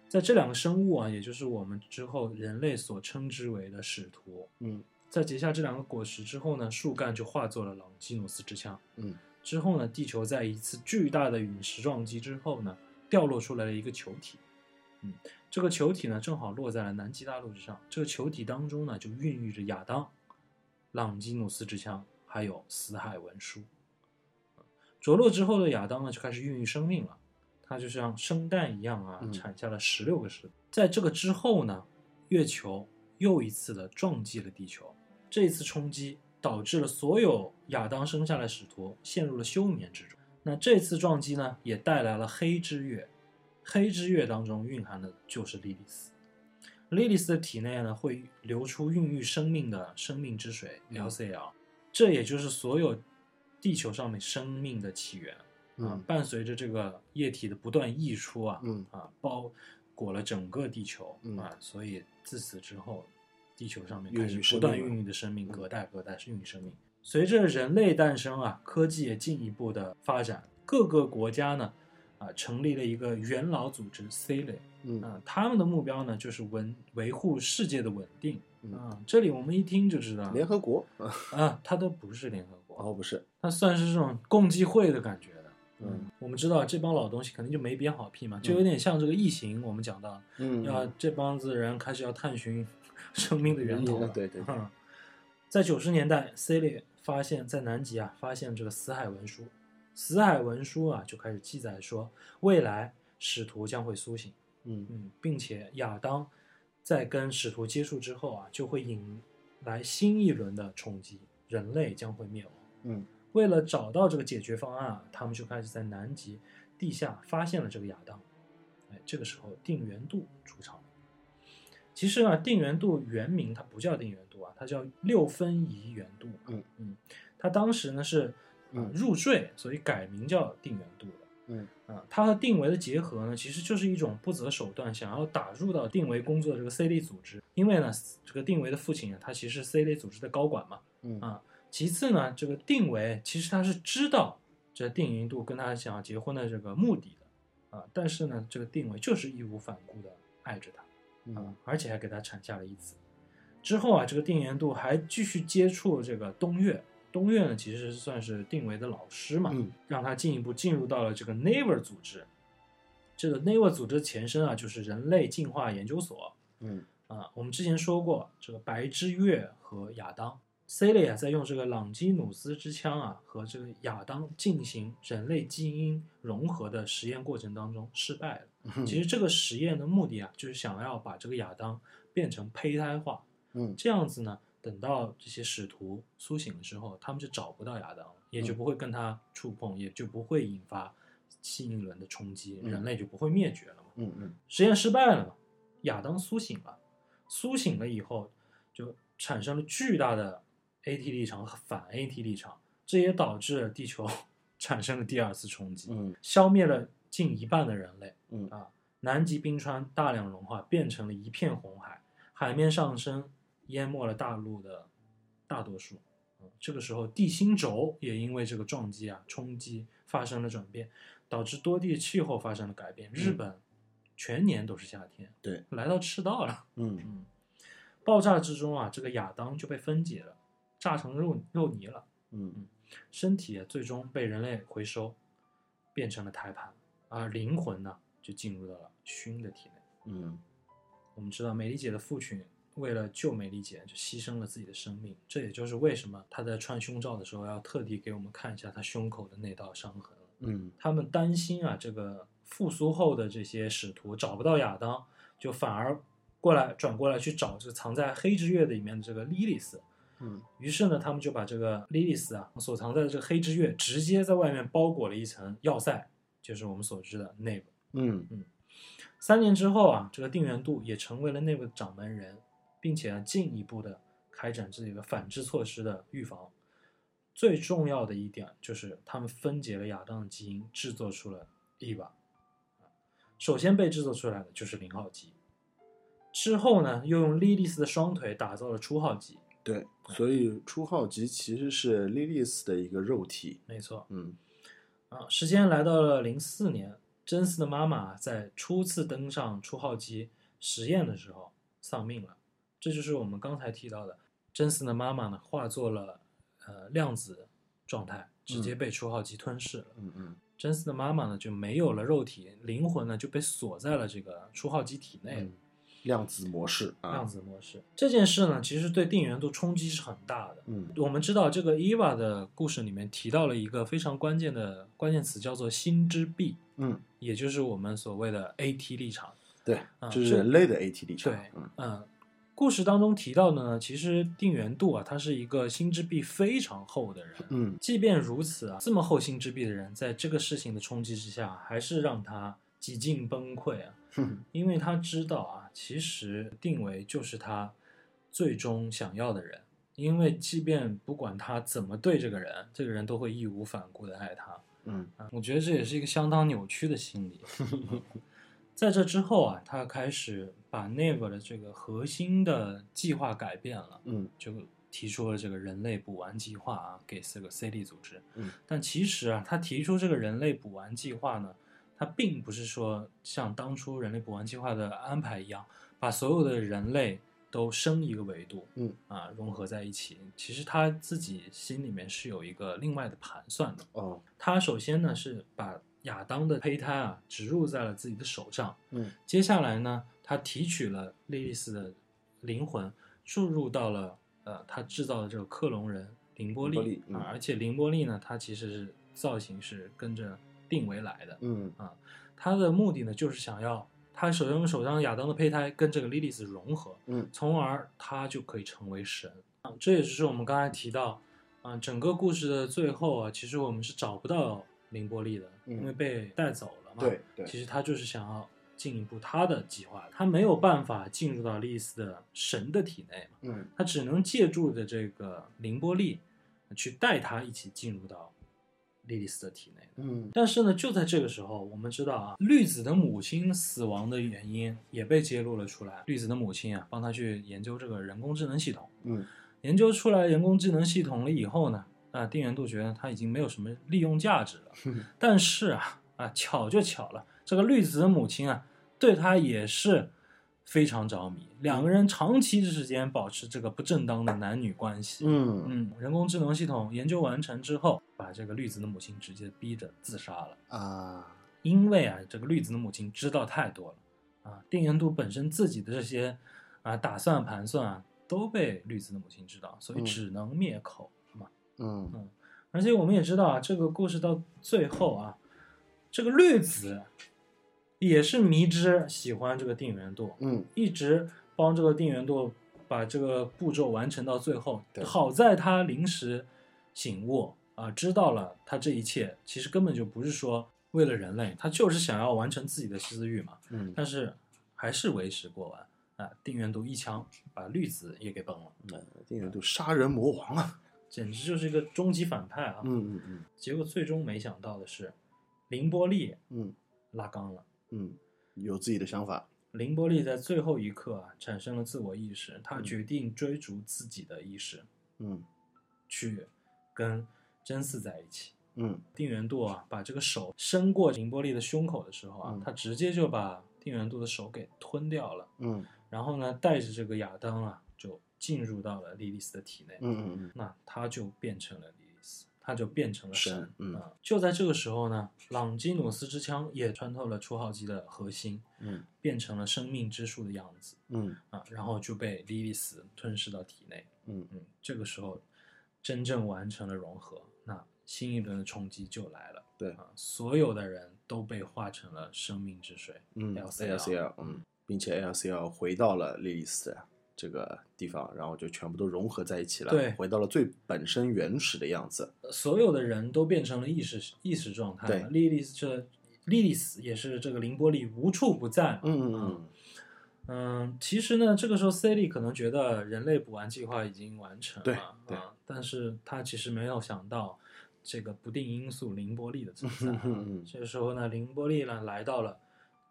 Speaker 2: 在这两个生物啊，也就是我们之后人类所称之为的使徒，
Speaker 3: 嗯
Speaker 2: 在结下这两个果实之后呢，树干就化作了朗基努斯之枪。
Speaker 3: 嗯
Speaker 2: 之后呢，地球在一次巨大的陨石撞击之后呢，掉落出来了一个球体。嗯，这个球体呢，正好落在了南极大陆之上。这个球体当中呢，就孕育着亚当、朗基努斯之枪，还有死海文书。着落之后的亚当呢，就开始孕育生命了。它就像生蛋一样啊，
Speaker 3: 嗯
Speaker 2: 产下了十六个石头。在这个之后呢，月球又一次的撞击了地球。这一次冲击导致了所有亚当生下来的使徒陷入了休眠之中。那这次撞击呢，也带来了黑之月。黑之月当中蕴含的就是莉莉丝。莉莉丝的体内呢，会流出孕育生命的生命之水
Speaker 3: 嗯
Speaker 2: （LCL），、这也就是所有地球上面生命的起源。啊
Speaker 3: 嗯，
Speaker 2: 伴随着这个液体的不断溢出啊，
Speaker 3: 嗯
Speaker 2: 啊，包裹了整个地球、
Speaker 3: 嗯
Speaker 2: 啊，所以自此之后，地球上面
Speaker 3: 孕
Speaker 2: 开
Speaker 3: 育
Speaker 2: 始
Speaker 3: 生
Speaker 2: 不断
Speaker 3: 命了
Speaker 2: 孕育的生命，
Speaker 3: 嗯
Speaker 2: 隔代隔代是孕育生命。随着人类诞生啊，科技也进一步的发展，各个国家呢，啊，成立了一个元老组织 C 类，
Speaker 3: 嗯
Speaker 2: 啊，他们的目标呢就是维维护世界的稳定。
Speaker 3: 嗯
Speaker 2: 啊，这里我们一听就知道，
Speaker 3: 联合国啊
Speaker 2: 啊，它都不是联合国，
Speaker 3: 哦不是，
Speaker 2: 它算是这种共济会的感觉的。
Speaker 3: 嗯，
Speaker 2: 我们知道这帮老东西肯定就没编好屁嘛，就有点像这个异形，我们讲到，
Speaker 3: 嗯
Speaker 2: 要这帮子人开始要探寻 生命的源头了。
Speaker 3: 对对对
Speaker 2: 嗯在九十年代，C 类发现，在南极啊发现这个死海文书，死海文书啊就开始记载说，未来使徒将会苏醒，
Speaker 3: 嗯
Speaker 2: 嗯，并且亚当在跟使徒接触之后啊，就会引来新一轮的冲击，人类将会灭亡。
Speaker 3: 嗯
Speaker 2: 为了找到这个解决方案啊，他们就开始在南极地下发现了这个亚当。哎，这个时候定圆度出场了。其实啊，定圆度原名它不叫定圆度啊，它叫六分仪圆度。
Speaker 3: 嗯
Speaker 2: 嗯，它当时呢是、呃
Speaker 3: 嗯
Speaker 2: 入赘，所以改名叫定圆度的。
Speaker 3: 嗯
Speaker 2: 啊，它和定维的结合呢，其实就是一种不择手段，想要打入到定维工作的这个 C 类组织。因为呢，这个定维的父亲啊，他其实是 C 类组织的高管嘛。
Speaker 3: 嗯
Speaker 2: 啊其次呢，这个定维其实他是知道这定银度跟他想要结婚的这个目的的啊，但是呢，这个定维就是义无反顾的爱着他。啊
Speaker 3: 嗯，
Speaker 2: 而且还给他产下了一子。之后啊，这个定元度还继续接触这个东岳，东岳呢其实算是定为的老师嘛，
Speaker 3: 嗯
Speaker 2: 让他进一步进入到了这个 Naver 组织。这个 Naver 组织的前身啊，就是人类进化研究所。
Speaker 3: 嗯
Speaker 2: 啊，我们之前说过，这个白之月和亚当 c e l i a 在用这个朗基努斯之枪啊和这个亚当进行人类基因融合的实验过程当中失败了。
Speaker 3: 嗯，
Speaker 2: 其实这个实验的目的啊，就是想要把这个亚当变成胚胎化，
Speaker 3: 嗯
Speaker 2: 这样子呢，等到这些使徒苏醒了之后，他们就找不到亚当了，也就
Speaker 3: 嗯
Speaker 2: 不会跟他触碰，也就不会引发新一轮的冲击，
Speaker 3: 嗯
Speaker 2: 人类就不会灭绝了嘛。
Speaker 3: 嗯嗯
Speaker 2: 实验失败了嘛，亚当苏醒了，苏醒了以后就产生了巨大的 AT 立场和反 AT 立场，这也导致地球 产生了第二次冲击。
Speaker 3: 嗯
Speaker 2: 消灭了近一半的人类。
Speaker 3: 嗯
Speaker 2: 啊，南极冰川大量融化，变成了一片红海，海面上升，淹没了大陆的大多数。嗯这个时候，地心轴也因为这个撞击啊冲击发生了转变，导致多地气候发生了改变。日本全年都是夏天，
Speaker 3: 嗯对，
Speaker 2: 来到赤道了。
Speaker 3: 嗯
Speaker 2: 嗯，爆炸之中啊，这个亚当就被分解了，炸成肉肉泥了。
Speaker 3: 嗯
Speaker 2: 身体啊最终被人类回收，变成了胎盘，而灵魂呢就进入到了熏的体内。
Speaker 3: 嗯
Speaker 2: 我们知道美丽姐的父亲为了救美丽姐，就牺牲了自己的生命，这也就是为什么他在穿胸罩的时候要特地给我们看一下他胸口的那道伤痕。
Speaker 3: 嗯
Speaker 2: 他们担心啊，这个复苏后的这些使徒找不到亚当，就反而过来转过来去找这个藏在黑之月里面的这个莉莉丝。
Speaker 3: 嗯
Speaker 2: 于是呢，他们就把这个莉莉丝啊所藏在的这个黑之月，直接在外面包裹了一层要塞，就是我们所知的内部。
Speaker 3: 嗯
Speaker 2: 三年之后啊，这个定元度也成为了内部的掌门人，并且啊进一步的开展这个反制措施的预防。最重要的一点就是，他们分解了亚当的基因，制作出了 EVA。首先被制作出来的就是零号机，之后呢，又用莉莉丝的双腿打造了初号机。
Speaker 3: 对，所以初号机其实是莉莉丝的一个肉体。
Speaker 2: 没错，
Speaker 3: 嗯
Speaker 2: 啊，时间来到了零四年，真嗣的妈妈在初次登上初号机实验的时候丧命了。这就是我们刚才提到的，真嗣的妈妈呢化作了呃量子状态，直接被初号机吞噬了。
Speaker 3: 嗯嗯
Speaker 2: 真嗣的妈妈呢就没有了肉体，灵魂呢就被锁在了这个初号机体内了。
Speaker 3: 嗯，量子模式啊，
Speaker 2: 量子模式这件事呢，其实对定元度冲击是很大的。
Speaker 3: 嗯
Speaker 2: 我们知道这个伊娃的故事里面提到了一个非常关键的关键词，叫做心之壁，
Speaker 3: 嗯，
Speaker 2: 也就是我们所谓的 AT 立场。
Speaker 3: 对，
Speaker 2: 啊
Speaker 3: 这是
Speaker 2: 这
Speaker 3: 人类的 AT 立场
Speaker 2: 对。
Speaker 3: 嗯，
Speaker 2: 嗯，故事当中提到的呢，其实定元度啊，他是一个心之壁非常厚的人。
Speaker 3: 嗯
Speaker 2: 即便如此啊，这么厚心之壁的人，在这个事情的冲击之下，还是让他几近崩溃啊。
Speaker 3: 哼
Speaker 2: 因为他知道啊，其实定为就是他最终想要的人。因为即便不管他怎么对这个人，这个人都会义无反顾的爱他。
Speaker 3: 嗯
Speaker 2: 啊我觉得这也是一个相当扭曲的心理。啊在这之后啊，他开始把 Never 的这个核心的计划改变了，
Speaker 3: 嗯
Speaker 2: 就提出了这个人类补完计划啊，给这个 C D 组织。
Speaker 3: 嗯，
Speaker 2: 但其实啊，他提出这个人类补完计划呢，他并不是说像当初人类补完计划的安排一样，把所有的人类都升一个维度，
Speaker 3: 嗯
Speaker 2: 啊，融合在一起。其实他自己心里面是有一个另外的盘算的。
Speaker 3: 哦
Speaker 2: 他首先呢是把亚当的胚胎啊植入在了自己的手上，
Speaker 3: 嗯
Speaker 2: 接下来呢，他提取了莉莉丝的灵魂，注入到了呃他制造的这个克隆人凌波丽
Speaker 3: 凌波丽嗯
Speaker 2: 啊，而且凌波丽呢，它其实是造型是跟着定为来的，
Speaker 3: 嗯
Speaker 2: 它的目的呢就是想要他手中手上亚当的胚胎跟这个莉莉丝融合，
Speaker 3: 嗯
Speaker 2: 从而他就可以成为神啊。这也就是我们刚才提到啊，整个故事的最后啊，其实我们是找不到凌波丽的，
Speaker 3: 嗯
Speaker 2: 因为被带走了嘛。
Speaker 3: 对对
Speaker 2: 其实他就是想要进一步他的计划，他没有办法进入到莉丝的神的体内嘛，
Speaker 3: 嗯
Speaker 2: 他只能借助着这个凌波丽去带他一起进入到莉莉丝的体内的。
Speaker 3: 嗯
Speaker 2: 但是呢，就在这个时候，我们知道啊，绿子的母亲死亡的原因也被揭露了出来。绿子的母亲啊，帮他去研究这个人工智能系统，
Speaker 3: 嗯
Speaker 2: 研究出来人工智能系统了以后呢，啊，定元杜觉呢，它已经没有什么利用价值了。
Speaker 3: 嗯
Speaker 2: 但是啊啊，巧就巧了，这个绿子的母亲啊，对他也是非常着迷，两个人长期之间保持这个不正当的男女关系。
Speaker 3: 嗯
Speaker 2: 嗯，人工智能系统研究完成之后，把这个绿子的母亲直接逼着自杀了。
Speaker 3: 啊，
Speaker 2: 因为啊，这个绿子的母亲知道太多了啊，定元都本身自己的这些啊打算盘算啊，都被绿子的母亲知道，所以
Speaker 3: 嗯
Speaker 2: 只能灭口嘛。
Speaker 3: 嗯
Speaker 2: 而且我们也知道啊，这个故事到最后啊，这个绿子也是迷之喜欢这个定元度，
Speaker 3: 嗯
Speaker 2: 一直帮这个定元度把这个步骤完成到最后
Speaker 3: 对。
Speaker 2: 好在他临时醒悟啊，知道了他这一切其实根本就不是说为了人类，他就是想要完成自己的私欲嘛。
Speaker 3: 嗯，
Speaker 2: 但是还是为时过晚啊！定元度一枪把绿子也给崩了，
Speaker 3: 电影都杀人魔王啊，
Speaker 2: 简直就是一个终极反派啊！
Speaker 3: 嗯嗯
Speaker 2: 结果最终没想到的是，凌波丽
Speaker 3: 嗯
Speaker 2: 拉缸了。
Speaker 3: 嗯嗯，有自己的想法，
Speaker 2: 凌波丽在最后一刻啊，产生了自我意识，她
Speaker 3: 嗯
Speaker 2: 决定追逐自己的意识，
Speaker 3: 嗯
Speaker 2: 去跟真嗣在一起。
Speaker 3: 嗯
Speaker 2: 定元度啊，把这个手伸过凌波丽的胸口的时候啊
Speaker 3: 嗯，
Speaker 2: 他直接就把定元度的手给吞掉了。
Speaker 3: 嗯
Speaker 2: 然后呢，带着这个亚当啊，就进入到了莉莉丝的体内。
Speaker 3: 嗯嗯
Speaker 2: 那他就变成了莉莉丝，他就变成了神。
Speaker 3: 神嗯
Speaker 2: 啊就在这个时候呢，朗基努斯之枪也穿透了初号机的核心，
Speaker 3: 嗯
Speaker 2: 变成了生命之树的样子
Speaker 3: 嗯
Speaker 2: 啊，然后就被莉莉丝吞噬到体内。
Speaker 3: 嗯
Speaker 2: 嗯，这个时候真正完成了融合，那新一轮的冲击就来了。
Speaker 3: 对
Speaker 2: 啊，所有的人都被化成了生命之水。
Speaker 3: 嗯
Speaker 2: LCL
Speaker 3: LCL 嗯，并且 LCL 回到了莉莉丝这个地方，然后就全部都融合在一起了，
Speaker 2: 对
Speaker 3: 回到了最本身原始的样子，
Speaker 2: 呃所有的人都变成了意识意识状态了。莉莉丝这莉莉丝也是这个凌波丽无处不在嘛。
Speaker 3: 嗯嗯
Speaker 2: 嗯，其实呢，这个时候 C 莉可能觉得人类补完计划已经完成了，
Speaker 3: 对对
Speaker 2: 啊，但是他其实没有想到这个不定因素凌波丽的存在啊。
Speaker 3: 嗯 嗯
Speaker 2: 这个时候呢，凌波丽呢来到了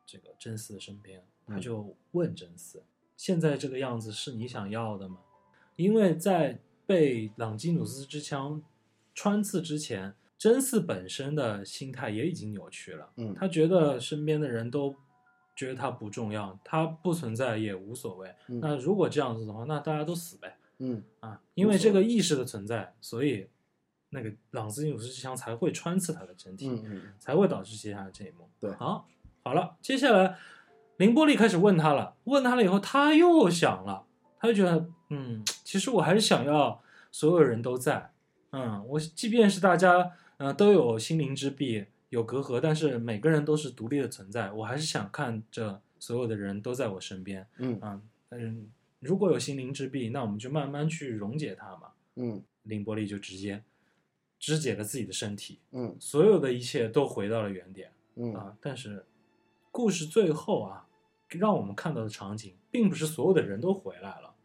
Speaker 2: 这个真嗣的身边，他
Speaker 3: 嗯
Speaker 2: 就问真嗣：“现在这个样子是你想要的吗？”因为在被朗基努斯之枪穿刺之前，真嗣本身的心态也已经扭曲了。
Speaker 3: 嗯
Speaker 2: 他觉得身边的人都觉得他不重要，他不存在也无所谓。
Speaker 3: 嗯
Speaker 2: 那如果这样子的话，那大家都死呗
Speaker 3: 嗯
Speaker 2: 啊！因为这个意识的存在，所以那个朗基努斯之枪才会穿刺他的身体，
Speaker 3: 嗯嗯，
Speaker 2: 才会导致接下来这一幕。
Speaker 3: 对
Speaker 2: 好，好了，接下来凌波丽开始问他了，问他了以后，他又想了，他就觉得，嗯，其实我还是想要所有人都在，嗯，我即便是大家，呃，都有心灵之壁，有隔阂，但是每个人都是独立的存在，我还是想看着所有的人都在我身边，
Speaker 3: 嗯
Speaker 2: 啊，嗯，如果有心灵之壁，那我们就慢慢去溶解它嘛。
Speaker 3: 嗯
Speaker 2: 凌波丽就直接肢解了自己的身体，
Speaker 3: 嗯
Speaker 2: 所有的一切都回到了原点。
Speaker 3: 嗯
Speaker 2: 啊，但是故事最后啊，让我们看到的场景，并不是所有的人都回来了，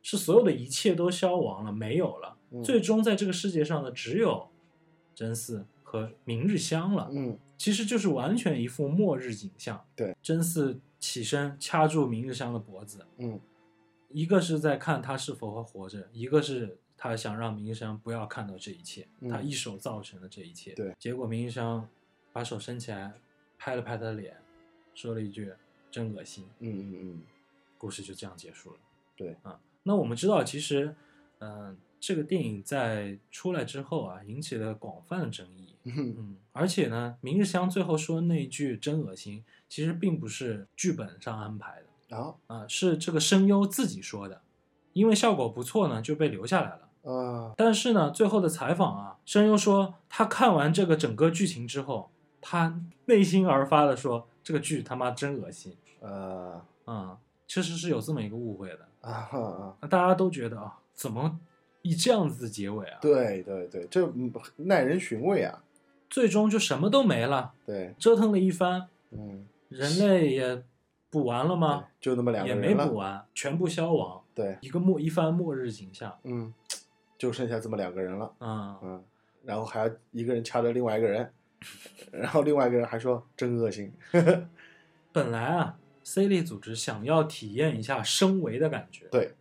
Speaker 2: 是所有的一切都消亡了，没有了。
Speaker 3: 嗯
Speaker 2: 最终在这个世界上的只有真嗣和明日香了，
Speaker 3: 嗯
Speaker 2: 其实就是完全一副末日景象。
Speaker 3: 对，
Speaker 2: 真嗣起身掐住明日香的脖子，
Speaker 3: 嗯
Speaker 2: 一个是在看他是否还活着，一个是他想让明日香不要看到这一切，
Speaker 3: 嗯
Speaker 2: 他一手造成的这一切。
Speaker 3: 对，
Speaker 2: 结果明日香把手伸起来，拍了拍他的脸，说了一句“真恶心
Speaker 3: 嗯嗯”，
Speaker 2: 故事就这样结束了。
Speaker 3: 对
Speaker 2: 啊，那我们知道，其实，嗯、这个电影在出来之后啊，引起了广泛的争议。
Speaker 3: 嗯
Speaker 2: 嗯，而且呢，明日香最后说那一句“真恶心”，其实并不是剧本上安排的。
Speaker 3: 嗯，好
Speaker 2: 啊，是这个声优自己说的，因为效果不错呢，就被留下来了。
Speaker 3: 啊
Speaker 2: 但是呢，最后的采访啊，声优说他看完这个整个剧情之后，他内心而发的说，这个剧他妈真恶心
Speaker 3: 呃
Speaker 2: 啊、确实是有这么一个误会的。
Speaker 3: 啊哈啊。
Speaker 2: 那大家都觉得啊，怎么以这样子的结尾啊？，
Speaker 3: 对对对，这嗯耐人寻味啊！
Speaker 2: 最终就什么都没了，
Speaker 3: 对，
Speaker 2: 折腾了一番，
Speaker 3: 嗯，
Speaker 2: 人类也补完了吗？
Speaker 3: 就那么两个
Speaker 2: 也
Speaker 3: 人
Speaker 2: 没
Speaker 3: 了
Speaker 2: 补完，全部消亡，
Speaker 3: 对，
Speaker 2: 一个末一番末日景象。
Speaker 3: 嗯，就剩下这么两个人了。
Speaker 2: 嗯，
Speaker 3: 嗯，然后还要一个人掐着另外一个人，然后另外一个人还说真恶心，
Speaker 2: 本来啊，C 类组织想要体验一下升维的感觉，
Speaker 3: 对，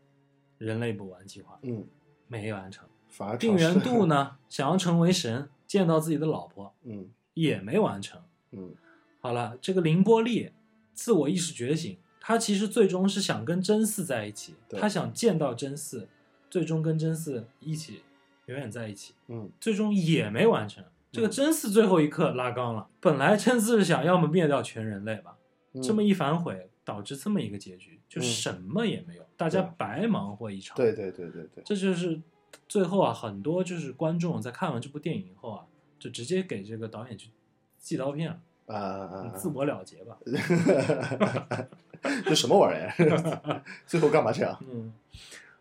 Speaker 2: 人类补完计划
Speaker 3: 嗯，
Speaker 2: 没完成，
Speaker 3: 反而
Speaker 2: 定
Speaker 3: 尝试
Speaker 2: 元度，呢想要成为神，见到自己的老婆
Speaker 3: 嗯
Speaker 2: 也没完成。
Speaker 3: 嗯
Speaker 2: 好了，这个凌波丽自我意识觉醒，他其实最终是想跟真嗣在一起，
Speaker 3: 对
Speaker 2: 他想见到真嗣，最终跟真嗣一起永远在一起，
Speaker 3: 嗯，
Speaker 2: 最终也没完成。这个真嗣最后一刻拉缸了，本来真嗣是想要么灭掉全人类吧，
Speaker 3: 嗯
Speaker 2: 这么一反悔，导致这么一个结局，就
Speaker 3: 嗯
Speaker 2: 什么也没有，大家白忙活一场。
Speaker 3: 对，对对对对，
Speaker 2: 这就是最后啊，很多就是观众在看完这部电影以后啊，就直接给这个导演去寄刀片了，
Speaker 3: 啊啊
Speaker 2: 自我了结吧。
Speaker 3: 啊，这什么玩意儿？最后干嘛这样？
Speaker 2: 嗯，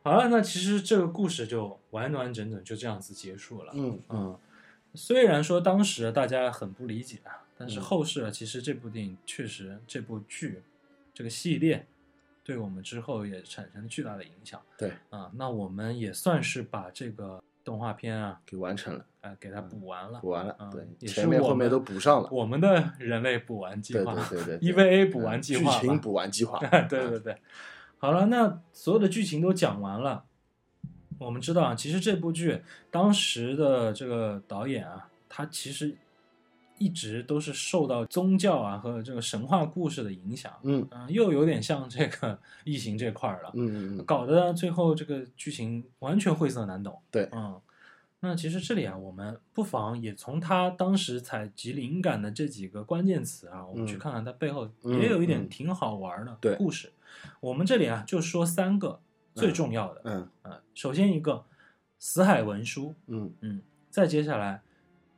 Speaker 2: 好了，那其实这个故事就完完整整就这样子结束了。
Speaker 3: 嗯
Speaker 2: 嗯，虽然说当时大家很不理解啊，但是
Speaker 3: 嗯
Speaker 2: 后世啊，其实这部电影确实这部剧这个系列对我们之后也产生了巨大的影响。
Speaker 3: 对
Speaker 2: 啊，那我们也算是把这个动画片啊，
Speaker 3: 给完成了，
Speaker 2: 呃，给它补完了，
Speaker 3: 补完了
Speaker 2: 嗯，也
Speaker 3: 对，
Speaker 2: 是
Speaker 3: 前面
Speaker 2: 我
Speaker 3: 后面
Speaker 2: 们
Speaker 3: 都补上了，
Speaker 2: 我们的人类补完计
Speaker 3: 对
Speaker 2: 划
Speaker 3: 对对对对
Speaker 2: ，EVA 补完计划吧，，
Speaker 3: 剧情补完计划
Speaker 2: 对对对，好了，那所有的剧情都讲完了。我们知道啊，其实这部剧当时的这个导演啊，他其实一直都是受到宗教啊和这个神话故事的影响，
Speaker 3: 嗯
Speaker 2: 嗯、又有点像这个 异形这块儿了，
Speaker 3: 嗯嗯嗯，
Speaker 2: 搞得最后这个剧情完全晦涩难懂。
Speaker 3: 对
Speaker 2: 嗯，那其实这里啊，我们不妨也从他当时采集灵感的这几个关键词啊，我们去
Speaker 3: 嗯
Speaker 2: 看看它背后
Speaker 3: 嗯
Speaker 2: 也有一点
Speaker 3: 嗯
Speaker 2: 挺好玩的
Speaker 3: 对
Speaker 2: 故事。我们这里啊，就说三个最重要的。
Speaker 3: 嗯
Speaker 2: 呃首先一个死海文书，
Speaker 3: 嗯
Speaker 2: 嗯，再接下来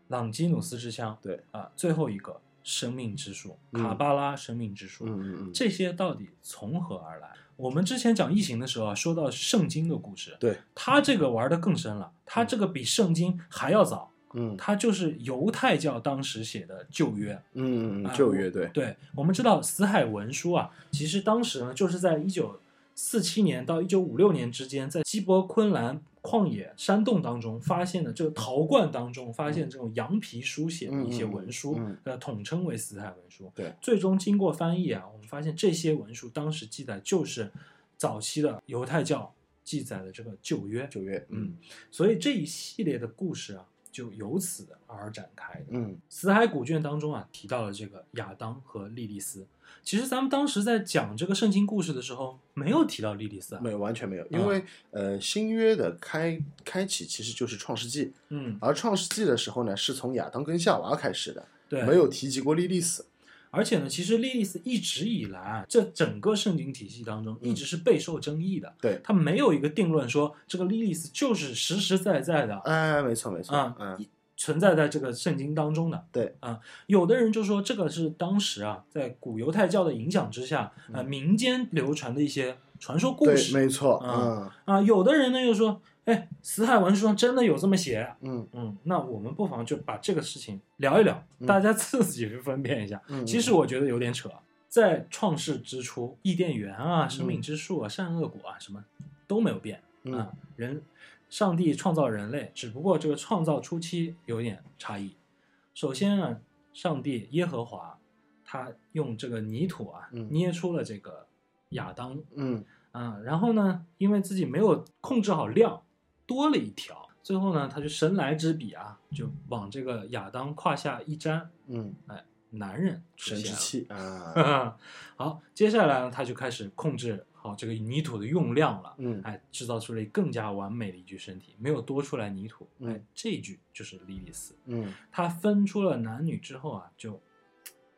Speaker 2: 朗基努斯之枪，
Speaker 3: 对
Speaker 2: 啊，最后一个生命之树，
Speaker 3: 嗯
Speaker 2: 卡巴拉生命之树，
Speaker 3: 嗯嗯嗯，
Speaker 2: 这些到底从何而来？我们之前讲异形的时候啊，说到圣经的故事，
Speaker 3: 对，
Speaker 2: 他这个玩的更深了，他这个比圣经还要早，
Speaker 3: 嗯
Speaker 2: 他就是犹太教当时写的旧约。
Speaker 3: 嗯嗯
Speaker 2: 啊
Speaker 3: 嗯，旧乐队，
Speaker 2: 对，我们知道死海文书啊，其实当时呢，就是在一九四七年到一九五六年之间，在西伯昆兰旷野山洞当中发现的这个陶罐当中发现这种羊皮书写的一些文书，
Speaker 3: 嗯嗯嗯
Speaker 2: 呃，统称为死海文书。
Speaker 3: 对，
Speaker 2: 最终经过翻译啊，我们发现这些文书当时记载就是早期的犹太教记载的这个旧约，
Speaker 3: 旧乐，
Speaker 2: 嗯，所以这一系列的故事啊，就由此而展开的。
Speaker 3: 嗯
Speaker 2: 死海古卷当中啊提到了这个亚当和莉莉丝。其实咱们当时在讲这个圣经故事的时候，没有提到莉莉丝啊。
Speaker 3: 没有完全没有，因为呃新约的开开启其实就是创世纪，
Speaker 2: 嗯，
Speaker 3: 而创世纪的时候呢是从亚当跟夏娃开始的，
Speaker 2: 对，
Speaker 3: 没。有提及过莉莉丝，
Speaker 2: 而且呢，其实莉莉丝一直以来啊，这整个圣经体系当中
Speaker 3: 嗯
Speaker 2: 一直是备受争议的。
Speaker 3: 对
Speaker 2: 它没有一个定论说这个莉莉丝就是实实在在的
Speaker 3: 哎，没错没错，
Speaker 2: 啊、
Speaker 3: 嗯
Speaker 2: 一存在在这个圣经当中的。
Speaker 3: 对
Speaker 2: 啊、有的人就说这个是当时啊，在古犹太教的影响之下，呃，
Speaker 3: 嗯
Speaker 2: 民间流传的一些传说故
Speaker 3: 对，
Speaker 2: 事。
Speaker 3: 没错，
Speaker 2: 嗯
Speaker 3: 嗯
Speaker 2: 啊，有的人呢又说，哎，死海文书上真的有这么写。
Speaker 3: 嗯
Speaker 2: 嗯，那我们不妨就把这个事情聊一聊，
Speaker 3: 嗯
Speaker 2: 大家自己去分辨一下。
Speaker 3: 嗯，
Speaker 2: 其实我觉得有点扯，在创世之初，伊甸园啊、生命
Speaker 3: 嗯
Speaker 2: 之树啊、善恶果啊，什么都没有变
Speaker 3: 嗯
Speaker 2: 啊。人，上帝创造人类，只不过这个创造初期有点差异。首先啊，上帝耶和华，他用这个泥土啊
Speaker 3: 嗯
Speaker 2: 捏出了这个亚当
Speaker 3: 嗯
Speaker 2: 啊，然后呢，因为自己没有控制好量，多了一条，最后呢，他就神来之笔啊，就往这个亚当胯下一沾，
Speaker 3: 嗯，
Speaker 2: 男人出
Speaker 3: 神
Speaker 2: 现
Speaker 3: 之
Speaker 2: 了。
Speaker 3: 气啊，
Speaker 2: 好，接下来呢，他就开始控制好这个泥土的用量了，
Speaker 3: 嗯
Speaker 2: 哎，制造出了更加完美的一具身体，没有多出来泥土，
Speaker 3: 嗯
Speaker 2: 哎，这一具就是莉莉丝。
Speaker 3: 嗯
Speaker 2: 他分出了男女之后啊，就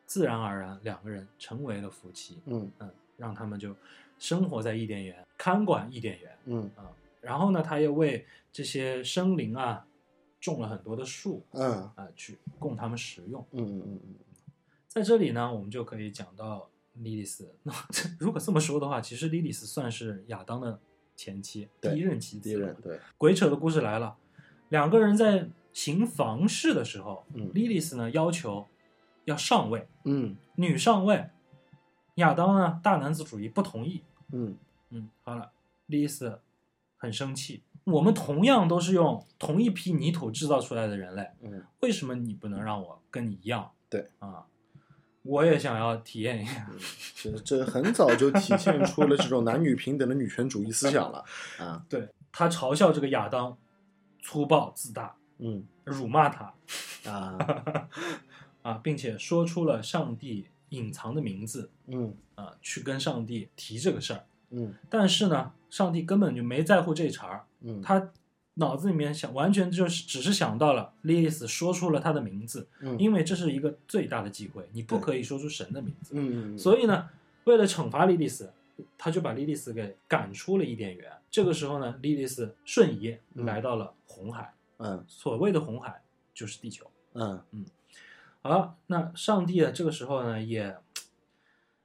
Speaker 2: 自然而然两个人成为了夫妻，
Speaker 3: 嗯
Speaker 2: 嗯，让他们就生活在伊甸园，看管伊甸园
Speaker 3: 嗯
Speaker 2: 啊、然后呢，他又为这些生灵啊种了很多的树
Speaker 3: 嗯
Speaker 2: 啊、去供他们食用。
Speaker 3: 嗯嗯嗯，
Speaker 2: 在这里呢，我们就可以讲到莉莉丝。那 如果这么说的话，其实莉莉丝算是亚当的前妻，第
Speaker 3: 对
Speaker 2: 一任妻子。
Speaker 3: 敌人对，
Speaker 2: 鬼扯的故事来了，两个人在行房事的时候，
Speaker 3: 嗯
Speaker 2: 莉莉丝呢要求要上位，
Speaker 3: 嗯
Speaker 2: 女上位，亚当呢大男子主义不同意。
Speaker 3: 嗯
Speaker 2: 嗯，好了，莉莉丝很生气，我们同样都是用同一批泥土制造出来的人类，
Speaker 3: 嗯，
Speaker 2: 为什么你不能让我跟你一样？
Speaker 3: 对
Speaker 2: 啊，我也想要体验一下。
Speaker 3: 这这很早就体现出了这种男女平等的女权主义 思想了啊，
Speaker 2: 对他嘲笑这个亚当粗暴自大，
Speaker 3: 嗯
Speaker 2: 辱骂他
Speaker 3: 啊，
Speaker 2: 啊，并且说出了上帝隐藏的名字
Speaker 3: 嗯
Speaker 2: 啊，去跟上帝提这个事儿。
Speaker 3: 嗯
Speaker 2: 但是呢，上帝根本就没在乎这茬儿，
Speaker 3: 嗯，
Speaker 2: 他脑子里面想完全就是只是想到了莉莉丝说出了他的名字，
Speaker 3: 嗯
Speaker 2: 因为这是一个最大的忌讳，你不
Speaker 3: 对
Speaker 2: 可以说出神的名字。
Speaker 3: 嗯，以
Speaker 2: 所以呢，为了惩罚莉莉丝，他就把莉莉丝给赶出了伊甸园。这个时候呢，莉莉丝瞬移
Speaker 3: 嗯
Speaker 2: 来到了红海，
Speaker 3: 嗯
Speaker 2: 所谓的红海就是地球。
Speaker 3: 嗯
Speaker 2: 好了，那上帝啊，这个时候呢，也，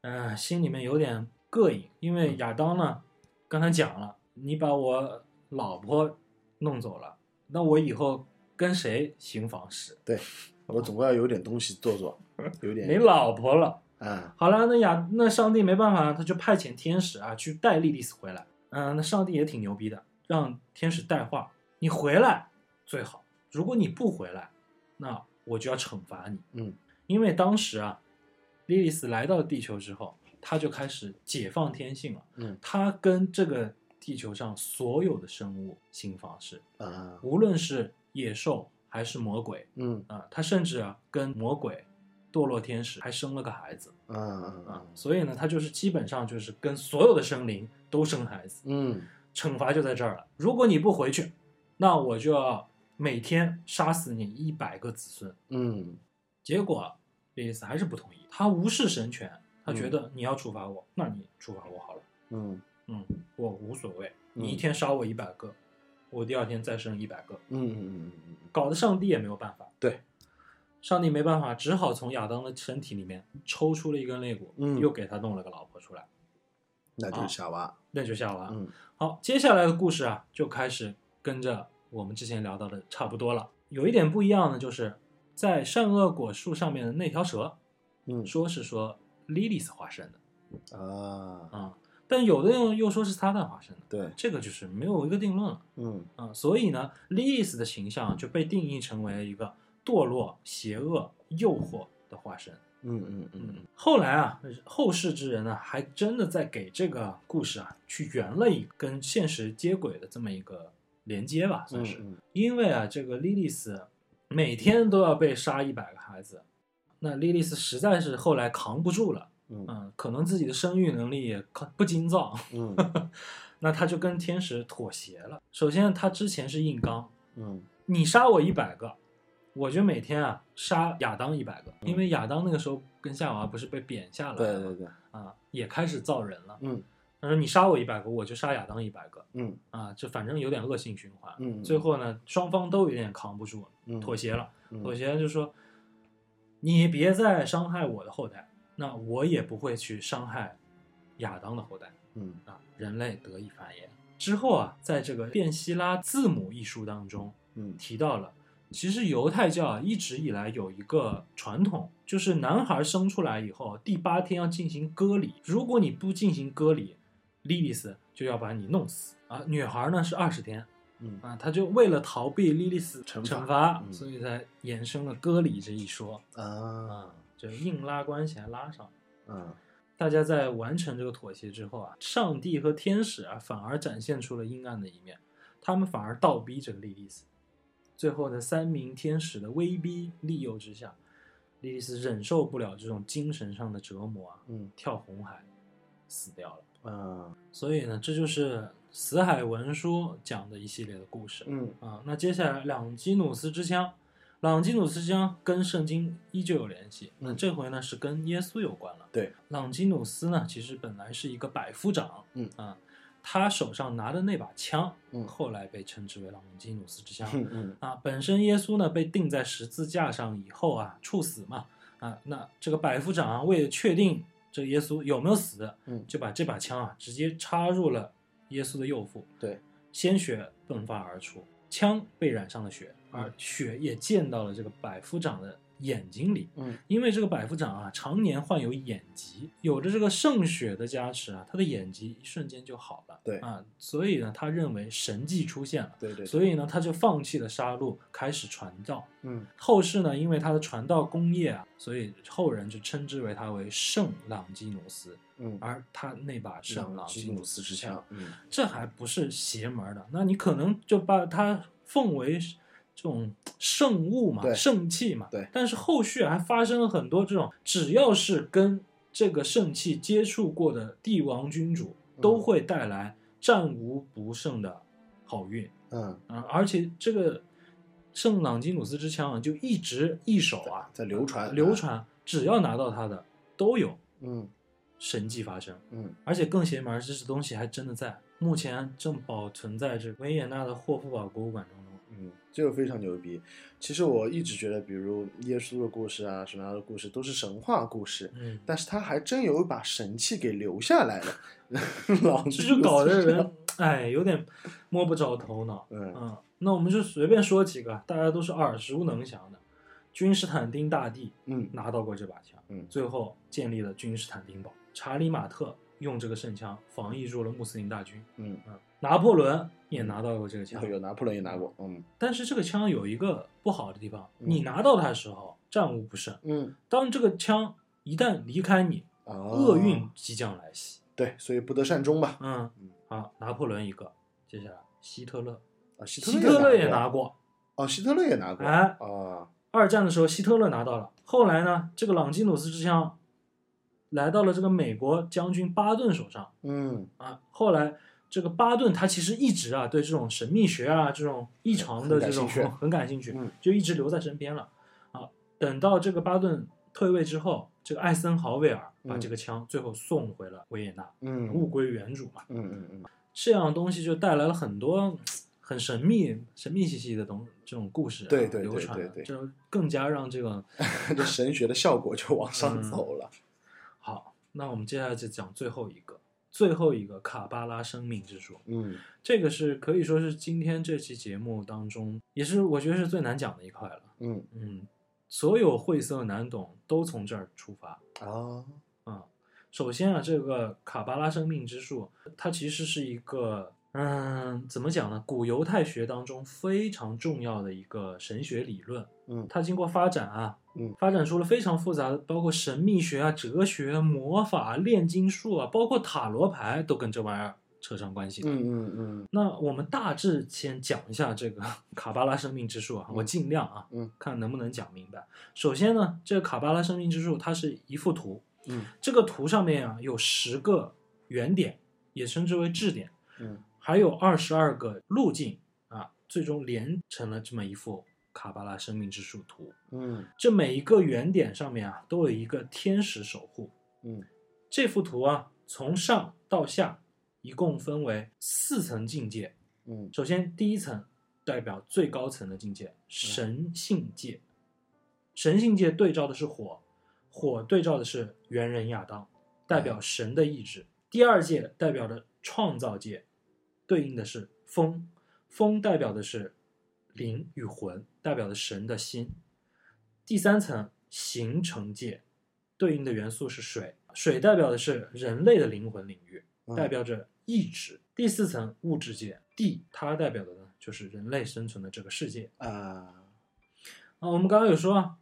Speaker 2: 嗯、心里面有点膈应，因
Speaker 3: 嗯
Speaker 2: 为亚当呢，刚才讲了，你把我老婆弄走了，那我以后跟谁行房事？
Speaker 3: 我总归要有点东西做做，有
Speaker 2: 没
Speaker 3: 点
Speaker 2: 老婆了。
Speaker 3: 啊，
Speaker 2: 好了，那亚那上帝没办法，他就派遣天使啊去带莉莉丝回来。嗯、那上帝也挺牛逼的，让天使带话：你回来最好，如果你不回来，那我就要惩罚你。
Speaker 3: 嗯，
Speaker 2: 因为当时啊，莉莉丝来到地球之后，她就开始解放天性了。
Speaker 3: 嗯
Speaker 2: 她跟这个地球上所有的生物行房事，
Speaker 3: 啊，
Speaker 2: 无论是野兽还是魔鬼
Speaker 3: 嗯
Speaker 2: 啊、她甚至啊跟魔鬼、堕落天使还生了个孩子。
Speaker 3: 啊
Speaker 2: 啊
Speaker 3: 啊，，
Speaker 2: 所以呢，他就是基本上就是跟所有的生灵都生孩子，
Speaker 3: 嗯
Speaker 2: 惩罚就在这儿了。如果你不回去，那我就要每天杀死你一百个子孙。
Speaker 3: 嗯
Speaker 2: 结果莉莉丝还是不同意，她无视神权，她觉得你要处罚我，那你处罚我好了，
Speaker 3: 嗯
Speaker 2: 嗯，我无所谓，
Speaker 3: 嗯
Speaker 2: 你一天杀我一百个，我第二天再生一百个，
Speaker 3: 嗯嗯嗯
Speaker 2: 搞得上帝也没有办法。
Speaker 3: 对，
Speaker 2: 上帝没办法，只好从亚当的身体里面抽出了一根肋骨，
Speaker 3: 嗯
Speaker 2: 又给他弄了个老婆出来，
Speaker 3: 那就是夏娃，
Speaker 2: 那就下完。
Speaker 3: 嗯
Speaker 2: 好，接下来的故事啊，就开始跟着我们之前聊到的差不多了。有一点不一样呢，就是在善恶果树上面的那条蛇，
Speaker 3: 嗯
Speaker 2: 说是说 Lilith 化身的
Speaker 3: 啊，
Speaker 2: 啊、但有的人又说是撒旦化身的，
Speaker 3: 对，
Speaker 2: 这个就是没有一个定论了
Speaker 3: 嗯
Speaker 2: 啊、所以呢，Lilith 的形象就被定义成为一个堕落、邪恶、诱惑的化身。
Speaker 3: 嗯嗯嗯
Speaker 2: 嗯，后来啊，后世之人呢、还真的在给这个故事啊，去圆了一个跟现实接轨的这么一个连接吧，算是。
Speaker 3: 嗯
Speaker 2: 因为啊，这个莉莉丝每天都要被杀一百个孩子，那莉莉丝实在是后来扛不住了，
Speaker 3: 嗯
Speaker 2: 嗯，可能自己的生育能力也扛不精造，
Speaker 3: 嗯
Speaker 2: 那她就跟天使妥协了。首先，她之前是硬刚，
Speaker 3: 嗯
Speaker 2: 你杀我一百个，我就每天啊杀亚当一百个，因为亚当那个时候跟夏娃不是被贬下来
Speaker 3: 嗯对
Speaker 2: 了
Speaker 3: 对
Speaker 2: 吗
Speaker 3: 对，
Speaker 2: 啊，也开始造人了。
Speaker 3: 嗯
Speaker 2: 他说你杀我一百个，我就杀亚当一百个
Speaker 3: 嗯
Speaker 2: 啊，这反正有点恶性循环。
Speaker 3: 嗯嗯
Speaker 2: 最后呢，双方都有点扛不住，
Speaker 3: 嗯，
Speaker 2: 妥协了。妥
Speaker 3: 嗯
Speaker 2: 协就说，你别再伤害我的后代，那我也不会去伤害亚当的后代。
Speaker 3: 嗯
Speaker 2: 啊，人类得以繁衍。之后啊，在这个《变希拉字母》一书当中
Speaker 3: 嗯
Speaker 2: 提到了，其实犹太教啊一直以来有一个传统，就是男孩生出来以后第八天要进行割礼，如果你不进行割礼，莉莉丝就要把你弄死啊。女孩呢是二十天
Speaker 3: 嗯
Speaker 2: 啊，她就为了逃避莉莉丝
Speaker 3: 惩
Speaker 2: 惩
Speaker 3: 罚嗯
Speaker 2: 所以才衍生了割礼这一说
Speaker 3: 啊
Speaker 2: 啊，就硬拉关系还拉上。
Speaker 3: 啊
Speaker 2: 大家在完成这个妥协之后啊，上帝和天使啊反而展现出了阴暗的一面，他们反而倒逼这个莉莉丝。最后呢，三名天使的威逼利诱之下，莉莉丝忍受不了这种精神上的折磨啊，
Speaker 3: 嗯
Speaker 2: 跳红海死掉了。
Speaker 3: 啊
Speaker 2: 所以呢，这就是《死海文书》讲的一系列的故事。
Speaker 3: 嗯
Speaker 2: 啊，那接下来朗基努斯之枪，朗基努斯之枪跟圣经依旧有联系，那
Speaker 3: 嗯
Speaker 2: 这回呢是跟耶稣有关了。
Speaker 3: 对，
Speaker 2: 朗基努斯呢其实本来是一个百夫长，
Speaker 3: 嗯
Speaker 2: 啊，他手上拿的那把枪，
Speaker 3: 嗯
Speaker 2: 后来被称之为朗基努斯之枪。
Speaker 3: 嗯嗯
Speaker 2: 啊，本身耶稣呢被钉在十字架上以后啊，处死嘛，啊，那这个百夫长啊，为了确定这个耶稣有没有死，
Speaker 3: 嗯
Speaker 2: 就把这把枪啊直接插入了耶稣的右腹，
Speaker 3: 对，
Speaker 2: 鲜血迸发而出，枪被染上了血，
Speaker 3: 嗯
Speaker 2: 而血也溅到了这个百夫长的眼睛里。
Speaker 3: 嗯，
Speaker 2: 因为这个百夫长啊，常年患有眼疾，有着这个圣血的加持啊，他的眼疾一瞬间就好了。
Speaker 3: 对
Speaker 2: 啊，所以呢，他认为神迹出现了，
Speaker 3: 对对，
Speaker 2: 所以呢，他就放弃了杀戮，开始传道。
Speaker 3: 嗯，
Speaker 2: 后世呢，因为他的传道功业啊，所以后人就称之为他为圣朗基努斯，
Speaker 3: 嗯，
Speaker 2: 而他那把圣朗
Speaker 3: 基
Speaker 2: 基
Speaker 3: 努
Speaker 2: 努
Speaker 3: 斯
Speaker 2: 斯之
Speaker 3: 之枪
Speaker 2: 枪，，
Speaker 3: 嗯，
Speaker 2: 这还不是邪门儿的，那你可能就把它奉为这种圣物嘛、
Speaker 3: 对
Speaker 2: 圣器嘛。
Speaker 3: 对
Speaker 2: 但是后续还发生了很多这种，只要是跟这个圣器接触过的帝王君主，都
Speaker 3: 嗯
Speaker 2: 会带来战无不胜的好运。
Speaker 3: 嗯，
Speaker 2: 啊，而且这个圣朗基努斯之枪啊，就一直一手啊
Speaker 3: 在流传
Speaker 2: 流，传，只要拿到它的都有
Speaker 3: 嗯
Speaker 2: 神迹发生。
Speaker 3: 嗯
Speaker 2: 而且更邪门儿，这是东西还真的在，目前正保存在这维也纳的霍夫堡博物馆当中。
Speaker 3: 嗯，这个非常牛逼。其实我一直觉得，比如耶稣的故事啊，什么样的故事都是神话故事，
Speaker 2: 嗯，
Speaker 3: 但是他还真有一把神器给留下来了，老
Speaker 2: 这
Speaker 3: 子
Speaker 2: 就搞得
Speaker 3: 是这样，
Speaker 2: 人哎有点摸不着头脑。
Speaker 3: 嗯
Speaker 2: 嗯，那我们就随便说几个，大家都是耳熟能详的。君士坦丁大帝
Speaker 3: 嗯
Speaker 2: 拿到过这把枪，
Speaker 3: 嗯
Speaker 2: 最后建立了君士坦丁堡。查理马特用这个圣枪防御住了穆斯林大军。
Speaker 3: 嗯，哎
Speaker 2: 嗯，拿破仑也拿到过这个枪，
Speaker 3: 有拿破仑也拿过，嗯
Speaker 2: 但是这个枪有一个不好的地方，
Speaker 3: 嗯
Speaker 2: 你拿到它的时候战无不胜。
Speaker 3: 嗯，
Speaker 2: 当这个枪一旦离开你，
Speaker 3: 啊，
Speaker 2: 厄运即将来袭。
Speaker 3: 对，所以不得善终吧。
Speaker 2: 嗯
Speaker 3: 嗯，
Speaker 2: 好，拿破仑一个，接下来希特勒，
Speaker 3: 啊，希
Speaker 2: 希
Speaker 3: 特
Speaker 2: 特勒也
Speaker 3: 拿
Speaker 2: 拿
Speaker 3: 过，
Speaker 2: 过。
Speaker 3: 哦，希特勒也拿过，
Speaker 2: 哎
Speaker 3: 啊，
Speaker 2: 二战的时候，希特勒拿到了。后来呢，这个朗基努斯之枪来到了这个美国将军巴顿手上
Speaker 3: 嗯，
Speaker 2: 啊。后来这个巴顿他其实一直啊对这种神秘学啊这种异常的
Speaker 3: 很感
Speaker 2: 这种
Speaker 3: 兴趣
Speaker 2: 很感兴趣，
Speaker 3: 嗯
Speaker 2: 就一直留在身边了啊。等到这个巴顿退位之后，这个艾森豪威尔把
Speaker 3: 嗯
Speaker 2: 这个枪最后送回了维也纳，
Speaker 3: 嗯
Speaker 2: 物归原主嘛。
Speaker 3: 嗯嗯嗯，
Speaker 2: 这样东西就带来了很多很神秘、神秘兮兮的东这种故事、啊，
Speaker 3: 对对对
Speaker 2: 流传的
Speaker 3: 对对
Speaker 2: 就更加让这个
Speaker 3: 这神学的效果就往上走了。
Speaker 2: 好。那我们接下来就讲最后一个，最后一个卡巴拉生命之树，
Speaker 3: 嗯
Speaker 2: 这个是可以说是今天这期节目当中，也是我觉得是最难讲的一块了。
Speaker 3: 嗯
Speaker 2: 嗯，所有晦涩难懂都从这儿出发。
Speaker 3: 啊，
Speaker 2: 啊、首先啊，这个卡巴拉生命之树，它其实是一个，嗯，怎么讲呢？古犹太学当中非常重要的一个神学理论。
Speaker 3: 嗯
Speaker 2: 它经过发展啊，
Speaker 3: 嗯
Speaker 2: 发展出了非常复杂的，包括神秘学啊、哲学、魔法、炼金术啊，包括塔罗牌都跟这玩意儿扯上关系的。
Speaker 3: 嗯嗯
Speaker 2: 那我们大致先讲一下这个 卡巴拉生命之树啊，
Speaker 3: 嗯
Speaker 2: 我尽量啊，
Speaker 3: 嗯
Speaker 2: 看能不能讲明白。首先呢，这个卡巴拉生命之树它是一幅图，
Speaker 3: 嗯
Speaker 2: 这个图上面啊有十个圆点，也称之为质点，
Speaker 3: 嗯
Speaker 2: 还有二十二个路径啊，最终连成了这么一幅卡巴拉生命之树图。
Speaker 3: 嗯
Speaker 2: 这每一个圆点上面啊都有一个天使守护。
Speaker 3: 嗯
Speaker 2: 这幅图啊从上到下一共分为四层境界，
Speaker 3: 嗯
Speaker 2: 首先，第一层代表最高层的境界——神性界。神性界对照的是火，火对照的是猿人亚当，代表神的意志。第二界代表的创造界，对应的是风，风代表的是灵与魂，代表的神的心。第三层形成界，对应的元素是水，水代表的是人类的灵魂领域。
Speaker 3: 嗯，
Speaker 2: 代表着意志。第四层物质界，地，它代表的呢就是人类生存的这个世界
Speaker 3: 啊，
Speaker 2: 啊。我们刚刚有说啊，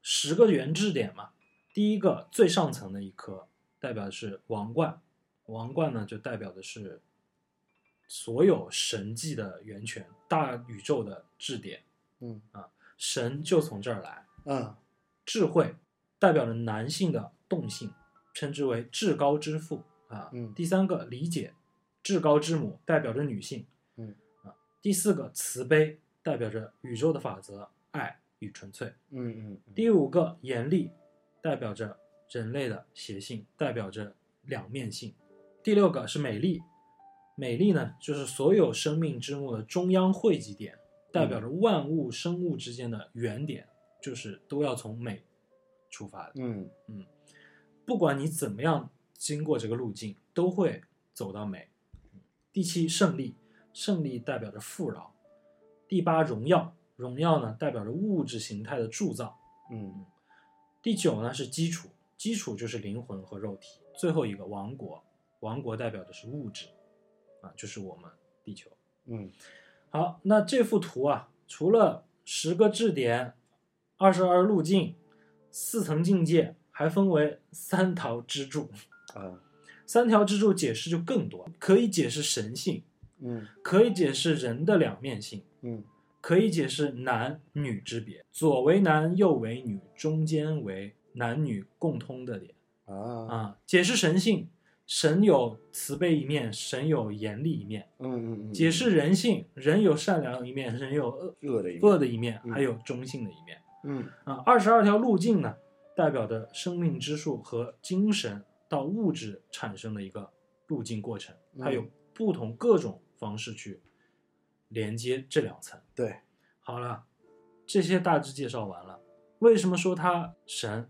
Speaker 2: 十个原质点嘛，第一个最上层的一颗代表的是王冠，王冠呢就代表的是所有神迹的源泉，大宇宙的质点，
Speaker 3: 嗯
Speaker 2: 神就从这儿来。
Speaker 3: 啊
Speaker 2: 智慧代表了男性的动性，称之为至高之父啊。
Speaker 3: 嗯
Speaker 2: 第三个理解，至高之母代表着女性。
Speaker 3: 嗯
Speaker 2: 啊，第四个慈悲代表着宇宙的法则、爱与纯粹。
Speaker 3: 嗯嗯
Speaker 2: 第五个严厉代表着人类的邪性，代表着两面性。第六个是美丽，美丽呢就是所有生命之木的中央汇集点，代表
Speaker 3: 嗯
Speaker 2: 着万物生物之间的原点，就是都要从美出发的。
Speaker 3: 嗯
Speaker 2: 不管你怎么样经过这个路径，都会走到美。嗯第七，胜利，胜利代表着富饶。第八，荣耀，荣耀呢代表着物质形态的铸造，
Speaker 3: 嗯
Speaker 2: 第九呢是基础，基础就是灵魂和肉体。最后一个王国，王国代表的是物质，啊，就是我们地球。
Speaker 3: 嗯
Speaker 2: 好，那这幅图啊，除了十个质点、二十二路径、四层境界，还分为三条支柱。
Speaker 3: 啊
Speaker 2: 三条支柱解释就更多，可以解释神性，
Speaker 3: 嗯
Speaker 2: 可以解释人的两面性，
Speaker 3: 嗯
Speaker 2: 可以解释男女之别，左为男，右为女，中间为男女共通的点。
Speaker 3: 啊
Speaker 2: 啊，解释神性，神有慈悲一面，神有严厉一面；
Speaker 3: 嗯嗯嗯，
Speaker 2: 解释人性，人有善良一面，人有恶
Speaker 3: 恶的一面
Speaker 2: 恶的一面，
Speaker 3: 嗯
Speaker 2: 还有中性的一面。
Speaker 3: 嗯
Speaker 2: 啊，二十二条路径呢，代表的生命之树和精神到物质产生的一个路径过程，它有
Speaker 3: 嗯
Speaker 2: 不同各种方式去连接这两层。
Speaker 3: 对，
Speaker 2: 好了，这些大致介绍完了。为什么说他神？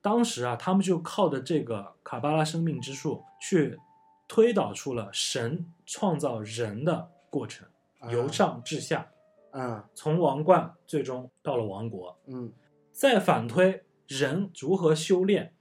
Speaker 2: 当时啊，他们就靠着这个卡巴拉生命之树去推导出了神创造人的过程，
Speaker 3: 啊
Speaker 2: 由上至下，
Speaker 3: 啊
Speaker 2: 从王冠最终到了王国，
Speaker 3: 嗯
Speaker 2: 再反推人如何修炼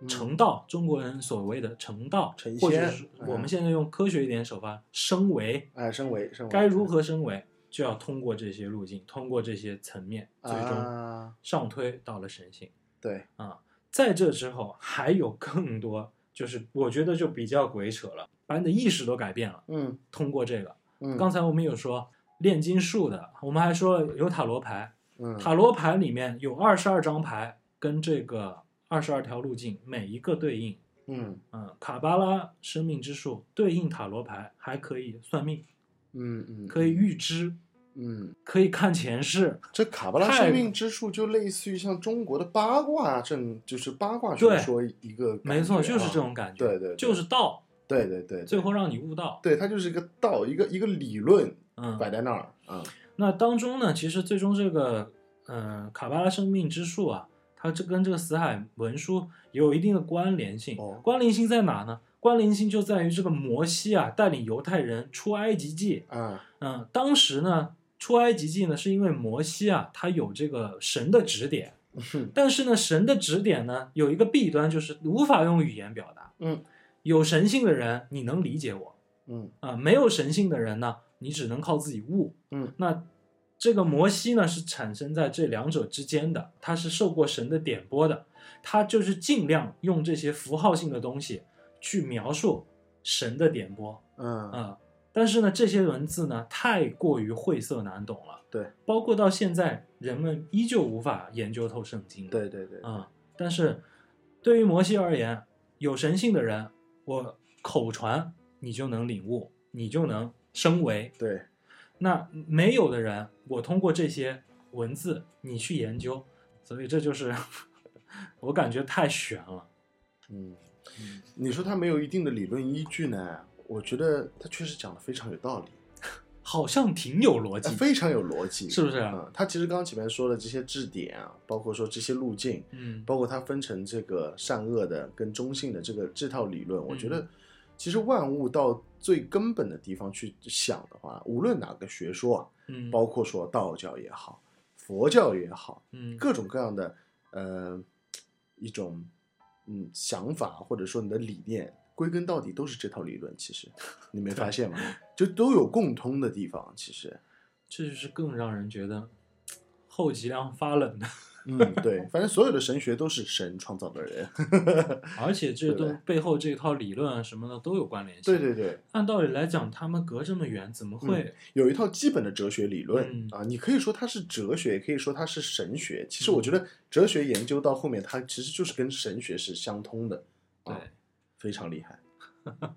Speaker 3: 嗯
Speaker 2: 成道，中国人所谓的成道
Speaker 3: 成，仙
Speaker 2: 或者是
Speaker 3: 嗯
Speaker 2: 我们现在用科学一点手法，升维，
Speaker 3: 哎，升维升维
Speaker 2: 该如何升维，就要通过这些路径，通过这些层面，最终
Speaker 3: 啊？
Speaker 2: 上推到了神性
Speaker 3: 对，
Speaker 2: 啊。在这之后，还有更多，就是我觉得就比较鬼扯了，把你的意识都改变了。
Speaker 3: 嗯
Speaker 2: 通过这个，
Speaker 3: 嗯，
Speaker 2: 刚才我们有说炼金术的，我们还说有塔罗牌，
Speaker 3: 嗯
Speaker 2: 塔罗牌里面有二十二张牌，跟这个二十二条路径每一个对应。
Speaker 3: 嗯
Speaker 2: 嗯，卡巴拉生命之树对应塔罗牌，还可以算命，
Speaker 3: 嗯嗯，
Speaker 2: 可以预知，
Speaker 3: 嗯，
Speaker 2: 可以看前世，
Speaker 3: 这卡巴拉
Speaker 2: 太
Speaker 3: 生命之树就类似于像中国的八卦阵，就是八卦学
Speaker 2: 对
Speaker 3: 说一个感觉啊，
Speaker 2: 没错，就是这种感觉，
Speaker 3: 对对对
Speaker 2: 就是道，
Speaker 3: 对，对对对，
Speaker 2: 最后让你悟道。
Speaker 3: 对它就是一个道，一个一个理论
Speaker 2: 嗯，
Speaker 3: 摆在那儿，嗯
Speaker 2: 那当中呢，其实最终这个，嗯、卡巴拉生命之树啊，它这跟这个死海文书有一定的关联性。
Speaker 3: 哦
Speaker 2: 关联性在哪呢？关联性就在于这个摩西啊，带领犹太人出埃及记。
Speaker 3: 啊
Speaker 2: 嗯，当时呢，出埃及记呢，是因为摩西啊，他有这个神的指点。
Speaker 3: 嗯
Speaker 2: 但是呢，神的指点呢，有一个弊端，就是无法用语言表达。
Speaker 3: 嗯，
Speaker 2: 有神性的人，你能理解我。
Speaker 3: 嗯
Speaker 2: 啊、没有神性的人呢，你只能靠自己悟。
Speaker 3: 嗯，
Speaker 2: 那这个摩西呢，是产生在这两者之间的，他是受过神的点拨的，他就是尽量用这些符号性的东西去描述神的点拨啊、
Speaker 3: 嗯
Speaker 2: 但是呢，这些文字呢，太过于晦涩难懂了。
Speaker 3: 对，
Speaker 2: 包括到现在，人们依旧无法研究透圣经。
Speaker 3: 对对对，
Speaker 2: 啊、但是对于摩西而言，有神性的人，我口传你就能领悟，你就能升维；
Speaker 3: 对
Speaker 2: 那没有的人，我通过这些文字你去研究，所以这就是 我感觉太悬了。
Speaker 3: 嗯，你说它没有一定的理论依据呢，我觉得它确实讲的非常有道理，
Speaker 2: 好像挺有逻
Speaker 3: 哎
Speaker 2: 辑，
Speaker 3: 非常有逻辑，
Speaker 2: 是不是啊
Speaker 3: 嗯，它其实刚刚前面说的这些质点啊，包括说这些路径，
Speaker 2: 嗯，
Speaker 3: 包括它分成这个善恶的跟中性的这个这套理论，我觉
Speaker 2: 嗯
Speaker 3: 得其实万物到最根本的地方去想的话，无论哪个学说啊，
Speaker 2: 嗯，
Speaker 3: 包括说道教也好，佛教也好，
Speaker 2: 嗯，
Speaker 3: 各种各样的呃一种嗯想法或者说你的理念，归根到底都是这套理论。其实 你没发现吗？就都有共通的地方。其实，
Speaker 2: 这就是更让人觉得后脊梁发冷的。
Speaker 3: 嗯，对，反正所有的神学都是神创造的 人。
Speaker 2: 而且这
Speaker 3: 对
Speaker 2: 都背后这套理论啊什么的都有关联性。
Speaker 3: 对对嗯对，
Speaker 2: 按道理来讲，他们隔这么远，怎么会？
Speaker 3: 有一套基本的哲学理论、
Speaker 2: 嗯
Speaker 3: 啊，你可以说它是哲学，也可以说它是神学。其实
Speaker 2: 嗯
Speaker 3: 我觉得哲学研究到后面，它其实就是跟神学是相通的，
Speaker 2: 对，
Speaker 3: 啊非常厉害。 嗯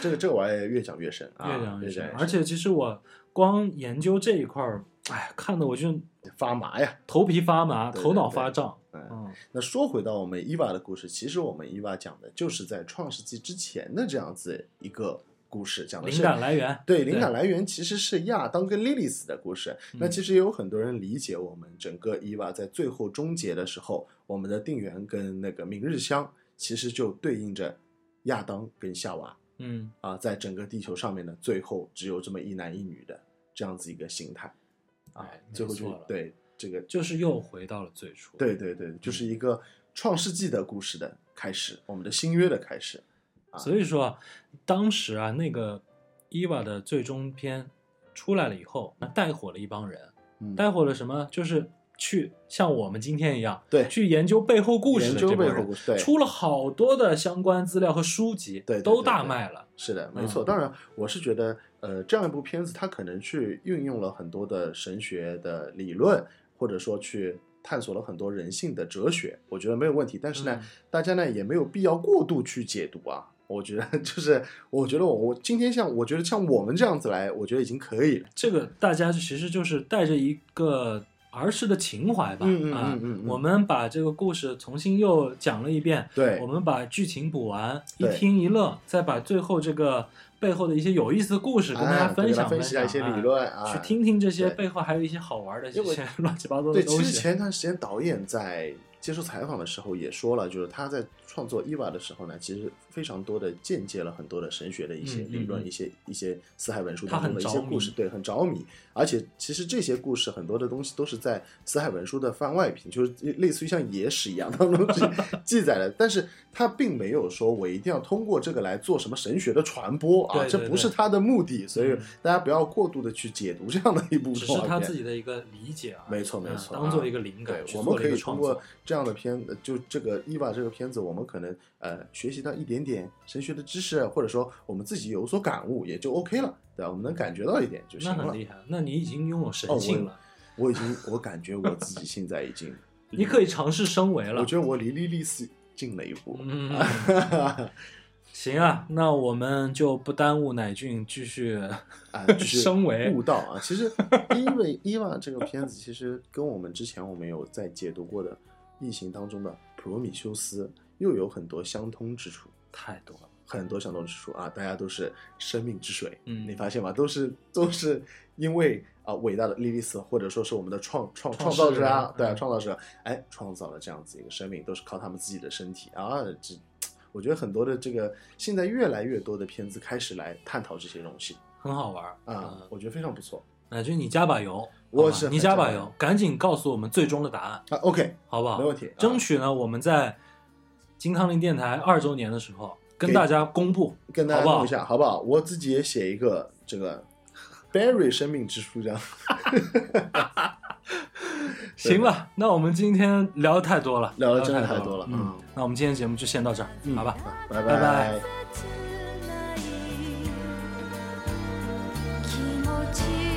Speaker 3: 这个这个玩意儿越讲越深啊，
Speaker 2: 越讲
Speaker 3: 越
Speaker 2: 越深。
Speaker 3: 深
Speaker 2: 而且其实我光研究这一块儿，哎，看的我就
Speaker 3: 发麻呀。
Speaker 2: 头皮发麻，
Speaker 3: 对对
Speaker 2: 头脑发胀。
Speaker 3: 嗯，
Speaker 2: 嗯
Speaker 3: 那说回到我们伊娃的故事，其实我们伊娃讲的就是在创世纪之前的这样子一个故事，讲的啊是
Speaker 2: 灵感来源。
Speaker 3: 对，灵感来源其实是亚当跟莉莉丝的故事。
Speaker 2: 嗯
Speaker 3: 那其实也有很多人理解我们整个伊娃在最后终结的时候，我们的定缘跟那个明日香其实就对应着亚当跟夏娃
Speaker 2: 嗯，
Speaker 3: 啊，在整个地球上面呢，最后只有这么一男一女的这样子一个形态啊
Speaker 2: 哎，
Speaker 3: 最后
Speaker 2: 没
Speaker 3: 就
Speaker 2: 错了
Speaker 3: 对这个
Speaker 2: 就是又回到了最初。
Speaker 3: 对对对，
Speaker 2: 嗯
Speaker 3: 就是一个创世纪的故事的开始，我们的新约的开始。
Speaker 2: 所以说啊，当时啊，那个伊娃的最终篇出来了以后，那带火了一帮人，
Speaker 3: 嗯，
Speaker 2: 带火了什么？就是去像我们今天一样，
Speaker 3: 对
Speaker 2: 去研究背后故事
Speaker 3: 研
Speaker 2: 的这
Speaker 3: 究
Speaker 2: 帮
Speaker 3: 背后
Speaker 2: 人，
Speaker 3: 故事，对，
Speaker 2: 出了好多的相关资料和书籍，
Speaker 3: 对对
Speaker 2: 都
Speaker 3: 对
Speaker 2: 大
Speaker 3: 对
Speaker 2: 卖了。
Speaker 3: 是的，没错。
Speaker 2: 嗯
Speaker 3: 当然，我是觉得，呃，这样一部片子，它可能去运用了很多的神学的理论，或者说去探索了很多人性的哲学，我觉得没有问题。但是呢，
Speaker 2: 嗯
Speaker 3: 大家呢也没有必要过度去解读啊。我觉得 就是，我觉得我我今天像我觉得像我们这样子来，我觉得已经可以了。
Speaker 2: 这个大家其实就是带着一个儿时的情怀吧，
Speaker 3: 嗯嗯
Speaker 2: 啊
Speaker 3: 嗯嗯嗯
Speaker 2: 我们把这个故事重新又讲了一遍，
Speaker 3: 对
Speaker 2: 我，们把剧情补完，一
Speaker 3: 对
Speaker 2: 听一乐，再把最后这个背后的一些有意思的故事跟大
Speaker 3: 哎
Speaker 2: 家
Speaker 3: 我给
Speaker 2: 享
Speaker 3: 分
Speaker 2: 分
Speaker 3: 析一下一些理
Speaker 2: 哎
Speaker 3: 论啊，
Speaker 2: 去听听这些
Speaker 3: 对
Speaker 2: 背后还有一些好玩的
Speaker 3: 因
Speaker 2: 一
Speaker 3: 为
Speaker 2: 些乱七八糟的
Speaker 3: 对，其
Speaker 2: 东
Speaker 3: 实
Speaker 2: 西。
Speaker 3: 前一段时间导演在接受采访的时候也说了，就是他在创作《伊娃》的时候呢，其实非常多的间接了很多的神学的一些
Speaker 2: 嗯嗯
Speaker 3: 理论、
Speaker 2: 嗯
Speaker 3: 一些一些死海文书
Speaker 2: 他
Speaker 3: 当
Speaker 2: 很
Speaker 3: 中的一
Speaker 2: 着
Speaker 3: 些故事，
Speaker 2: 迷
Speaker 3: 对，很着迷。而且其实这些故事很多的东西都是在死海文书的番外篇，就是类似于像野史一样当中 记记载的，但是他并没有说我一定要通过这个来做什么神学的传播啊，
Speaker 2: 对
Speaker 3: 这
Speaker 2: 对
Speaker 3: 不是
Speaker 2: 对
Speaker 3: 他的目的，所以
Speaker 2: 嗯
Speaker 3: 大家不要过度的去解读这样的一部
Speaker 2: 只
Speaker 3: 动
Speaker 2: 是
Speaker 3: 画
Speaker 2: 他
Speaker 3: 片。
Speaker 2: 自己的一个理解啊，
Speaker 3: 没错没
Speaker 2: 嗯
Speaker 3: 错
Speaker 2: 当做
Speaker 3: 啊
Speaker 2: 一个灵感
Speaker 3: 对，
Speaker 2: 去
Speaker 3: 我
Speaker 2: 做了
Speaker 3: 们可
Speaker 2: 一
Speaker 3: 以
Speaker 2: 个
Speaker 3: 通
Speaker 2: 创
Speaker 3: 过
Speaker 2: 作。
Speaker 3: 这样的片，呃就这个伊娃这个片子，我们可能呃学习到一点点神学的知识，啊或者说我们自己有所感悟，也就 OK 了，对吧？我们能感觉到一点就行
Speaker 2: 那很
Speaker 3: 了。
Speaker 2: 厉害，啊那你已经拥有神
Speaker 3: 哦我
Speaker 2: 性了，
Speaker 3: 我已经，我感觉我自己现在已 经，
Speaker 2: 你可以尝试升维了
Speaker 3: 我。觉得我离莉莉丝近了一步。
Speaker 2: 嗯，行啊，那我们就不耽误乃俊继续
Speaker 3: 啊， 就是
Speaker 2: 升维
Speaker 3: 悟道啊。其实因为伊娃这个片子，其实跟我们之前我们有在解读过的《异形》当中的《普罗米修斯》又有很多相通之处。
Speaker 2: 太多了。
Speaker 3: 很多相同之处啊，大家都是生命之水，
Speaker 2: 嗯
Speaker 3: 你发现吗？都是都是因为啊、伟大的莉莉丝，或者说是我们的创创
Speaker 2: 创
Speaker 3: 创
Speaker 2: 世
Speaker 3: 造者啊
Speaker 2: 人，
Speaker 3: 对啊，
Speaker 2: 嗯
Speaker 3: 创造者，哎，创造了这样子一个生命，都是靠他们自己的身体啊，这。我觉得很多的这个现在越来越多的片子开始来探讨这些东西
Speaker 2: 很好玩儿
Speaker 3: 啊，
Speaker 2: 嗯
Speaker 3: 我觉得非常不错
Speaker 2: 乃俊，你加把油，
Speaker 3: 我
Speaker 2: 好吧
Speaker 3: 是
Speaker 2: 你
Speaker 3: 很
Speaker 2: 加
Speaker 3: 加
Speaker 2: 把
Speaker 3: 把
Speaker 2: 油
Speaker 3: 油，
Speaker 2: 赶紧告诉我们最终的答案，
Speaker 3: 啊。OK，
Speaker 2: 好不好？
Speaker 3: 没问题啊
Speaker 2: 争取呢，我们在金康林电台二周年的时候跟
Speaker 3: 给
Speaker 2: 大家公布，
Speaker 3: 跟大家
Speaker 2: 好不好
Speaker 3: 弄一下好不好？我自己也写一个这个 Barry 生命之书这 样。
Speaker 2: 行了，那我们今天聊的太多了，
Speaker 3: 聊得
Speaker 2: 得
Speaker 3: 真的太
Speaker 2: 多
Speaker 3: 多了
Speaker 2: 嗯
Speaker 3: 嗯，
Speaker 2: 那我们今天节目就先到这儿，
Speaker 3: 嗯
Speaker 2: 好吧？
Speaker 3: 拜
Speaker 2: 拜拜
Speaker 1: 「気持ちよ